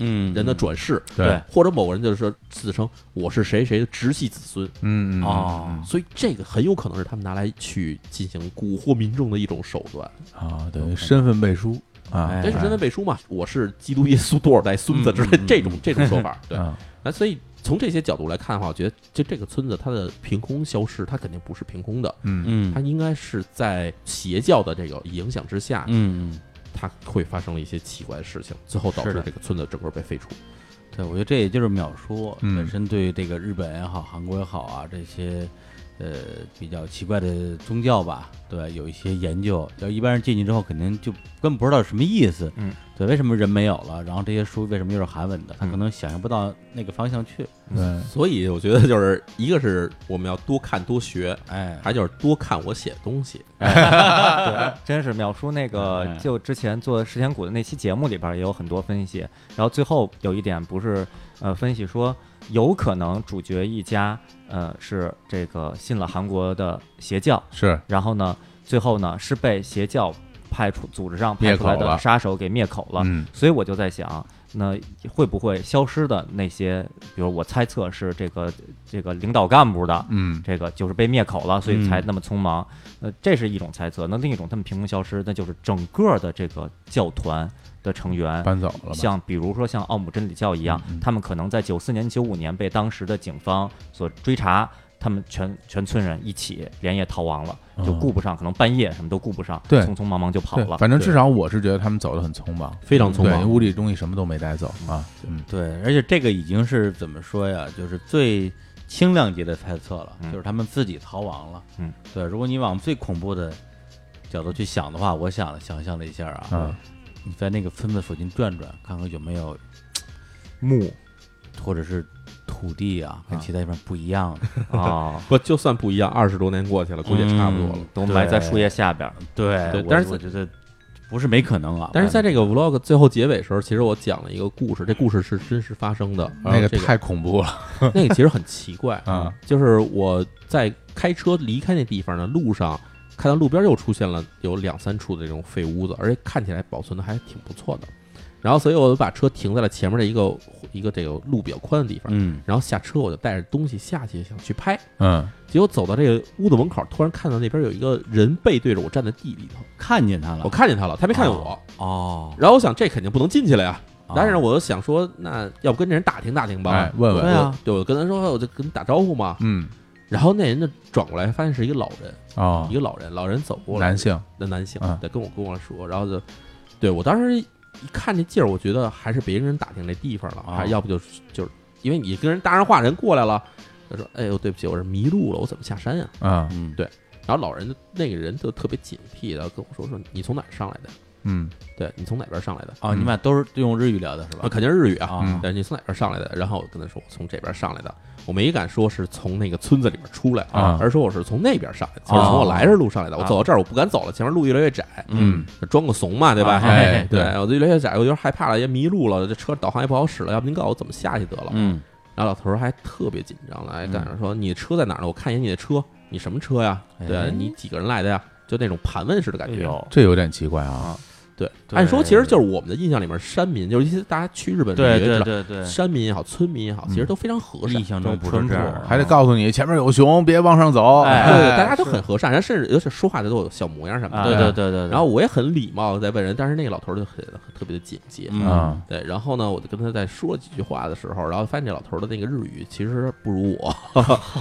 Speaker 4: 嗯
Speaker 1: 人的转世，
Speaker 3: 对，
Speaker 1: 或者某个人就是说自称我是谁谁的直系子孙，
Speaker 3: 嗯嗯
Speaker 1: 啊
Speaker 4: 哦
Speaker 1: 所以这个很有可能是他们拿来去进行蛊惑民众的一种手段。
Speaker 3: 啊，等于身份背书啊，
Speaker 4: 哎
Speaker 1: 这是身份背书嘛？我是基督耶稣多少代孙子之类
Speaker 4: 嗯嗯嗯嗯
Speaker 1: 这种这种说法，对。
Speaker 3: 啊，
Speaker 1: 那所以从这些角度来看的话，我觉得就这个村子它的凭空消失，它肯定不是凭空的，
Speaker 3: 嗯
Speaker 4: 嗯
Speaker 1: 它应该是在邪教的这个影响之下，
Speaker 4: 嗯嗯。
Speaker 1: 它会发生了一些奇怪的事情，最后导
Speaker 4: 是
Speaker 1: 致
Speaker 4: 的
Speaker 1: 这个村子整个被废除。
Speaker 4: 对，我觉得这也就是秒叔
Speaker 3: 嗯
Speaker 4: 本身对这个日本也好、韩国也好啊这些，呃，比较奇怪的宗教吧，对，有一些研究。要一般人进去之后，肯定就根本不知道什么意思。
Speaker 2: 嗯，
Speaker 4: 对，为什么人没有了？然后这些书为什么又是韩文的？他可能想象不到那个方向去。
Speaker 3: 对，
Speaker 1: 所以我觉得就是一个是我们要多看多学，
Speaker 4: 哎，
Speaker 1: 还就是多看我写的东西。
Speaker 2: 哎对，真是淼叔那个
Speaker 4: 哎
Speaker 2: 就之前做石田谷的那期节目里边也有很多分析，然后最后有一点不是呃分析说有可能主角一家呃是这个信了韩国的邪教，
Speaker 3: 是
Speaker 2: 然后呢，最后呢是被邪教派出组织上派
Speaker 3: 灭
Speaker 2: 出来
Speaker 3: 口了
Speaker 2: 的杀手给灭口了。
Speaker 5: 嗯
Speaker 2: 所以我就在想，那会不会消失的那些，比如我猜测是这个这个领导干部的，
Speaker 5: 嗯
Speaker 2: 这个就是被灭口了，所以才
Speaker 4: 嗯
Speaker 2: 那么匆忙。
Speaker 3: 嗯
Speaker 2: 呃，这是一种猜测。那另一种他们凭空消失，那就是整个的这个教团的成员。
Speaker 3: 搬走了吧？嗯
Speaker 2: 像比如说像奥姆真理教一样，他们可能在九四年、九五年被当时的警方所追查，他们全全村人一起连夜逃亡了，就
Speaker 4: 哦
Speaker 2: 顾不上，可能半夜什么都顾不上，
Speaker 3: 对
Speaker 2: 匆匆忙忙就跑
Speaker 3: 对
Speaker 2: 了，。
Speaker 3: 反正
Speaker 2: 对
Speaker 3: 至少我是觉得他们走的很匆忙，
Speaker 1: 非常匆
Speaker 3: 对，
Speaker 1: 忙。
Speaker 3: 屋里东西什么都没带走啊。嗯，
Speaker 4: 对，而且这个已经是怎么说呀？就是最轻量级的猜测了，
Speaker 2: 嗯
Speaker 4: 就是他们自己逃亡了。
Speaker 2: 嗯，
Speaker 4: 对。如果你往最恐怖的角度去想的话，我想想象了一下啊，
Speaker 3: 嗯
Speaker 4: 你在那个村子附近转转，看看有没有
Speaker 2: 木
Speaker 4: 或者是土地啊，跟
Speaker 2: 啊
Speaker 4: 其他地方不一样的。
Speaker 2: 啊，
Speaker 1: 不，就算不一样，二十多年过去了，估计也差不多了。
Speaker 4: 嗯
Speaker 2: 都埋在树叶下边儿。
Speaker 4: 对
Speaker 1: 对
Speaker 4: 我
Speaker 1: 但是
Speaker 4: 我觉得不是没可能啊。
Speaker 1: 但是在这个 vlog 最后结尾的时候，其实我讲了一个故事，这故事是真实发生的。然
Speaker 3: 那
Speaker 1: 后
Speaker 3: 个
Speaker 1: 这
Speaker 3: 太恐怖了
Speaker 1: 那个其实很奇怪
Speaker 3: 啊！
Speaker 1: 就是我在开车离开那地方的路上，看到路边又出现了有两三处的这种废屋子，而且看起来保存的还挺不错的。然后，所以我就把车停在了前面的一个一个这个路比较宽的地方。
Speaker 4: 嗯
Speaker 1: 然后下车，我就带着东西下去想去拍，
Speaker 3: 嗯，
Speaker 1: 结果走到这个屋子门口，突然看到那边有一个人背对着我站在地里头，
Speaker 4: 看见他
Speaker 1: 我
Speaker 4: 了
Speaker 1: 看见他了，他没看见我。
Speaker 4: 哦，
Speaker 1: 然后我想，这肯定不能进去了呀。
Speaker 4: 啊
Speaker 1: 但是我就想说，那要不跟这人打听打听吧？
Speaker 3: 哎问问
Speaker 1: 我
Speaker 4: 对啊，
Speaker 1: 对，我跟他说，我就跟他打招呼嘛。
Speaker 3: 嗯
Speaker 1: 然后那人就转过来，发现是一个老人，
Speaker 3: 哦
Speaker 1: 一，个老人，老人走过来，
Speaker 3: 男性，
Speaker 1: 的男性
Speaker 3: 嗯，
Speaker 1: 对，跟我跟我说，然后就，对我当时一看这劲儿，我觉得还是别跟人打听这地方了，
Speaker 4: 啊
Speaker 1: 还要不就是就是因为你跟人搭上话，人过来了，他说，哎呦，对不起，我是迷路了，我怎么下山呀、
Speaker 3: 啊，
Speaker 4: 嗯
Speaker 1: 对然后老人就那个人就特别警惕的跟我说，说你从哪儿上来的？
Speaker 3: 嗯
Speaker 1: 对你从哪边上来的？
Speaker 4: 哦，你们俩都是用日语聊的是
Speaker 1: 啊，
Speaker 4: 吧？
Speaker 1: 肯定是日语啊，
Speaker 4: 啊
Speaker 1: 对，你从哪边上来的？然后我跟他说我从这边上来的，我没敢说是从那个村子里边出来
Speaker 3: 啊
Speaker 1: 而说我是从那边上来的，
Speaker 4: 哦
Speaker 1: 就是从我来这路上来的。我
Speaker 2: 啊
Speaker 1: 走到这儿我不敢走了，前面路越来越窄，
Speaker 3: 嗯，
Speaker 1: 装个怂嘛，对
Speaker 4: 啊
Speaker 1: 吧？
Speaker 3: 哎
Speaker 1: 对
Speaker 3: 对，
Speaker 1: 我就越来越窄，我有点害怕了，也迷路了，这车导航也不好使了，要不您告诉我怎么下去得了？
Speaker 4: 嗯
Speaker 1: 然后老头儿还特别紧张了，还赶着说你车在哪儿呢？我看一眼你的车，你什么车呀？
Speaker 4: 哎
Speaker 1: 对你几个人来的呀？就那种盘问式的感觉。
Speaker 2: 有
Speaker 3: 这有点奇怪啊。
Speaker 1: 对，
Speaker 4: 对
Speaker 1: 按说其实就是我们的印象里面，山民就是一些大家去日本旅游
Speaker 4: 对
Speaker 1: 也知
Speaker 4: 对
Speaker 1: 道，
Speaker 4: 对对，
Speaker 1: 山民也好，村民也好，其实都非常和善
Speaker 4: 印。象中不是
Speaker 2: 淳
Speaker 4: 这
Speaker 2: 朴
Speaker 4: 样，
Speaker 3: 还得告诉你前面有熊，别往上走。
Speaker 4: 哎
Speaker 1: 对，大家都很和善，然后甚至尤其说话的都有小模样什么
Speaker 2: 啊
Speaker 1: 的。
Speaker 4: 对对对对对，
Speaker 1: 然后我也很礼貌地在问人，但是那个老头儿就很很特别的警戒。
Speaker 4: 嗯
Speaker 3: 啊，
Speaker 1: 对，然后呢，我就跟他在说几句话的时候，然后发现这老头儿的那个日语其实不如我，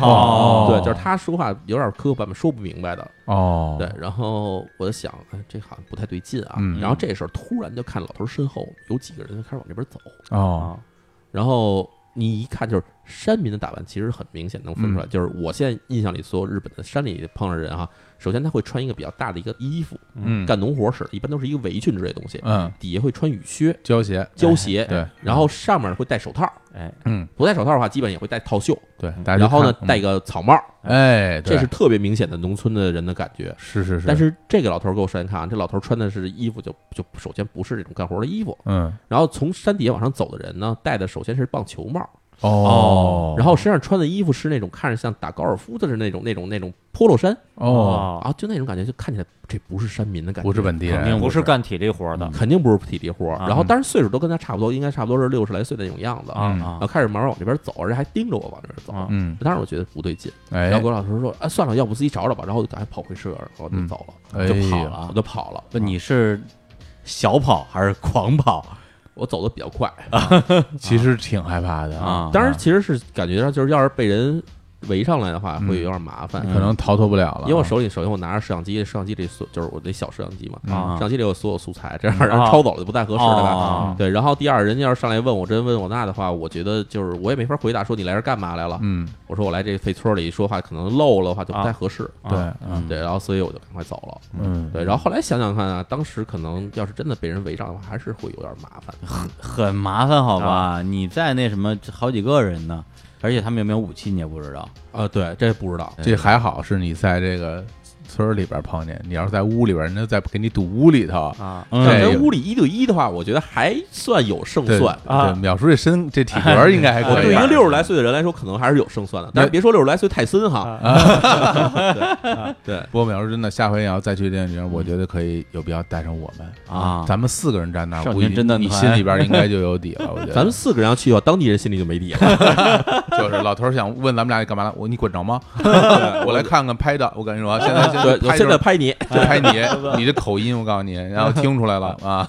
Speaker 3: 哦
Speaker 1: 对，就是他说话有点磕巴，说不明白的。
Speaker 3: 哦，
Speaker 1: 对，，然后我就想，哎，这好像不太对劲啊。
Speaker 3: 嗯
Speaker 1: 然后这时候突然就看老头儿身后有几个人就开始往这边走，
Speaker 3: 哦，
Speaker 2: 啊，
Speaker 1: 然后你一看就是山民的打扮，其实很明显能分出
Speaker 3: 嗯
Speaker 1: 来。就是我现在印象里所有日本的山里碰上人哈、首先他会穿一个比较大的一个衣服，
Speaker 3: 嗯，
Speaker 1: 干农活使的，一般都是一个围裙之类的东西，
Speaker 3: 嗯，
Speaker 1: 底下会穿雨靴、
Speaker 3: 胶鞋，
Speaker 1: 胶鞋，
Speaker 3: 对，
Speaker 1: 然后上面会戴手套。
Speaker 2: 哎，
Speaker 3: 嗯，
Speaker 1: 不戴手套的话，基本也会戴套袖，
Speaker 3: 对，大家哎
Speaker 1: 嗯
Speaker 3: 就
Speaker 1: 然后呢
Speaker 3: 看
Speaker 1: 戴，个草帽，
Speaker 3: 嗯哎，对
Speaker 1: 这是特别明显的农村的人的感觉。
Speaker 3: 是是是，
Speaker 1: 但是这个老头儿给我山看，啊这老头儿穿的是衣服就就首先不是这种干活的衣服，
Speaker 3: 嗯，
Speaker 1: 然后从山底下往上走的人呢，戴的首先是棒球帽，
Speaker 3: 哦，
Speaker 1: 然后身上穿的衣服是那种看着像打高尔夫的是那种那种那种 polo 衫
Speaker 3: 哦，
Speaker 1: 啊，就那种感觉，就看起来这不是山民的感觉，
Speaker 3: 不是本地嗯
Speaker 4: 肯定
Speaker 3: 人，
Speaker 2: 不是干体力活的，
Speaker 1: 肯定不是体力活儿。
Speaker 2: 啊
Speaker 1: 然后当然岁数都跟他差不多，应该差不多是六十来岁的那种样子
Speaker 3: 啊
Speaker 1: 然后开始慢慢往这边走，而且还盯着我往这边走。
Speaker 2: 啊
Speaker 3: 嗯，
Speaker 1: 当时我觉得不对劲，
Speaker 3: 哎
Speaker 1: 然后，郭老师说：“啊，算了，要不自己找找吧。”然后我就赶快跑回社，然后就走了，啊
Speaker 3: 哎
Speaker 4: 就跑
Speaker 3: 呀，
Speaker 4: 了
Speaker 1: 我就跑了。
Speaker 4: 不，你是小跑还是狂跑
Speaker 1: 我走的比较快，
Speaker 3: 啊其实挺害怕的
Speaker 4: 啊
Speaker 1: 当时其实是感觉到，就是要是被人围上来的话，
Speaker 3: 嗯
Speaker 1: 会有点麻烦。
Speaker 3: 可能逃脱不了了，
Speaker 1: 因为我手里首先我拿着摄像机，摄像机里所就是我那小摄像机嘛，
Speaker 4: 啊
Speaker 1: 摄像机里有所有素材，这样让人抄走了就不太合适，对吧？
Speaker 4: 哦
Speaker 1: 对，然后第二，人家要是上来问我这问我那的话，我觉得就是我也没法回答，说你来这儿干嘛来了？
Speaker 3: 嗯，
Speaker 1: 我说我来这废村里说话可能漏了的话就不太合适，
Speaker 3: 对，嗯
Speaker 4: 嗯
Speaker 1: 对，然后所以我就赶快走了。
Speaker 4: 嗯，
Speaker 1: 对，然后后来想想看啊，当时可能要是真的被人围上的话，还是会有点麻烦。
Speaker 4: 很麻烦，好吧？啊你在那什么好几个人呢，
Speaker 1: 呃
Speaker 4: 而且他们有没有武器你也不知道。
Speaker 1: 啊，对，这不知道。
Speaker 3: 这还好是你在这个村儿里边碰见，你要是在屋里边，人家在给你堵屋里头。
Speaker 2: 啊，
Speaker 4: 嗯
Speaker 1: 但
Speaker 3: 对
Speaker 1: 在屋里一对一的话，我觉得还算有胜
Speaker 3: 对
Speaker 1: 算。
Speaker 2: 啊
Speaker 3: 对，淼叔这身这体格儿应该还
Speaker 1: 我
Speaker 3: 可以。
Speaker 1: 对一个六十来岁的人来说，可能还是有胜算的。但是别说六十来岁泰森哈，
Speaker 3: 啊
Speaker 1: 对，
Speaker 3: 不过淼叔真的，下回你要再去电影节，我觉得可以有必要带上我们
Speaker 4: 啊
Speaker 3: 咱们四个人站那儿，
Speaker 4: 少
Speaker 3: 我
Speaker 4: 年
Speaker 3: 估计
Speaker 4: 侦探
Speaker 3: 你
Speaker 4: 团
Speaker 3: 心里边应该就有底了。我觉得
Speaker 1: 咱们四个人要去的话，当地人心里就没底 了。
Speaker 3: 就是老头儿想问咱们俩干嘛呢？我你滚着吗？我来看看拍的。我跟你说，现在
Speaker 1: 对，我现在
Speaker 3: 在
Speaker 1: 拍你，
Speaker 3: 就拍你，你这口音我告诉你，然后听出来了啊。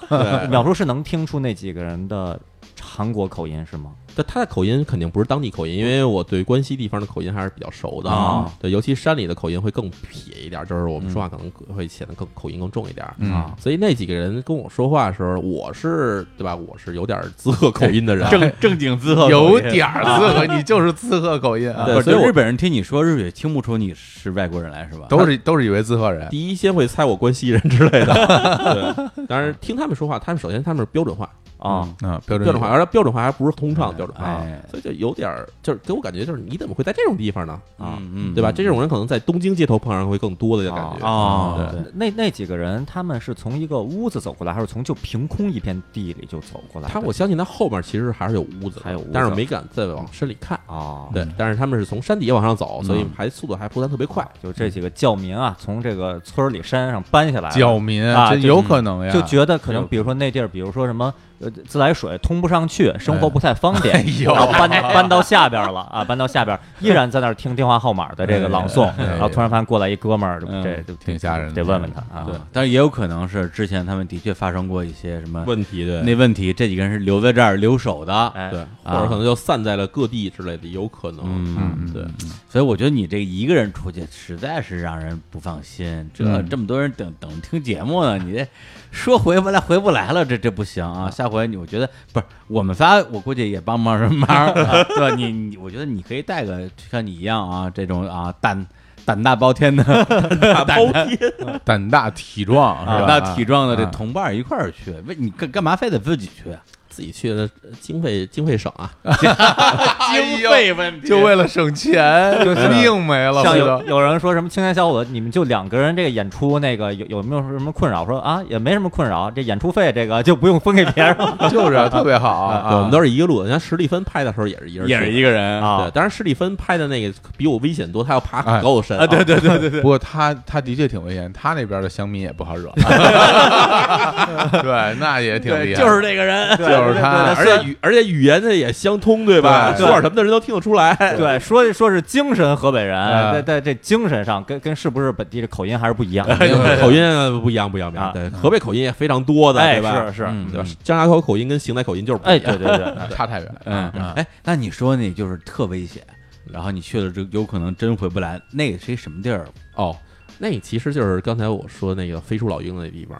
Speaker 2: 淼叔是能听出那几个人的韩国口音是吗？
Speaker 1: 但他的口音肯定不是当地口音，因为我对关西地方的口音还是比较熟的
Speaker 2: 啊。
Speaker 1: 对，尤其山里的口音会更撇一点，就是我们说话可能会显得更口音更重一点。
Speaker 2: 啊
Speaker 3: 嗯，
Speaker 1: 所以那几个人跟我说话的时候，我是对吧？我是有点滋贺口音的人，
Speaker 3: 哎
Speaker 5: 正正经姿势，
Speaker 3: 有点儿刺客，你就是刺客口音啊，
Speaker 1: 对
Speaker 4: 不是
Speaker 1: 所以我
Speaker 4: 日本人听你说日语，听不出你是外国人来是吧？
Speaker 3: 都是都是以为刺客人。
Speaker 1: 第一先会猜我关西人之类的。对，当然听他们说话，他们首先他们是标准化，
Speaker 2: 啊，
Speaker 3: 啊，标准
Speaker 1: 标准化，而标准化还不是通畅的标准化，
Speaker 4: 哎
Speaker 1: 所以就有点儿，就是给我感觉就是你怎么会在这种地方呢？
Speaker 4: 啊，嗯，
Speaker 1: 对吧？这种人可能在东京街头碰上会更多的感觉。
Speaker 4: 哦，
Speaker 1: 对
Speaker 4: 对，
Speaker 2: 啊那那几个人他们是从一个屋子走过来，还是从就凭空一片地里就走过来的？
Speaker 1: 他我相信他后面其实还是有屋子的，
Speaker 2: 还有屋子
Speaker 1: 但是我没敢再往深里看。
Speaker 2: 啊，
Speaker 1: 对，
Speaker 4: 嗯
Speaker 1: 但是他们是从山底下往上走，所以还速度还不算特别快。
Speaker 2: 就这几个教民啊，从这个村儿里山上搬下来了，
Speaker 3: 教民
Speaker 2: 啊
Speaker 3: 真
Speaker 2: 这
Speaker 3: 有可能呀，
Speaker 2: 就觉得可
Speaker 3: 有
Speaker 2: 能，比如说那地儿，比如说什么呃自来水通不上去，生活不太方便，
Speaker 3: 哎呦
Speaker 2: 然后搬搬到下边了啊，搬到下边，依然在那儿听电话号码的这个朗诵，
Speaker 3: 哎
Speaker 2: 然后突然发现过来一哥们儿，
Speaker 4: 嗯
Speaker 2: 这就
Speaker 3: 挺吓人的嗯
Speaker 2: 得问问他啊。
Speaker 4: 对，但是也有可能是之前他们的确发生过一些什么
Speaker 1: 问题对
Speaker 4: 嗯那问题，这几个人是留在这儿留守的，
Speaker 2: 哎，
Speaker 1: 对，或者可能就散在了各地之类的，有可能。
Speaker 4: 嗯，
Speaker 3: 嗯，
Speaker 1: 对，
Speaker 4: 所以我觉得你这一个人出去实在是让人不放心，这
Speaker 3: 嗯
Speaker 4: 这么多人等等听节目呢，你这说回不来回不来了，这这不行啊！下回你我觉得不是我们仨，我估计也帮不上什么忙，啊对吧？你你我觉得你可以带个像你一样啊，这种啊胆胆大包天的、
Speaker 1: 大包天，
Speaker 3: 胆大体壮，是
Speaker 4: 胆
Speaker 3: 吧
Speaker 4: 大体壮的这
Speaker 3: 啊
Speaker 4: 同伴儿一块儿去，为你干干嘛非得自己去？
Speaker 1: 自己去的经费经费省啊，
Speaker 4: 经费问题
Speaker 3: 哎就为了省钱，就命没了，
Speaker 2: 像
Speaker 3: 回
Speaker 2: 有
Speaker 3: 头
Speaker 2: 有人说什么青年小伙子，你们就两个人这个演出那个有有没有什么困扰？说啊也没什么困扰，这演出费这个就不用分给别人了
Speaker 3: 就是啊特别好啊，
Speaker 1: 对我们都是一个路的。你看史蒂芬拍的时候也是一人去
Speaker 4: 也
Speaker 1: 的，
Speaker 4: 是一个人
Speaker 1: 对，
Speaker 2: 啊。
Speaker 1: 当然史蒂芬拍的那个比我危险多，他要爬
Speaker 3: 哎
Speaker 1: 很高的山
Speaker 4: 啊！对对对对对，
Speaker 3: 不过他他的确挺危险，他那边的乡民也不好 惹，对，那也挺厉害，
Speaker 4: 就是这个人，
Speaker 3: 就是他，
Speaker 1: 而 且语而且语言呢也相通，对吧？
Speaker 3: 对
Speaker 1: 说点什么的人都听得出来。
Speaker 2: 对，说说是精神河北人，
Speaker 3: 哎
Speaker 2: 在在这精神上跟跟是不是本地的口音还是不一样。
Speaker 1: 哎口音呃不一样，不一样，不一样。
Speaker 2: 啊
Speaker 1: 对，河北口音也非常多的，
Speaker 2: 哎，
Speaker 1: 对吧？
Speaker 2: 是是，
Speaker 4: 嗯
Speaker 1: 对吧？张家口口音跟邢台口音就是不一
Speaker 2: 哎，
Speaker 1: 样。
Speaker 2: 对对对，
Speaker 3: 差太远，
Speaker 4: 嗯
Speaker 3: 啊，
Speaker 4: 哎，那你说那就是特危险，然后你去了之后有可能真回不来，那个是一什么地儿
Speaker 1: 哦，那其实就是刚才我说那个飞出老鹰的那地方，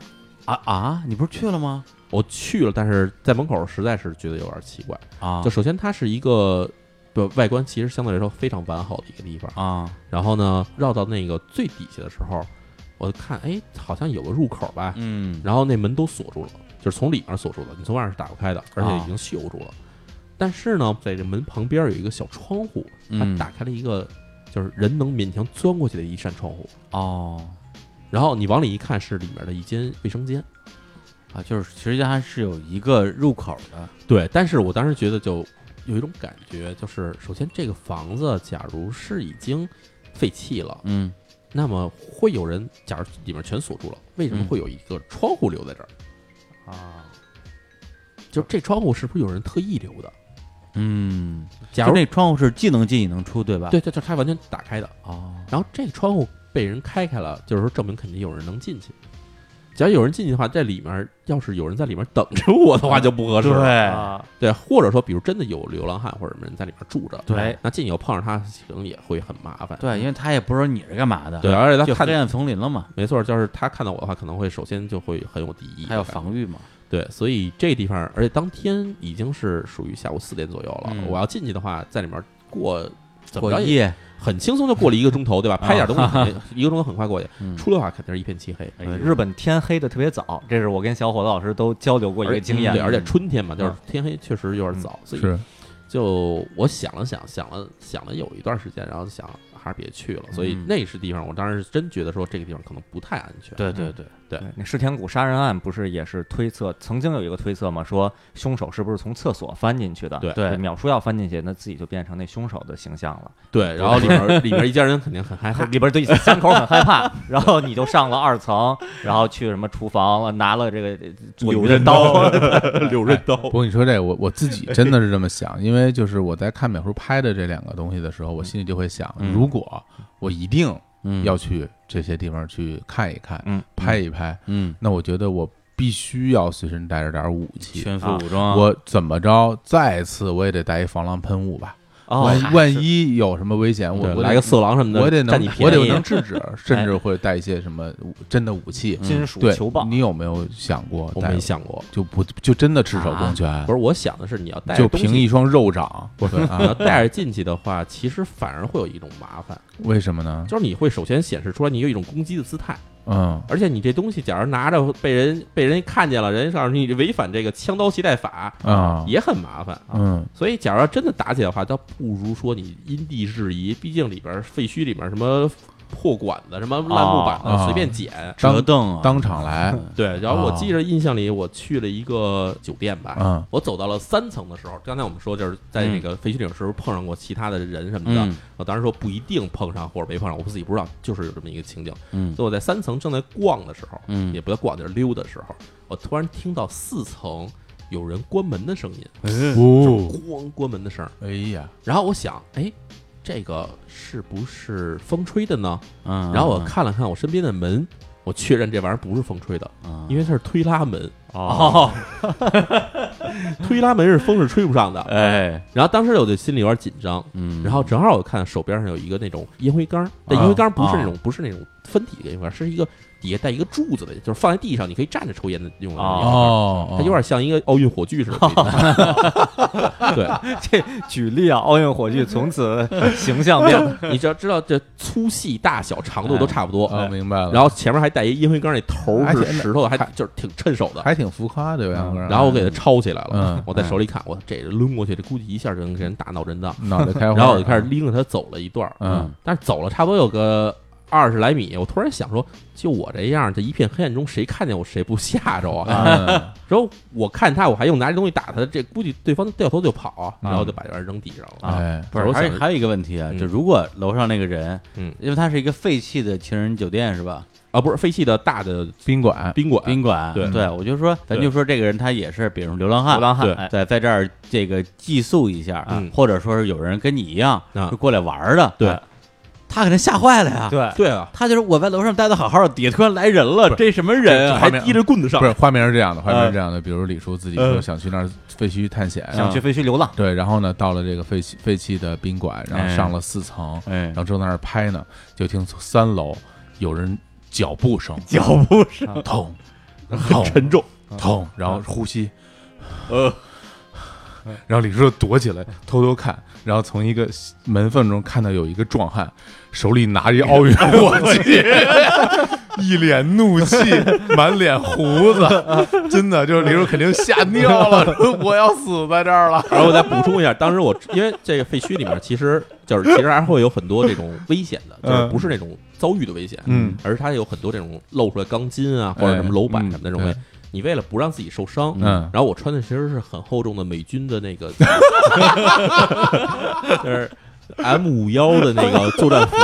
Speaker 4: 啊啊？你不是去了吗？
Speaker 1: 我去了，但是在门口实在是觉得有点奇怪。
Speaker 4: 啊
Speaker 1: 就首先它是一个。对，外观其实相对来说非常完好的一个地方。
Speaker 4: 啊
Speaker 1: 然后呢，绕到那个最底下的时候，我看，哎，好像有个入口吧，
Speaker 4: 嗯
Speaker 1: 然后那门都锁住了，就是从里面锁住了，你从外面是打不开的，而且已经锈住了。但是呢，在这门旁边有一个小窗户，它
Speaker 4: 嗯
Speaker 1: 打开了一个就是人能勉强钻过去的一扇窗户。
Speaker 4: 哦
Speaker 1: 然后你往里一看，是里面的一间卫生间。
Speaker 4: 啊，就是其实它是有一个入口的，
Speaker 1: 对，但是我当时觉得就有一种感觉，就是首先这个房子假如是已经废弃了，
Speaker 4: 嗯
Speaker 1: 那么会有人假如里面全锁住了，为什么
Speaker 4: 嗯
Speaker 1: 会有一个窗户留在这儿？
Speaker 2: 啊，
Speaker 1: 就是这窗户是不是有人特意留的？
Speaker 4: 嗯，
Speaker 1: 假
Speaker 4: 就
Speaker 1: 如
Speaker 4: 那窗户是既能进也能出，对吧？
Speaker 1: 对对，就是它完全打开的。
Speaker 4: 哦，
Speaker 1: 然后这窗户被人开开了，就是说证明肯定有人能进去。只要有人进去的话，这里面要是有人在里面等着我的话就不合适了。
Speaker 4: 对，
Speaker 2: 啊，
Speaker 1: 对或者说比如真的有流浪汉或者什么人在里面住着，
Speaker 2: 对，
Speaker 1: 那进去以后碰上他可能也会很麻烦。
Speaker 4: 对，因为他也不知道你是干嘛的，
Speaker 1: 对，，而且
Speaker 4: 就
Speaker 1: 他
Speaker 4: 黑
Speaker 1: 看
Speaker 4: 暗丛林了嘛，
Speaker 1: 没错，就是他看到我的话，可能会首先就会很有敌意，
Speaker 4: 还有防御嘛，
Speaker 1: 对，所以这个地方，而且当天已经是属于下午四点左右了。
Speaker 4: 嗯
Speaker 1: 我要进去的话，在里面过怎么
Speaker 4: 过
Speaker 1: 着也
Speaker 4: 夜，
Speaker 1: 很轻松就过了一个钟头，对吧？拍点东西肯定，一个钟头很快过去。
Speaker 4: 嗯
Speaker 1: 出来的话肯定是一片漆黑，
Speaker 4: 哎呦
Speaker 2: 日本天黑的特别早，这是我跟小伙子老师都交流过一
Speaker 1: 而嗯
Speaker 2: 个经验
Speaker 1: 对，。而且春天嘛，就是天黑确实有点
Speaker 2: 嗯
Speaker 1: 早，所以
Speaker 3: 是
Speaker 1: 就我想了想，想了想了有一段时间，然后就想啊还是别去了。所以那是地方，我当时真觉得说这个地方可能不太安全。
Speaker 4: 对对对，
Speaker 2: 那石田谷杀人案不是也是推测，曾经有一个推测嘛，说凶手是不是从厕所翻进去的？
Speaker 1: 对
Speaker 4: 对
Speaker 2: 秒叔要翻进去，那自己就变成那凶手的形象了。
Speaker 1: 对，然后里面里面一家人肯定很害怕。
Speaker 2: 里边对三口很害怕，然后你就上了二层，然后去什么厨房拿了这个左鱼的刀，
Speaker 1: 柳刃刀，
Speaker 3: 不过你说这个，我我自己真的是这么想，因为就是我在看秒叔拍的这两个东西的时候，我心里就会想，
Speaker 1: 嗯
Speaker 3: 如果我一定
Speaker 4: 嗯
Speaker 3: 要去这些地方去看一看，
Speaker 2: 嗯
Speaker 3: 拍一拍，
Speaker 4: 嗯，
Speaker 3: 那我觉得我必须要随身带着点武器。
Speaker 4: 全副
Speaker 2: 啊
Speaker 4: 武装，
Speaker 3: 我怎么着，再次我也得带一防狼喷雾吧。
Speaker 2: 哦，
Speaker 3: 万万一有什么危险，我
Speaker 1: 对
Speaker 3: 我
Speaker 1: 来个色狼什么的，
Speaker 3: 我得
Speaker 1: 占
Speaker 3: 能
Speaker 1: 你，便
Speaker 3: 我
Speaker 1: 宜。哎
Speaker 3: 得能 制止，甚至会带一些什么武真的武器。
Speaker 2: 金属
Speaker 3: 对
Speaker 2: 球棒，，
Speaker 3: 你有没有想过？
Speaker 1: 我没，想过，
Speaker 3: 就不就真的赤手空拳，
Speaker 1: 不是我想的是你要带着
Speaker 3: 就
Speaker 1: 东西
Speaker 3: 凭一双 肉掌，不是
Speaker 1: 你要
Speaker 3: 啊？
Speaker 1: 带着进去的话，其实反而会有一种麻烦，
Speaker 3: 为什么呢？
Speaker 1: 就是你会首先显示出来你有一种攻击的姿态，
Speaker 3: 嗯，
Speaker 1: 而且你这东西假如拿着被人被人看见了，人家告诉你违反这个枪刀携带法
Speaker 3: 啊，
Speaker 1: 也很麻烦啊。
Speaker 3: 嗯，
Speaker 1: 所以，假如要真的打起来的话，倒不如说你因地制宜，毕竟里边废墟里面什么破管子、什么烂木板
Speaker 3: 哦
Speaker 1: 子，随便捡。
Speaker 4: 折凳啊，
Speaker 3: 当场来，
Speaker 1: 对，然
Speaker 4: 哦
Speaker 1: 后我记着印象里，我去了一个酒店吧，
Speaker 3: 嗯
Speaker 1: 我走到了三层的时候，刚才我们说就是在那个废墟里的时候碰上过其他的人什么的，
Speaker 4: 嗯
Speaker 1: 我当时说不一定碰上或者没碰上，我自己不知道，就是有这么一个情景。
Speaker 4: 嗯
Speaker 1: 所以我在三层正在逛的时候，
Speaker 4: 嗯
Speaker 1: 也不叫逛，就是溜的时候，我突然听到四层有人关门的声音，
Speaker 3: 哦，
Speaker 1: 咣关门的声儿，
Speaker 3: 哎呀，
Speaker 1: 然后我想，哎。这个是不是风吹的呢？
Speaker 4: 嗯，
Speaker 1: 然后我看了看我身边的门，我确认这玩意儿不是风吹的，
Speaker 4: 嗯，
Speaker 1: 因为它是推拉门，
Speaker 2: 哦，
Speaker 1: 推拉门是风是吹不上的。
Speaker 4: 哎，
Speaker 1: 然后当时我就心里有点紧张，
Speaker 4: 嗯，
Speaker 1: 然后正好我看手边上有一个那种烟灰缸，但
Speaker 3: 啊
Speaker 1: 烟灰缸不是那种、不是那种分体的烟灰缸，是一个底下带一个柱子的，就是放在地上你可以站着抽烟的用的那种烟灰缸。
Speaker 3: 哦，
Speaker 1: 它有点像一个奥运火炬似的， 对，
Speaker 2: 这举例啊，奥运火炬从此形象 变，
Speaker 1: 你只要知道这粗细、大小、长度都差不多，
Speaker 3: 哦，明白了，
Speaker 1: 然后前面还带一烟灰缸，那头
Speaker 3: 还挺
Speaker 1: 是石头的，还
Speaker 3: 还
Speaker 1: 就是挺趁手的。
Speaker 3: 还挺浮夸的，杨哥，
Speaker 1: 嗯
Speaker 3: 啊
Speaker 1: 然后我给它抄起来了
Speaker 3: 嗯，
Speaker 1: 我在手里看，我这抡过去，这估计一下就能给人打脑震荡。
Speaker 3: 脑袋开花，
Speaker 1: 然后我就开始，拎着它走了一段儿，
Speaker 3: 嗯，
Speaker 1: 但是走了差不多有个二十来米，我突然想说，就我这样，这一片黑暗中，谁看见我谁不吓着啊？
Speaker 3: 嗯
Speaker 1: 然后我看他，我还用拿这东西打他，这估计对方掉头就跑啊，然后就把这玩意儿扔地上了。
Speaker 3: 哎，
Speaker 4: 不是，
Speaker 1: 我
Speaker 4: 还
Speaker 1: 想
Speaker 4: 还有一个问题啊，
Speaker 1: 嗯
Speaker 4: 就如果楼上那个人，
Speaker 1: 嗯
Speaker 4: 因为它是一个废弃的情人酒店是吧？
Speaker 1: 啊，不是废弃的大的
Speaker 3: 宾馆，
Speaker 1: 宾馆，
Speaker 4: 宾馆，
Speaker 1: 对
Speaker 4: 对，我就说，咱
Speaker 1: 对
Speaker 4: 就说这个人他也是，比如说流浪汉，
Speaker 2: 流浪汉
Speaker 1: 对
Speaker 2: 哎
Speaker 4: 对，在这儿这个寄宿一下啊
Speaker 1: 嗯，
Speaker 4: 或者说是有人跟你一样
Speaker 1: 啊
Speaker 4: 就过来玩儿的，
Speaker 1: 对
Speaker 4: 他可能吓坏了呀。
Speaker 2: 对，
Speaker 1: 对啊，
Speaker 4: 他就是我在楼上待的好好的，底下突然来人了，这什么
Speaker 1: 呃
Speaker 4: 人
Speaker 1: 这
Speaker 4: 啊？
Speaker 1: 还提着棍子上
Speaker 3: 不，是画面是这样的，画
Speaker 1: 嗯
Speaker 3: 面是这样的，比如李叔自己说想去那儿废墟探险，啊
Speaker 2: 想去废墟流浪，
Speaker 3: 对，然后呢，到了这个废弃废弃的宾馆，然后上了四层，
Speaker 4: 哎
Speaker 3: 然，后正在那儿拍呢，就听从三楼有人脚步声，
Speaker 4: 脚步声，
Speaker 1: 啊
Speaker 3: 痛， 很沉重，痛，然后呼吸，呃， 然后李叔就躲起来偷偷看，然后从一个门缝中看到有一个壮汉手里拿着一奥
Speaker 1: 哎
Speaker 3: 运火炬。一脸怒气，满脸胡子，真的就是李叔肯定吓尿了，说我要死在这儿了。
Speaker 1: 然后我再补充一下，当时我因为这个废墟里面其实就是其实还会有很多这种危险的，就是不是那种遭遇的危险，
Speaker 3: 嗯，
Speaker 1: 而是它有很多这种露出来钢筋啊或者什么楼板什么的这种东
Speaker 3: 哎嗯
Speaker 1: 西。你为了不让自己受伤，
Speaker 3: 嗯
Speaker 1: 然后我穿的其实是很厚重的美军的那 个，就是 M 五幺的那个作战服，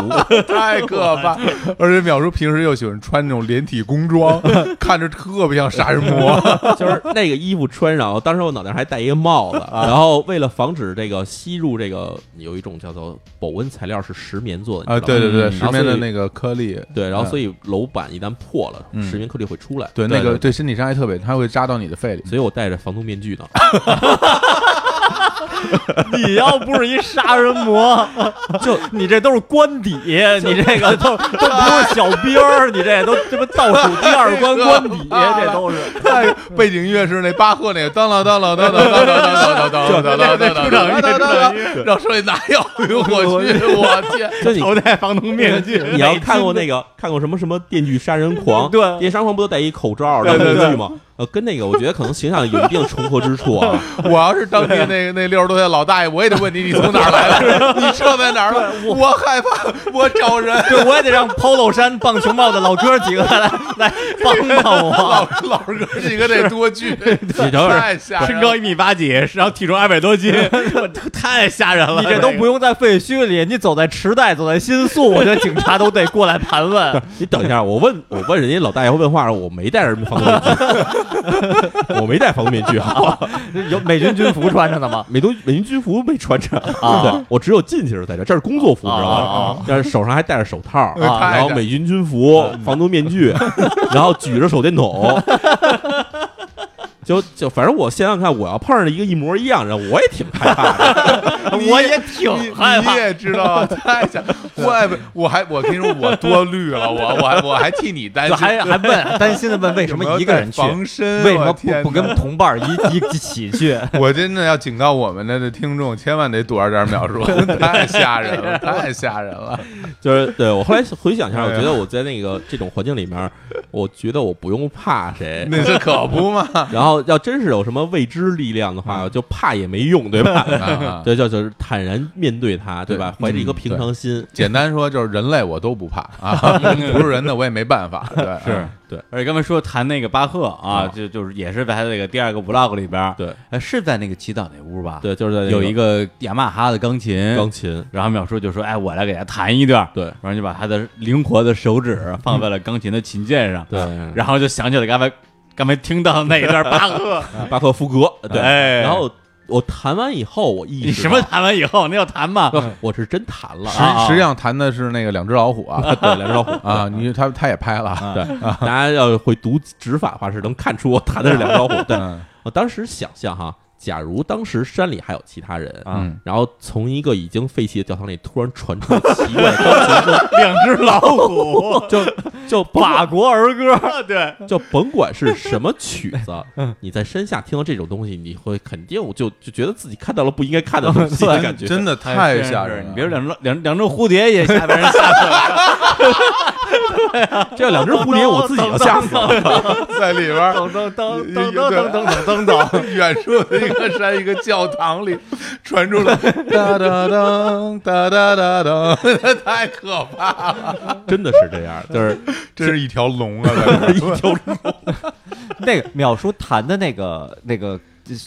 Speaker 3: 太可怕！而且淼叔平时又喜欢穿那种连体工装，看着特别像杀人魔。
Speaker 1: 就是那个衣服穿上，当时我脑袋上还戴一个帽子，
Speaker 3: 啊
Speaker 1: 然后为了防止这个吸入这个有一种叫做保温材料是石棉做的
Speaker 3: 啊，对对对，
Speaker 1: 嗯
Speaker 3: 石棉的那个颗粒，
Speaker 1: 对，然后
Speaker 3: 嗯
Speaker 1: 所以楼板一旦破了，
Speaker 3: 嗯
Speaker 1: 石棉颗粒会出来。
Speaker 3: 对
Speaker 1: 对
Speaker 3: 那个对身体伤害特别，它会扎到你的肺里。
Speaker 1: 所以我戴着防毒面 具呢。
Speaker 2: 你要不是一杀人魔， 就你这都是官邸，你这个都都不是小兵儿，你这都这不倒数第二关官邸，这都是。
Speaker 3: 太背景音乐是那巴赫那个当啷当啷当啷当啷当啷当啷当啷当啕出场乐出场乐，让手里拿一奥运火炬，我天！
Speaker 1: 就你
Speaker 4: 戴防毒面具，
Speaker 1: 你要看过那个看过什么什么《电锯杀人狂》？
Speaker 2: 对
Speaker 1: 《电锯杀人狂》不都戴一口罩、戴面具吗？呃，跟那个我觉得可能形象有一定重合之处 啊。
Speaker 3: 我要是当地那那六十多岁老大爷，我也得问你，你从哪儿来的？你车在哪儿了？我害怕，我找人。
Speaker 2: 对，我也得让 polo 衫、棒球帽的老哥几个来来帮帮我。
Speaker 3: 老老哥几个得多聚， 太吓人
Speaker 4: 身
Speaker 3: 了
Speaker 4: 高。一米八几，然后体重二百多斤，我太吓人了。
Speaker 2: 你这都不用在废墟里，你走在池袋，走在新宿，我觉得警察都得过来盘问。
Speaker 1: 你等一下，我问我问人家老大爷问话时候，我没带着防毒面具， 我没带防毒面具啊，
Speaker 2: 有美军军服穿着 呢吗？
Speaker 1: 美都美军军服没穿着
Speaker 2: 啊
Speaker 1: 对我只有进去时候在这，这是工作服，
Speaker 3: 啊
Speaker 1: 知道吗？但是手上还戴着手套，
Speaker 3: 太
Speaker 1: 然后美军军服、
Speaker 3: 嗯
Speaker 1: 防毒面 具，然后举着手电筒。 就就反正我现在看，我要碰上一个一模一样的人，我也挺害怕 的。
Speaker 2: 我也挺害
Speaker 3: 你
Speaker 2: 怕。
Speaker 3: 也知道，太吓！我也不我还我跟你说，我多虑了，我我还我还替你担
Speaker 2: 就
Speaker 3: 心，
Speaker 2: 还还问，担心的问为什么一个人去，
Speaker 3: 防身？
Speaker 2: 为什么
Speaker 3: 我天
Speaker 2: 不不
Speaker 3: 哪
Speaker 2: 跟同伴儿一一一起 去？
Speaker 3: 我真的要警告我们的听众，千万得躲着点秒数，太吓人了，太吓人了。
Speaker 1: 就是对我后来回想一下，我
Speaker 3: 哎呀
Speaker 1: 觉得我在那个这种环境里面，我觉得我不用怕谁。
Speaker 3: 那这可不嘛，
Speaker 1: 然后要真是有什么未知力量的话，就怕也没用，对吧？
Speaker 3: 啊
Speaker 1: 对，就就是坦然面对它，对吧？
Speaker 3: 对
Speaker 1: 怀着一个
Speaker 3: 嗯
Speaker 1: 平常心，
Speaker 3: 简单说就是人类我都不怕啊，不是人的我也没办法。对，
Speaker 4: 是啊
Speaker 1: 对，
Speaker 4: 而且刚才说谈那个巴赫啊，就就是也是在他那个第二个 vlog 里边，
Speaker 1: 对
Speaker 4: 呃，是在那个祈祷那屋吧？，
Speaker 1: 对，就是在那
Speaker 4: 有一个雅马哈的钢琴，
Speaker 1: 钢琴，
Speaker 4: 然后淼叔就说：“哎，我来给他弹一段。”
Speaker 1: 对
Speaker 4: 然后就把他的灵活的手指放在了钢琴的琴键上，
Speaker 1: 对，
Speaker 4: 然后就想起了刚才刚才听到的那一段巴赫。
Speaker 1: 巴赫福格，对。
Speaker 4: 哎
Speaker 1: 然后我弹完以后，我意识
Speaker 4: 你什么弹完以后，那要弹吗？
Speaker 1: 到？我是真弹了啊，
Speaker 4: 啊
Speaker 3: 实实际上谈的是那个两只老虎啊
Speaker 1: 对，两只老虎
Speaker 3: 啊，你他他也拍了啊，
Speaker 1: 对，大家要会读指法的话，是能看出我弹的是两招虎。对
Speaker 4: 啊
Speaker 3: 嗯
Speaker 1: 我当时想象哈，假如当时山里还有其他人，
Speaker 4: 啊
Speaker 3: 嗯
Speaker 1: 然后从一个已经废弃的教堂里突然传出奇怪的钢琴声，
Speaker 4: 两只老虎，
Speaker 1: 就就甭
Speaker 2: 法
Speaker 1: 管
Speaker 2: 国儿歌，
Speaker 4: 对，
Speaker 1: 就甭管是什么曲 子，你在山下听到这种东西，你会肯定就就觉得自己看到了不应该看到的东 西的感觉。
Speaker 3: 真的太吓人了。
Speaker 4: 你别说两只两两只蝴蝶也吓被人吓死了，
Speaker 1: 这啊两只蝴蝶，我自己要吓死了。
Speaker 3: 在里 边儿
Speaker 2: 噔噔噔噔噔噔噔噔噔。
Speaker 3: 远处的一个山，一个教堂里传出了哒哒噔哒哒哒噔，太可怕了！
Speaker 1: 真的是这样，就是
Speaker 3: 这是一条龙啊，在里边
Speaker 2: 那个淼叔弹的那个那个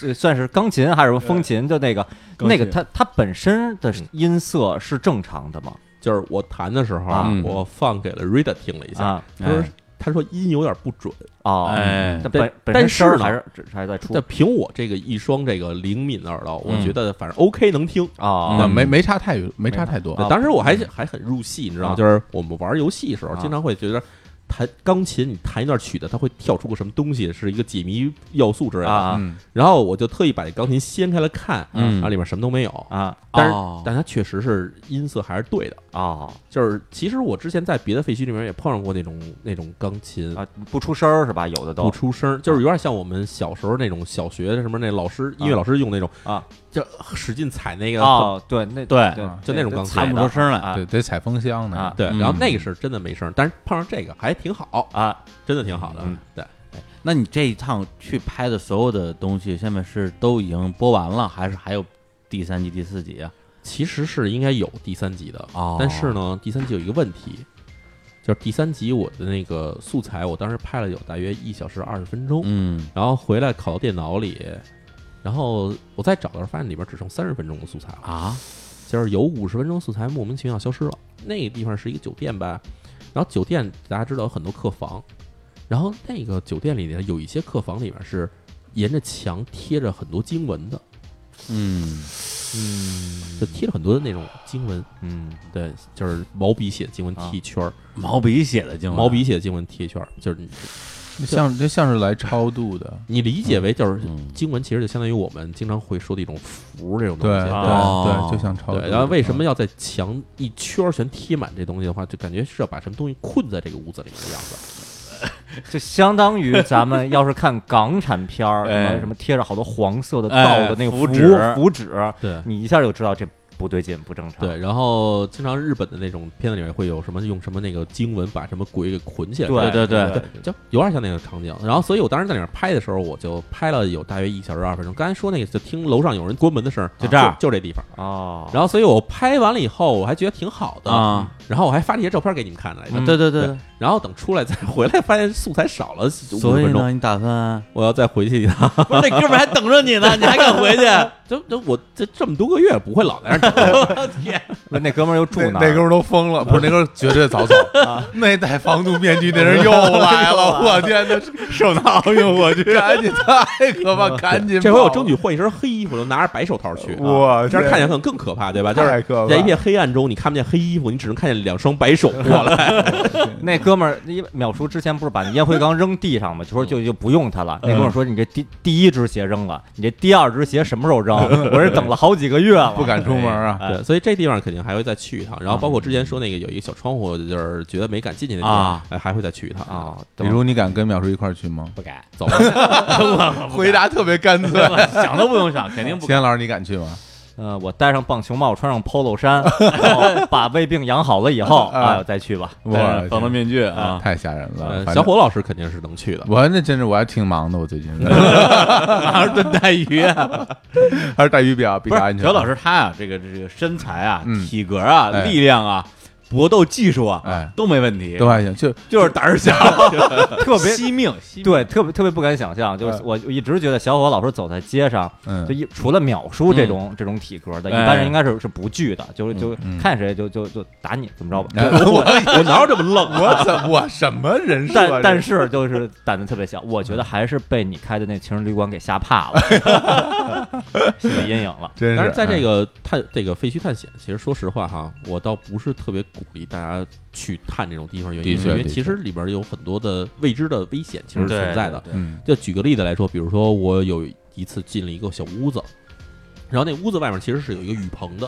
Speaker 2: 呃算是钢琴还是什么风琴嗯的那个
Speaker 4: 钢琴
Speaker 2: 那个它它本身的音色是正常的吗？
Speaker 1: 就是我弹的时候啊
Speaker 4: 嗯，
Speaker 1: 我放给了 Rita 听了一下，
Speaker 2: 啊
Speaker 1: 他说
Speaker 4: 哎
Speaker 1: 他说音有点不准，
Speaker 2: 哦，
Speaker 4: 哎
Speaker 2: 它
Speaker 1: 但
Speaker 2: 本本身
Speaker 1: 但
Speaker 2: 声儿
Speaker 1: 是呢
Speaker 2: 还是只还是在出
Speaker 1: 但凭我这个一双这个灵敏的耳朵，我
Speaker 4: 嗯
Speaker 1: 觉得反正 OK 能听。
Speaker 2: 啊
Speaker 3: 啊，没没差太远没差太多
Speaker 1: 对，
Speaker 2: 啊
Speaker 1: 当时我还还很入戏，你知道吗？
Speaker 2: 啊
Speaker 1: 就是我们玩游戏的时候，
Speaker 2: 啊
Speaker 1: 经常会觉得弹钢琴，你弹一段曲子，它会跳出个什么东西，是一个解谜要素之类的。
Speaker 2: 啊
Speaker 3: 嗯
Speaker 1: 然后我就特意把这钢琴掀开了看，
Speaker 4: 嗯
Speaker 1: 然后里面什么都没有，
Speaker 2: 啊
Speaker 1: 但是
Speaker 4: 哦
Speaker 1: 但它确实是音色还是对的。
Speaker 2: 哦
Speaker 1: 就是其实我之前在别的废墟里面也碰上过那种那种钢琴。
Speaker 2: 啊不出声儿是吧？有的
Speaker 1: 不
Speaker 4: 哦
Speaker 2: 都
Speaker 1: 出声，就是
Speaker 4: 啊
Speaker 1: 有点像我们小时候那种小学什么那老师音乐老师用那种
Speaker 2: 啊，
Speaker 1: 就使劲踩那个
Speaker 2: 哦对那
Speaker 4: 对
Speaker 1: 就那种钢琴
Speaker 4: 弹不出声来。
Speaker 2: 啊
Speaker 3: 啊对，得采风箱呢
Speaker 2: 啊。
Speaker 1: 对，
Speaker 4: 嗯
Speaker 1: 然后那个是真的没声儿，但是碰上这个还挺好，
Speaker 2: 啊
Speaker 1: 真的挺好的
Speaker 4: 嗯。
Speaker 1: 对，
Speaker 4: 那你这一趟去拍的所有的东西，下面是都已经播完了，还是还有第三集、第四集啊？
Speaker 1: 其实是应该有第三集的，
Speaker 4: 哦
Speaker 1: 但是呢，第三集有一个问题，就是第三集我的那个素材，我当时拍了有大约一小时二十分钟，
Speaker 4: 嗯，
Speaker 1: 然后回来拷到电脑里，然后我再找的时候发现里边只剩三十分钟的素材了。
Speaker 4: 啊，
Speaker 1: 就是有五十分钟素材莫名其妙消失了。那个地方是一个酒店吧，然后酒店大家知道有很多客房，然后那个酒店里面有一些客房里面是沿着墙贴着很多经文的，
Speaker 4: 嗯，
Speaker 1: 就贴着很多的那种经文，
Speaker 2: 嗯
Speaker 1: 对，就是毛笔写的经文
Speaker 2: 啊
Speaker 1: 贴一圈儿，
Speaker 4: 毛笔写的经文，
Speaker 1: 毛笔写的经文贴一圈儿，就是你
Speaker 3: 像这像是来超度的，
Speaker 1: 你理解为就是
Speaker 4: 嗯
Speaker 1: 经文，其实就相当于我们经常会说的一种符这种东
Speaker 3: 对
Speaker 1: 西，
Speaker 2: 啊
Speaker 4: 哦
Speaker 3: 对对，就像超度。
Speaker 1: 对，然后为什么要在墙一圈儿全贴满这东西的话，就感觉是要把什么东西困在这个屋子里面的样子。
Speaker 2: 就相当于咱们要是看港产片儿，什
Speaker 4: 哎
Speaker 2: 么什么贴着好多黄色的道
Speaker 4: 哎
Speaker 2: 的那个
Speaker 4: 符
Speaker 2: 符
Speaker 4: 纸
Speaker 2: 符纸，
Speaker 1: 对
Speaker 2: 你一下就知道这不对劲，不正常。
Speaker 1: 对，然后经常日本的那种片子里面会有什么用什么那个经文把什么鬼给捆起来，
Speaker 2: 对
Speaker 4: 对对
Speaker 2: 对
Speaker 1: 就有点像那个场景。然后，所以我当时在里面拍的时候，我就拍了有大约一小时二十分钟。刚才说那个，就听楼上有人关门的声儿，啊
Speaker 4: 就这儿
Speaker 1: 就这地方。
Speaker 2: 哦，
Speaker 1: 然后，所以我拍完了以后，我还觉得挺好的
Speaker 4: 啊。
Speaker 1: 然后我还发了一些照片给你们看来着。
Speaker 2: 嗯
Speaker 4: 对对对
Speaker 1: 对，然后等出来再回来，发现素材少了五
Speaker 4: 所
Speaker 1: 十
Speaker 4: 以
Speaker 1: 分钟，
Speaker 4: 呢，你打算？
Speaker 1: 我要再回去一趟。
Speaker 4: 不是那哥们儿还等着你呢，你还敢回 去？
Speaker 1: 这这我这这么多个月不会老在那儿等。
Speaker 2: 那那哥们儿又住
Speaker 3: 那
Speaker 2: 哪
Speaker 3: 那
Speaker 2: 儿？
Speaker 3: 哥们儿都疯了，不是那哥们儿绝对早走，啊那戴防毒面具那人又来了，我天，那手套用我去，赶紧太可怕，赶紧跑！
Speaker 1: 这回我争取换一身黑衣服，就拿着白手套去。
Speaker 3: 哇
Speaker 1: 啊这样
Speaker 3: 这
Speaker 1: 看起来可能更可怕，对吧？就
Speaker 3: 太
Speaker 1: 是
Speaker 3: 可怕
Speaker 1: 在一片黑暗中，你看不见黑衣服，你只能看见两双白手 过来。
Speaker 2: 那哥们儿，因为淼叔之前不是把那烟灰缸扔地上嘛，就说就就不用它了。那哥们儿说：“你这第第一只鞋扔了，你这第二只鞋什么时候扔？”我是等了好几个月了，
Speaker 3: 不敢出门啊，
Speaker 2: 哎
Speaker 1: 对，所以这地方肯定还会再去一趟。然后包括之前说那个有一个小窗户，就是觉得没敢进去那地方
Speaker 4: 啊，
Speaker 1: 哎还会再去一趟。
Speaker 2: 啊！
Speaker 3: 比如你敢跟淼叔一块儿去吗？
Speaker 4: 不敢，
Speaker 1: 走吧，
Speaker 3: 回答特别干脆。
Speaker 4: 想都不用想，肯定 不敢。
Speaker 3: 钱老师，你敢去吗？
Speaker 2: 呃，我戴上棒球帽，穿上 polo 衫，然后把胃病养好了以后，
Speaker 3: 啊
Speaker 2: 啊，再去吧。
Speaker 4: 戴
Speaker 3: 哇
Speaker 4: 上，防毒面具啊，
Speaker 3: 太吓人了
Speaker 1: 呃！
Speaker 3: 反正
Speaker 1: 小伙，老师肯定是能去的。
Speaker 3: 我那真是我还挺忙的，我最近
Speaker 4: 还是炖带鱼啊。
Speaker 3: 还是带鱼比较比
Speaker 4: 不
Speaker 3: 较
Speaker 4: 是
Speaker 3: 安全。
Speaker 4: 小老师他啊，这个这个身材啊、
Speaker 3: 嗯
Speaker 4: 体格啊、
Speaker 3: 哎
Speaker 4: 力量啊、搏斗技术啊，
Speaker 3: 哎
Speaker 4: 都没问题，
Speaker 3: 都还行，就
Speaker 4: 就是胆儿小，
Speaker 2: 特别
Speaker 4: 惜命，惜命
Speaker 2: 对，特别特别不敢想象，就是
Speaker 3: 嗯
Speaker 2: 我一直觉得小伙老师走在街上，
Speaker 3: 嗯哎
Speaker 2: 就一除了秒叔这种这种体格的，一般人应该是是不惧的，就是就
Speaker 3: 嗯
Speaker 2: 看谁就就就打你怎么着吧。
Speaker 3: 哎我
Speaker 1: 我哪有这么愣？
Speaker 3: 我怎我什么人 设啊
Speaker 2: 但
Speaker 3: 这？
Speaker 2: 但是就是胆子特别小，我觉得还是被你开的那情人旅馆给吓怕了，心理阴影了。
Speaker 3: 真
Speaker 1: 但
Speaker 3: 是哎
Speaker 1: 是在这个探这个废墟探险，其实说实话哈，我倒不是特别鼓励大家去探这种地方，原因
Speaker 3: 的
Speaker 1: 是
Speaker 3: 确
Speaker 1: 因为
Speaker 3: 的确
Speaker 1: 其实里边有很多的未知的危险，其实是存在的。
Speaker 3: 嗯
Speaker 1: 就举个例子来说，比如说我有一次进了一个小屋子，然后那屋子外面其实是有一个雨棚的，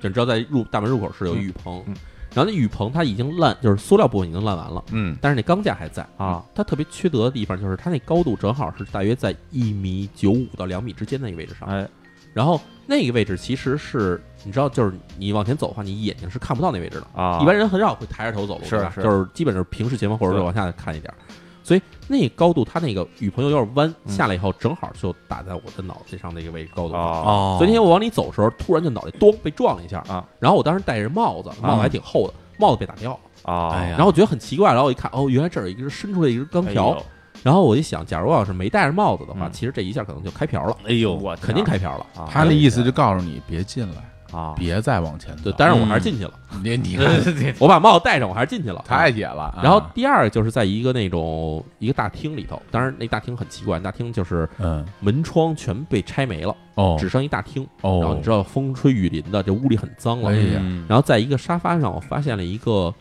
Speaker 1: 就你知道在入大门入口是有雨棚，
Speaker 2: 嗯
Speaker 1: 然后那雨棚它已经烂，就是塑料部分已经烂完了，
Speaker 3: 嗯
Speaker 1: 但是那钢架还在
Speaker 2: 啊。
Speaker 1: 它特别缺德的地方就是它那高度正好是大约在一米九五到两米之间那个位置上，
Speaker 2: 哎，
Speaker 1: 然后那个位置其实是你知道，就是你往前走的话，你眼睛是看不到那位置的。
Speaker 2: 啊，
Speaker 1: 一般人很少会抬着头走路，
Speaker 2: 是
Speaker 1: 对吧
Speaker 2: 是
Speaker 1: 就是基本上平视前方或者是
Speaker 2: 对
Speaker 1: 往下看一点儿。所以那个高度，它那个雨棚有点弯，
Speaker 2: 嗯
Speaker 1: 下来以后正好就打在我的脑袋上那个位置高度。
Speaker 2: 啊，
Speaker 4: 哦
Speaker 1: 所以那天我往里走的时候，突然就脑袋咚被撞了一下
Speaker 2: 啊！
Speaker 1: 然后我当时戴着帽子，帽子还挺厚的，帽子被打掉了。
Speaker 2: 啊，
Speaker 4: 哎呀
Speaker 1: 然后我觉得很奇怪，然后我一看，哦，原来这儿有一根伸出来一根钢
Speaker 2: 哎呦
Speaker 1: 条。，然后我一想，假如我要是没戴着帽子的话，
Speaker 2: 嗯
Speaker 1: 其实这一下可能就开瓢了，
Speaker 4: 哎呦，
Speaker 2: 我天
Speaker 1: 肯定开瓢了。
Speaker 2: 啊
Speaker 3: 他的意思就告诉你别进来，
Speaker 2: 啊，
Speaker 3: 别再往前走。嗯
Speaker 1: 对，但是我还是进
Speaker 2: 嗯
Speaker 1: 去了。
Speaker 3: 你你 看
Speaker 1: 我把帽子戴上，我还是进去了。
Speaker 3: 太野了啊。
Speaker 1: 然后第二就是在一个那种一个大厅里头，当然那大厅很奇怪，大厅就是
Speaker 3: 嗯
Speaker 1: 门窗全被拆没了，
Speaker 3: 哦
Speaker 1: 只剩一大厅。
Speaker 3: 哦，
Speaker 1: 然后你知道风吹雨淋的，这屋里很脏了。
Speaker 3: 哎呀
Speaker 4: 嗯
Speaker 1: 然后在一个沙发上，我发现了一个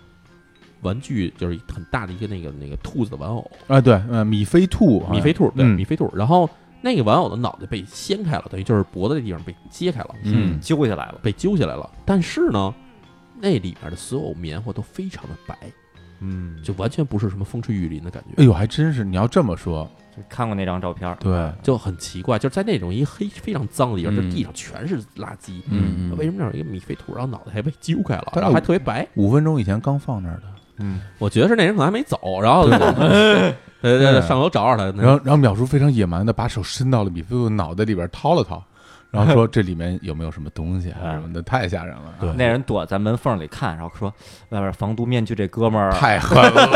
Speaker 1: 玩具，就是很大的一个那个那个兔子的玩偶，
Speaker 3: 啊对，呃，米菲兔，好像
Speaker 1: 米菲兔，对，
Speaker 3: 嗯
Speaker 1: 米菲兔。然后那个玩偶的脑袋被掀开了，等于就是脖子这地方被揭开了，
Speaker 3: 嗯
Speaker 2: 揪起来了，
Speaker 1: 被揪下来了。但是呢，那里面的所有棉花都非常的白，
Speaker 2: 嗯，
Speaker 1: 就完全不是什么风吹雨淋的感觉。
Speaker 3: 哎呦，还真是！你要这么说，
Speaker 2: 就看过那张照片儿，
Speaker 3: 对，
Speaker 1: 就很奇怪，就是在那种一黑非常脏的地方，
Speaker 4: 嗯
Speaker 1: 就地上全是垃圾。
Speaker 3: 嗯
Speaker 1: 为什么那儿有一个米菲兔，然后脑袋还被揪开了，
Speaker 3: 但是
Speaker 1: 然后还特别白？
Speaker 3: 五分钟以前刚放那儿的，
Speaker 2: 嗯，
Speaker 1: 我觉得是那人可能还没走，然 后对对对，上楼找找他。
Speaker 3: 然后然后淼叔非常野蛮的把手伸到了米菲兔脑袋里边掏了掏，然后说这里面有没有什么东西啊
Speaker 2: 哎
Speaker 3: 什么的，太吓人了啊，
Speaker 1: 对
Speaker 2: 那人躲在门缝里看，然后说外边防毒面具这哥们儿，
Speaker 3: 太狠了，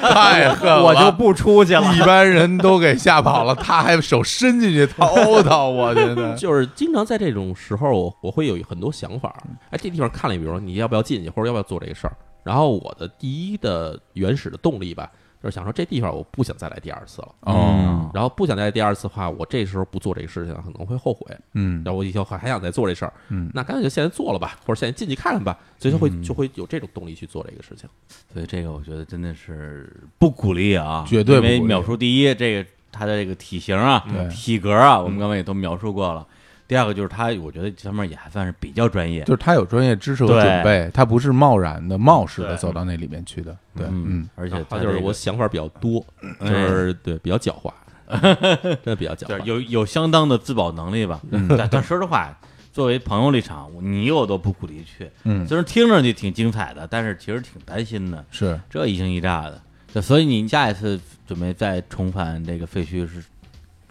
Speaker 3: 太狠了，
Speaker 2: 我就不出去了。
Speaker 3: 一般人都给吓跑了，他还手伸进去掏掏，我觉 得
Speaker 1: 就是经常在这种时候，我我会有很多想法。
Speaker 3: 嗯
Speaker 1: 哎，这地方看了，比如说你要不要进去，或者要不要做这个事儿。然后我的第一的原始的动力吧，就是想说这地方我不想再来第二次了。
Speaker 3: 哦，
Speaker 1: 然后不想再来第二次的话，我这时候不做这个事情可能会后悔。
Speaker 3: 嗯
Speaker 1: 然后我以后还还想再做这事儿，
Speaker 3: 嗯
Speaker 1: 那干脆就现在做了吧，或者现在进去看看吧，所以就会就会有这种动力去做这个事情。
Speaker 4: 所以这个我觉得真的是不鼓励啊，
Speaker 3: 绝对不鼓励嗯
Speaker 4: 因为秒叔第一，这个他的这个体型啊
Speaker 3: 对、嗯
Speaker 4: 体格啊，我们刚才也都描述过了。第二个就是他，我觉得这方面也还算是比较专业
Speaker 3: 就，是他有专业知识和
Speaker 4: 对
Speaker 3: 准备，他不是贸然的、冒失的
Speaker 4: 对
Speaker 3: 走到那里面去的。对，
Speaker 4: 嗯
Speaker 3: 嗯，，
Speaker 4: 而且
Speaker 1: 他
Speaker 4: 这
Speaker 1: 就
Speaker 4: 个嗯哎
Speaker 1: 是我想法比较多，就是对比较狡 猾，真的比较狡
Speaker 4: 对
Speaker 1: 猾。
Speaker 4: 嗯有有相当的自保能力吧。但但说实话，作为朋友这场，你我都不鼓励去。
Speaker 3: 嗯
Speaker 4: 虽然听着就挺精彩的，但是其实挺担心的，
Speaker 3: 是
Speaker 4: 这一惊一乍的。对，所以你下一次准备再重返这个废墟是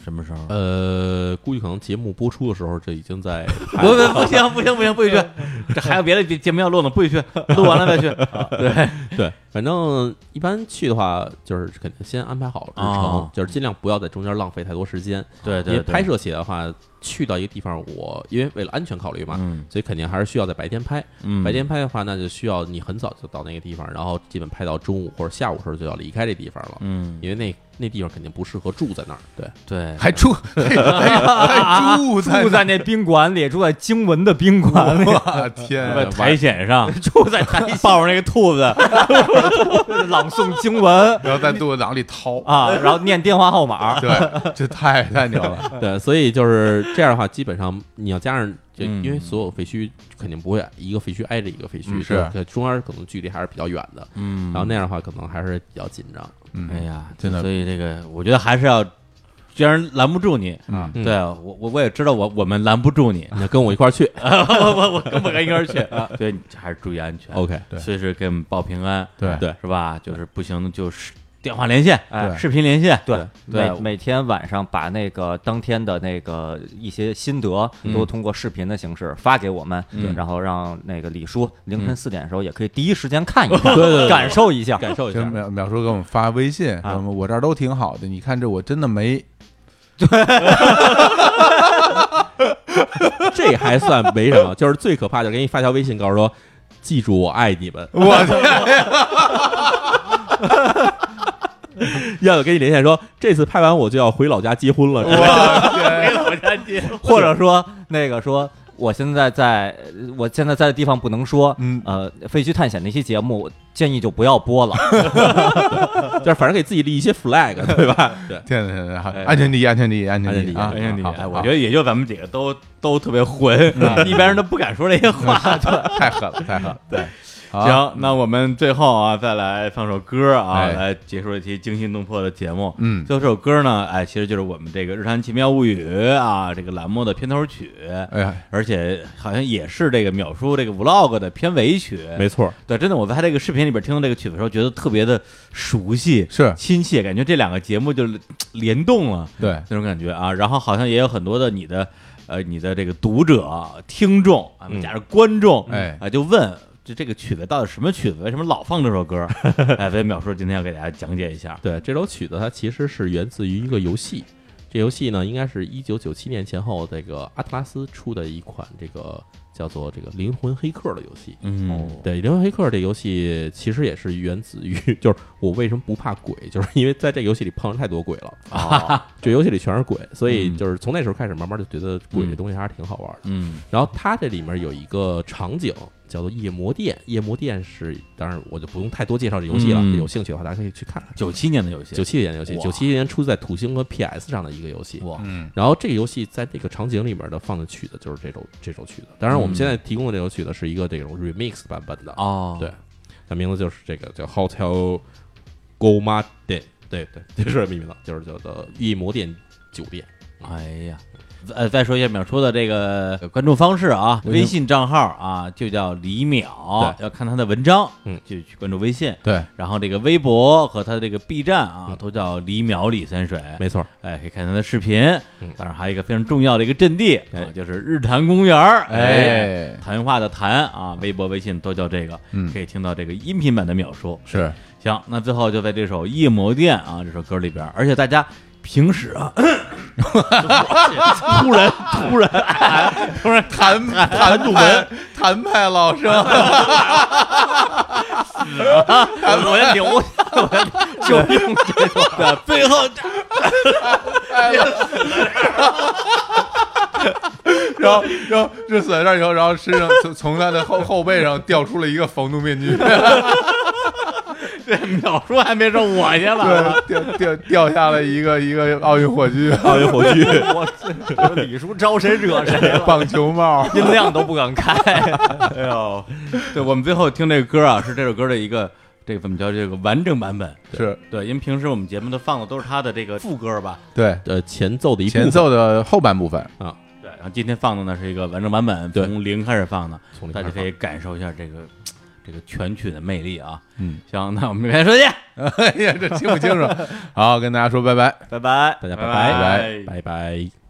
Speaker 4: 什么时候？
Speaker 1: 呃，估计可能节目播出的时候，这已经在
Speaker 4: 不不不行不行不行，不许去！这还有别的节节目要录呢，不许去，录完了再去。对，
Speaker 1: 对，反正一般去的话，就是肯定先安排好日程，
Speaker 4: 啊
Speaker 1: 就是尽量不要在中间浪费太多时间。
Speaker 4: 对
Speaker 1: 因为
Speaker 4: 对对，
Speaker 1: 拍摄起来的话，去到一个地方我，因为为了安全考虑嘛，
Speaker 4: 嗯
Speaker 1: 所以肯定还是需要在白天拍。
Speaker 4: 嗯，
Speaker 1: 白天拍的话，那就需要你很早就到那个地方，然后基本拍到中午或者下午的时候就要离开这地方了，
Speaker 4: 嗯
Speaker 1: 因为那那地方肯定不适合住在那儿。对，
Speaker 4: 对，
Speaker 3: 还住还还住 在
Speaker 2: 住在那宾馆里，住在经文的宾馆 里，
Speaker 3: 我天 啊，
Speaker 4: 苔藓上
Speaker 2: 住在台
Speaker 4: 抱着那个兔子，
Speaker 2: 朗诵经文
Speaker 3: 然后在肚子往里掏，
Speaker 2: 啊，然后念电话号码，
Speaker 3: 对，这太太 牛了，
Speaker 1: 对，所以就是这样的话，基本上你要加上，就
Speaker 4: 嗯
Speaker 1: 因为所有废墟肯定不会一个废墟挨着一个废墟，
Speaker 3: 嗯是
Speaker 1: 对中间可能距离还是比较远的，
Speaker 4: 嗯
Speaker 1: 然后那样的话可能还是比较紧张。
Speaker 4: 哎
Speaker 3: 嗯，
Speaker 4: 呀，
Speaker 3: 真的
Speaker 4: 所以这个我觉得还是要，既然拦不住你，啊
Speaker 3: 嗯
Speaker 1: 嗯，
Speaker 4: 对我我我也知道我我们拦不住你
Speaker 1: 那跟我一块儿去
Speaker 4: 我我我跟不跟一块 儿去，所以你还是注意安全，
Speaker 1: ，OK，
Speaker 3: 对
Speaker 4: 随时给我们报平安，
Speaker 3: 对
Speaker 1: 哦对
Speaker 4: 是吧？就是不行就是电话连线，
Speaker 2: 哎
Speaker 4: 视频连线，
Speaker 2: 对，
Speaker 4: 对
Speaker 2: 每每天晚上把那个当天的那个一些心得都通过视频的形式发给我们，然后让那个李叔凌晨四点的时候也可以第一时间看一看，感受一下。
Speaker 1: 感受一
Speaker 3: 就
Speaker 1: 下。
Speaker 3: 淼淼叔给我们发微信，什么我这儿都挺好的，你看这我真的没
Speaker 1: 这还算没什么，就是最可怕就是给你发条微信，告诉说记住我爱你们。
Speaker 3: 我 天，
Speaker 1: 要有跟你连线说，这次拍完我就要回老家结婚了，
Speaker 4: 我先接，
Speaker 2: 或者说那个说。我现在在，呃我现在在的地方不能说，
Speaker 3: 嗯
Speaker 2: 呃，废墟探险那期节目建议就不要播了，
Speaker 1: 就是反正给自己立一些 flag，对吧？对，
Speaker 3: 天哪天哪，好安全第一，安全第一，安全
Speaker 1: 安
Speaker 3: 第
Speaker 1: 全
Speaker 3: 一
Speaker 1: 第一
Speaker 3: 啊！
Speaker 4: 哎呀你，
Speaker 3: 好
Speaker 4: 哎
Speaker 3: 好
Speaker 4: 我觉得也就咱们几个都都特别混，一般人都不敢说这些话。
Speaker 3: 太狠了，太狠了，对，好
Speaker 4: 行，那我们最后啊，再来放首歌啊，
Speaker 3: 哎
Speaker 4: 来结束这期惊心动魄的节目。
Speaker 3: 嗯
Speaker 4: 最后这首歌呢，哎，其实就是我们这个《日常奇妙物语》啊这个栏目的片头曲，
Speaker 3: 哎呀，
Speaker 4: 而且好像也是这个秒叔这个 vlog 的片尾曲。
Speaker 1: 没错，
Speaker 4: 对，真的，我在这个视频里边听到这个曲子的时候，觉得特别的熟悉，
Speaker 3: 是
Speaker 4: 亲切，感觉这两个节目就是联动了。
Speaker 3: 对，
Speaker 4: 那种感觉啊。然后好像也有很多的你的呃你的这个读者、听众啊，
Speaker 1: 嗯
Speaker 4: 加上观众，
Speaker 3: 哎
Speaker 4: 啊就问。这这个曲子到底什么曲子？为什么老放这首歌？ 哎，所以淼叔今天要给大家讲解一下。
Speaker 1: 对，这首曲子它其实是源自于一个游戏，这游戏呢应该是一九九七年前后这个阿特拉斯出的一款这个叫做这个《灵魂黑客》的游戏。
Speaker 4: 嗯，
Speaker 1: 对，《灵魂黑客》这游戏其实也是源自于， 就是我为什么不怕鬼，就是因为在这游戏里碰上太多鬼了，啊，这游戏里全是鬼，所以
Speaker 4: 嗯
Speaker 1: 就是从那时候开始，慢慢就觉得鬼这东西还是挺好玩的。
Speaker 4: 嗯
Speaker 1: 然后它这里面有一个场景叫做夜魔殿，夜魔殿是，当然我就不用太多介绍这游戏了，
Speaker 4: 嗯
Speaker 1: 有兴趣的话大家可以去看看。
Speaker 4: 九七年的游戏，
Speaker 1: 九七年的游戏，
Speaker 4: 哇
Speaker 1: 九七年出在土星和 PS 上的一个游戏。
Speaker 4: 哇，
Speaker 3: 嗯
Speaker 1: 然后这个游戏在这个场景里面的放的曲子就是这首这首曲子，当然我们
Speaker 4: 嗯
Speaker 1: 现在提供的这首曲子是一个这种 remix 版本的，
Speaker 4: 哦，
Speaker 1: 对那名字就是这个叫 Hotel Goma Day，对对，就是这么一名字，就是叫做夜魔殿酒店。
Speaker 4: 哎呀，呃，再说一下淼叔的这个
Speaker 1: 呃
Speaker 4: 关注方式啊，微信账号啊，就叫李淼，要看他的文章，
Speaker 1: 嗯
Speaker 4: 就去关注微信。
Speaker 3: 对，
Speaker 4: 然后这个微博和他这个 B 站啊
Speaker 1: 嗯，
Speaker 4: 都叫李淼李三水，
Speaker 1: 没错，
Speaker 4: 哎，可以看他的视频
Speaker 1: 嗯。
Speaker 4: 当然，还有一个非常重要的一个阵地，啊，就是日坛公园儿，
Speaker 3: 哎
Speaker 4: 谈话的谈啊，微博、微信都叫这个，
Speaker 3: 嗯
Speaker 4: 可以听到这个音频版的秒说。
Speaker 3: 是
Speaker 4: 行，那最后就在这首《夜魔殿》啊这首歌里边儿，而且大家平时啊，突然突然突然
Speaker 3: 谭谭杜文，谭派老生，
Speaker 4: 我要留下，我要就用这首歌，最后
Speaker 3: 然后然后这死在这儿以后，然后身上从从他的后后背上掉出了一个防毒面具，
Speaker 4: 这秒叔还没剩我去了啊。
Speaker 3: 对，掉掉掉下了一个一个奥运火炬，
Speaker 1: 奥运火炬，
Speaker 2: 我 我李叔招谁惹谁了？
Speaker 3: 棒球帽，
Speaker 2: 音量都不敢开，
Speaker 4: 哎呦， 对我们最后听这个歌啊，是这首歌的一个这个怎么叫这个完整版本。
Speaker 3: 是
Speaker 4: 对，因为平时我们节目都放的都是他的这个副歌吧，
Speaker 3: 对
Speaker 1: 呃，前奏的一部分
Speaker 3: 前奏的后半部分，
Speaker 4: 对，然后今天放的呢是一个完整版本，
Speaker 5: 对
Speaker 4: 从零开始放的，
Speaker 1: 从零
Speaker 4: 大
Speaker 1: 开
Speaker 4: 家
Speaker 1: 始
Speaker 4: 可以感受一下这个这个全曲的魅力啊。
Speaker 3: 嗯，
Speaker 4: 行，那我们就开始说去，
Speaker 3: 哎呀，这听不清楚。好，跟大家说拜拜。
Speaker 2: 拜拜。
Speaker 4: 大家
Speaker 3: 拜拜
Speaker 4: 拜拜。拜拜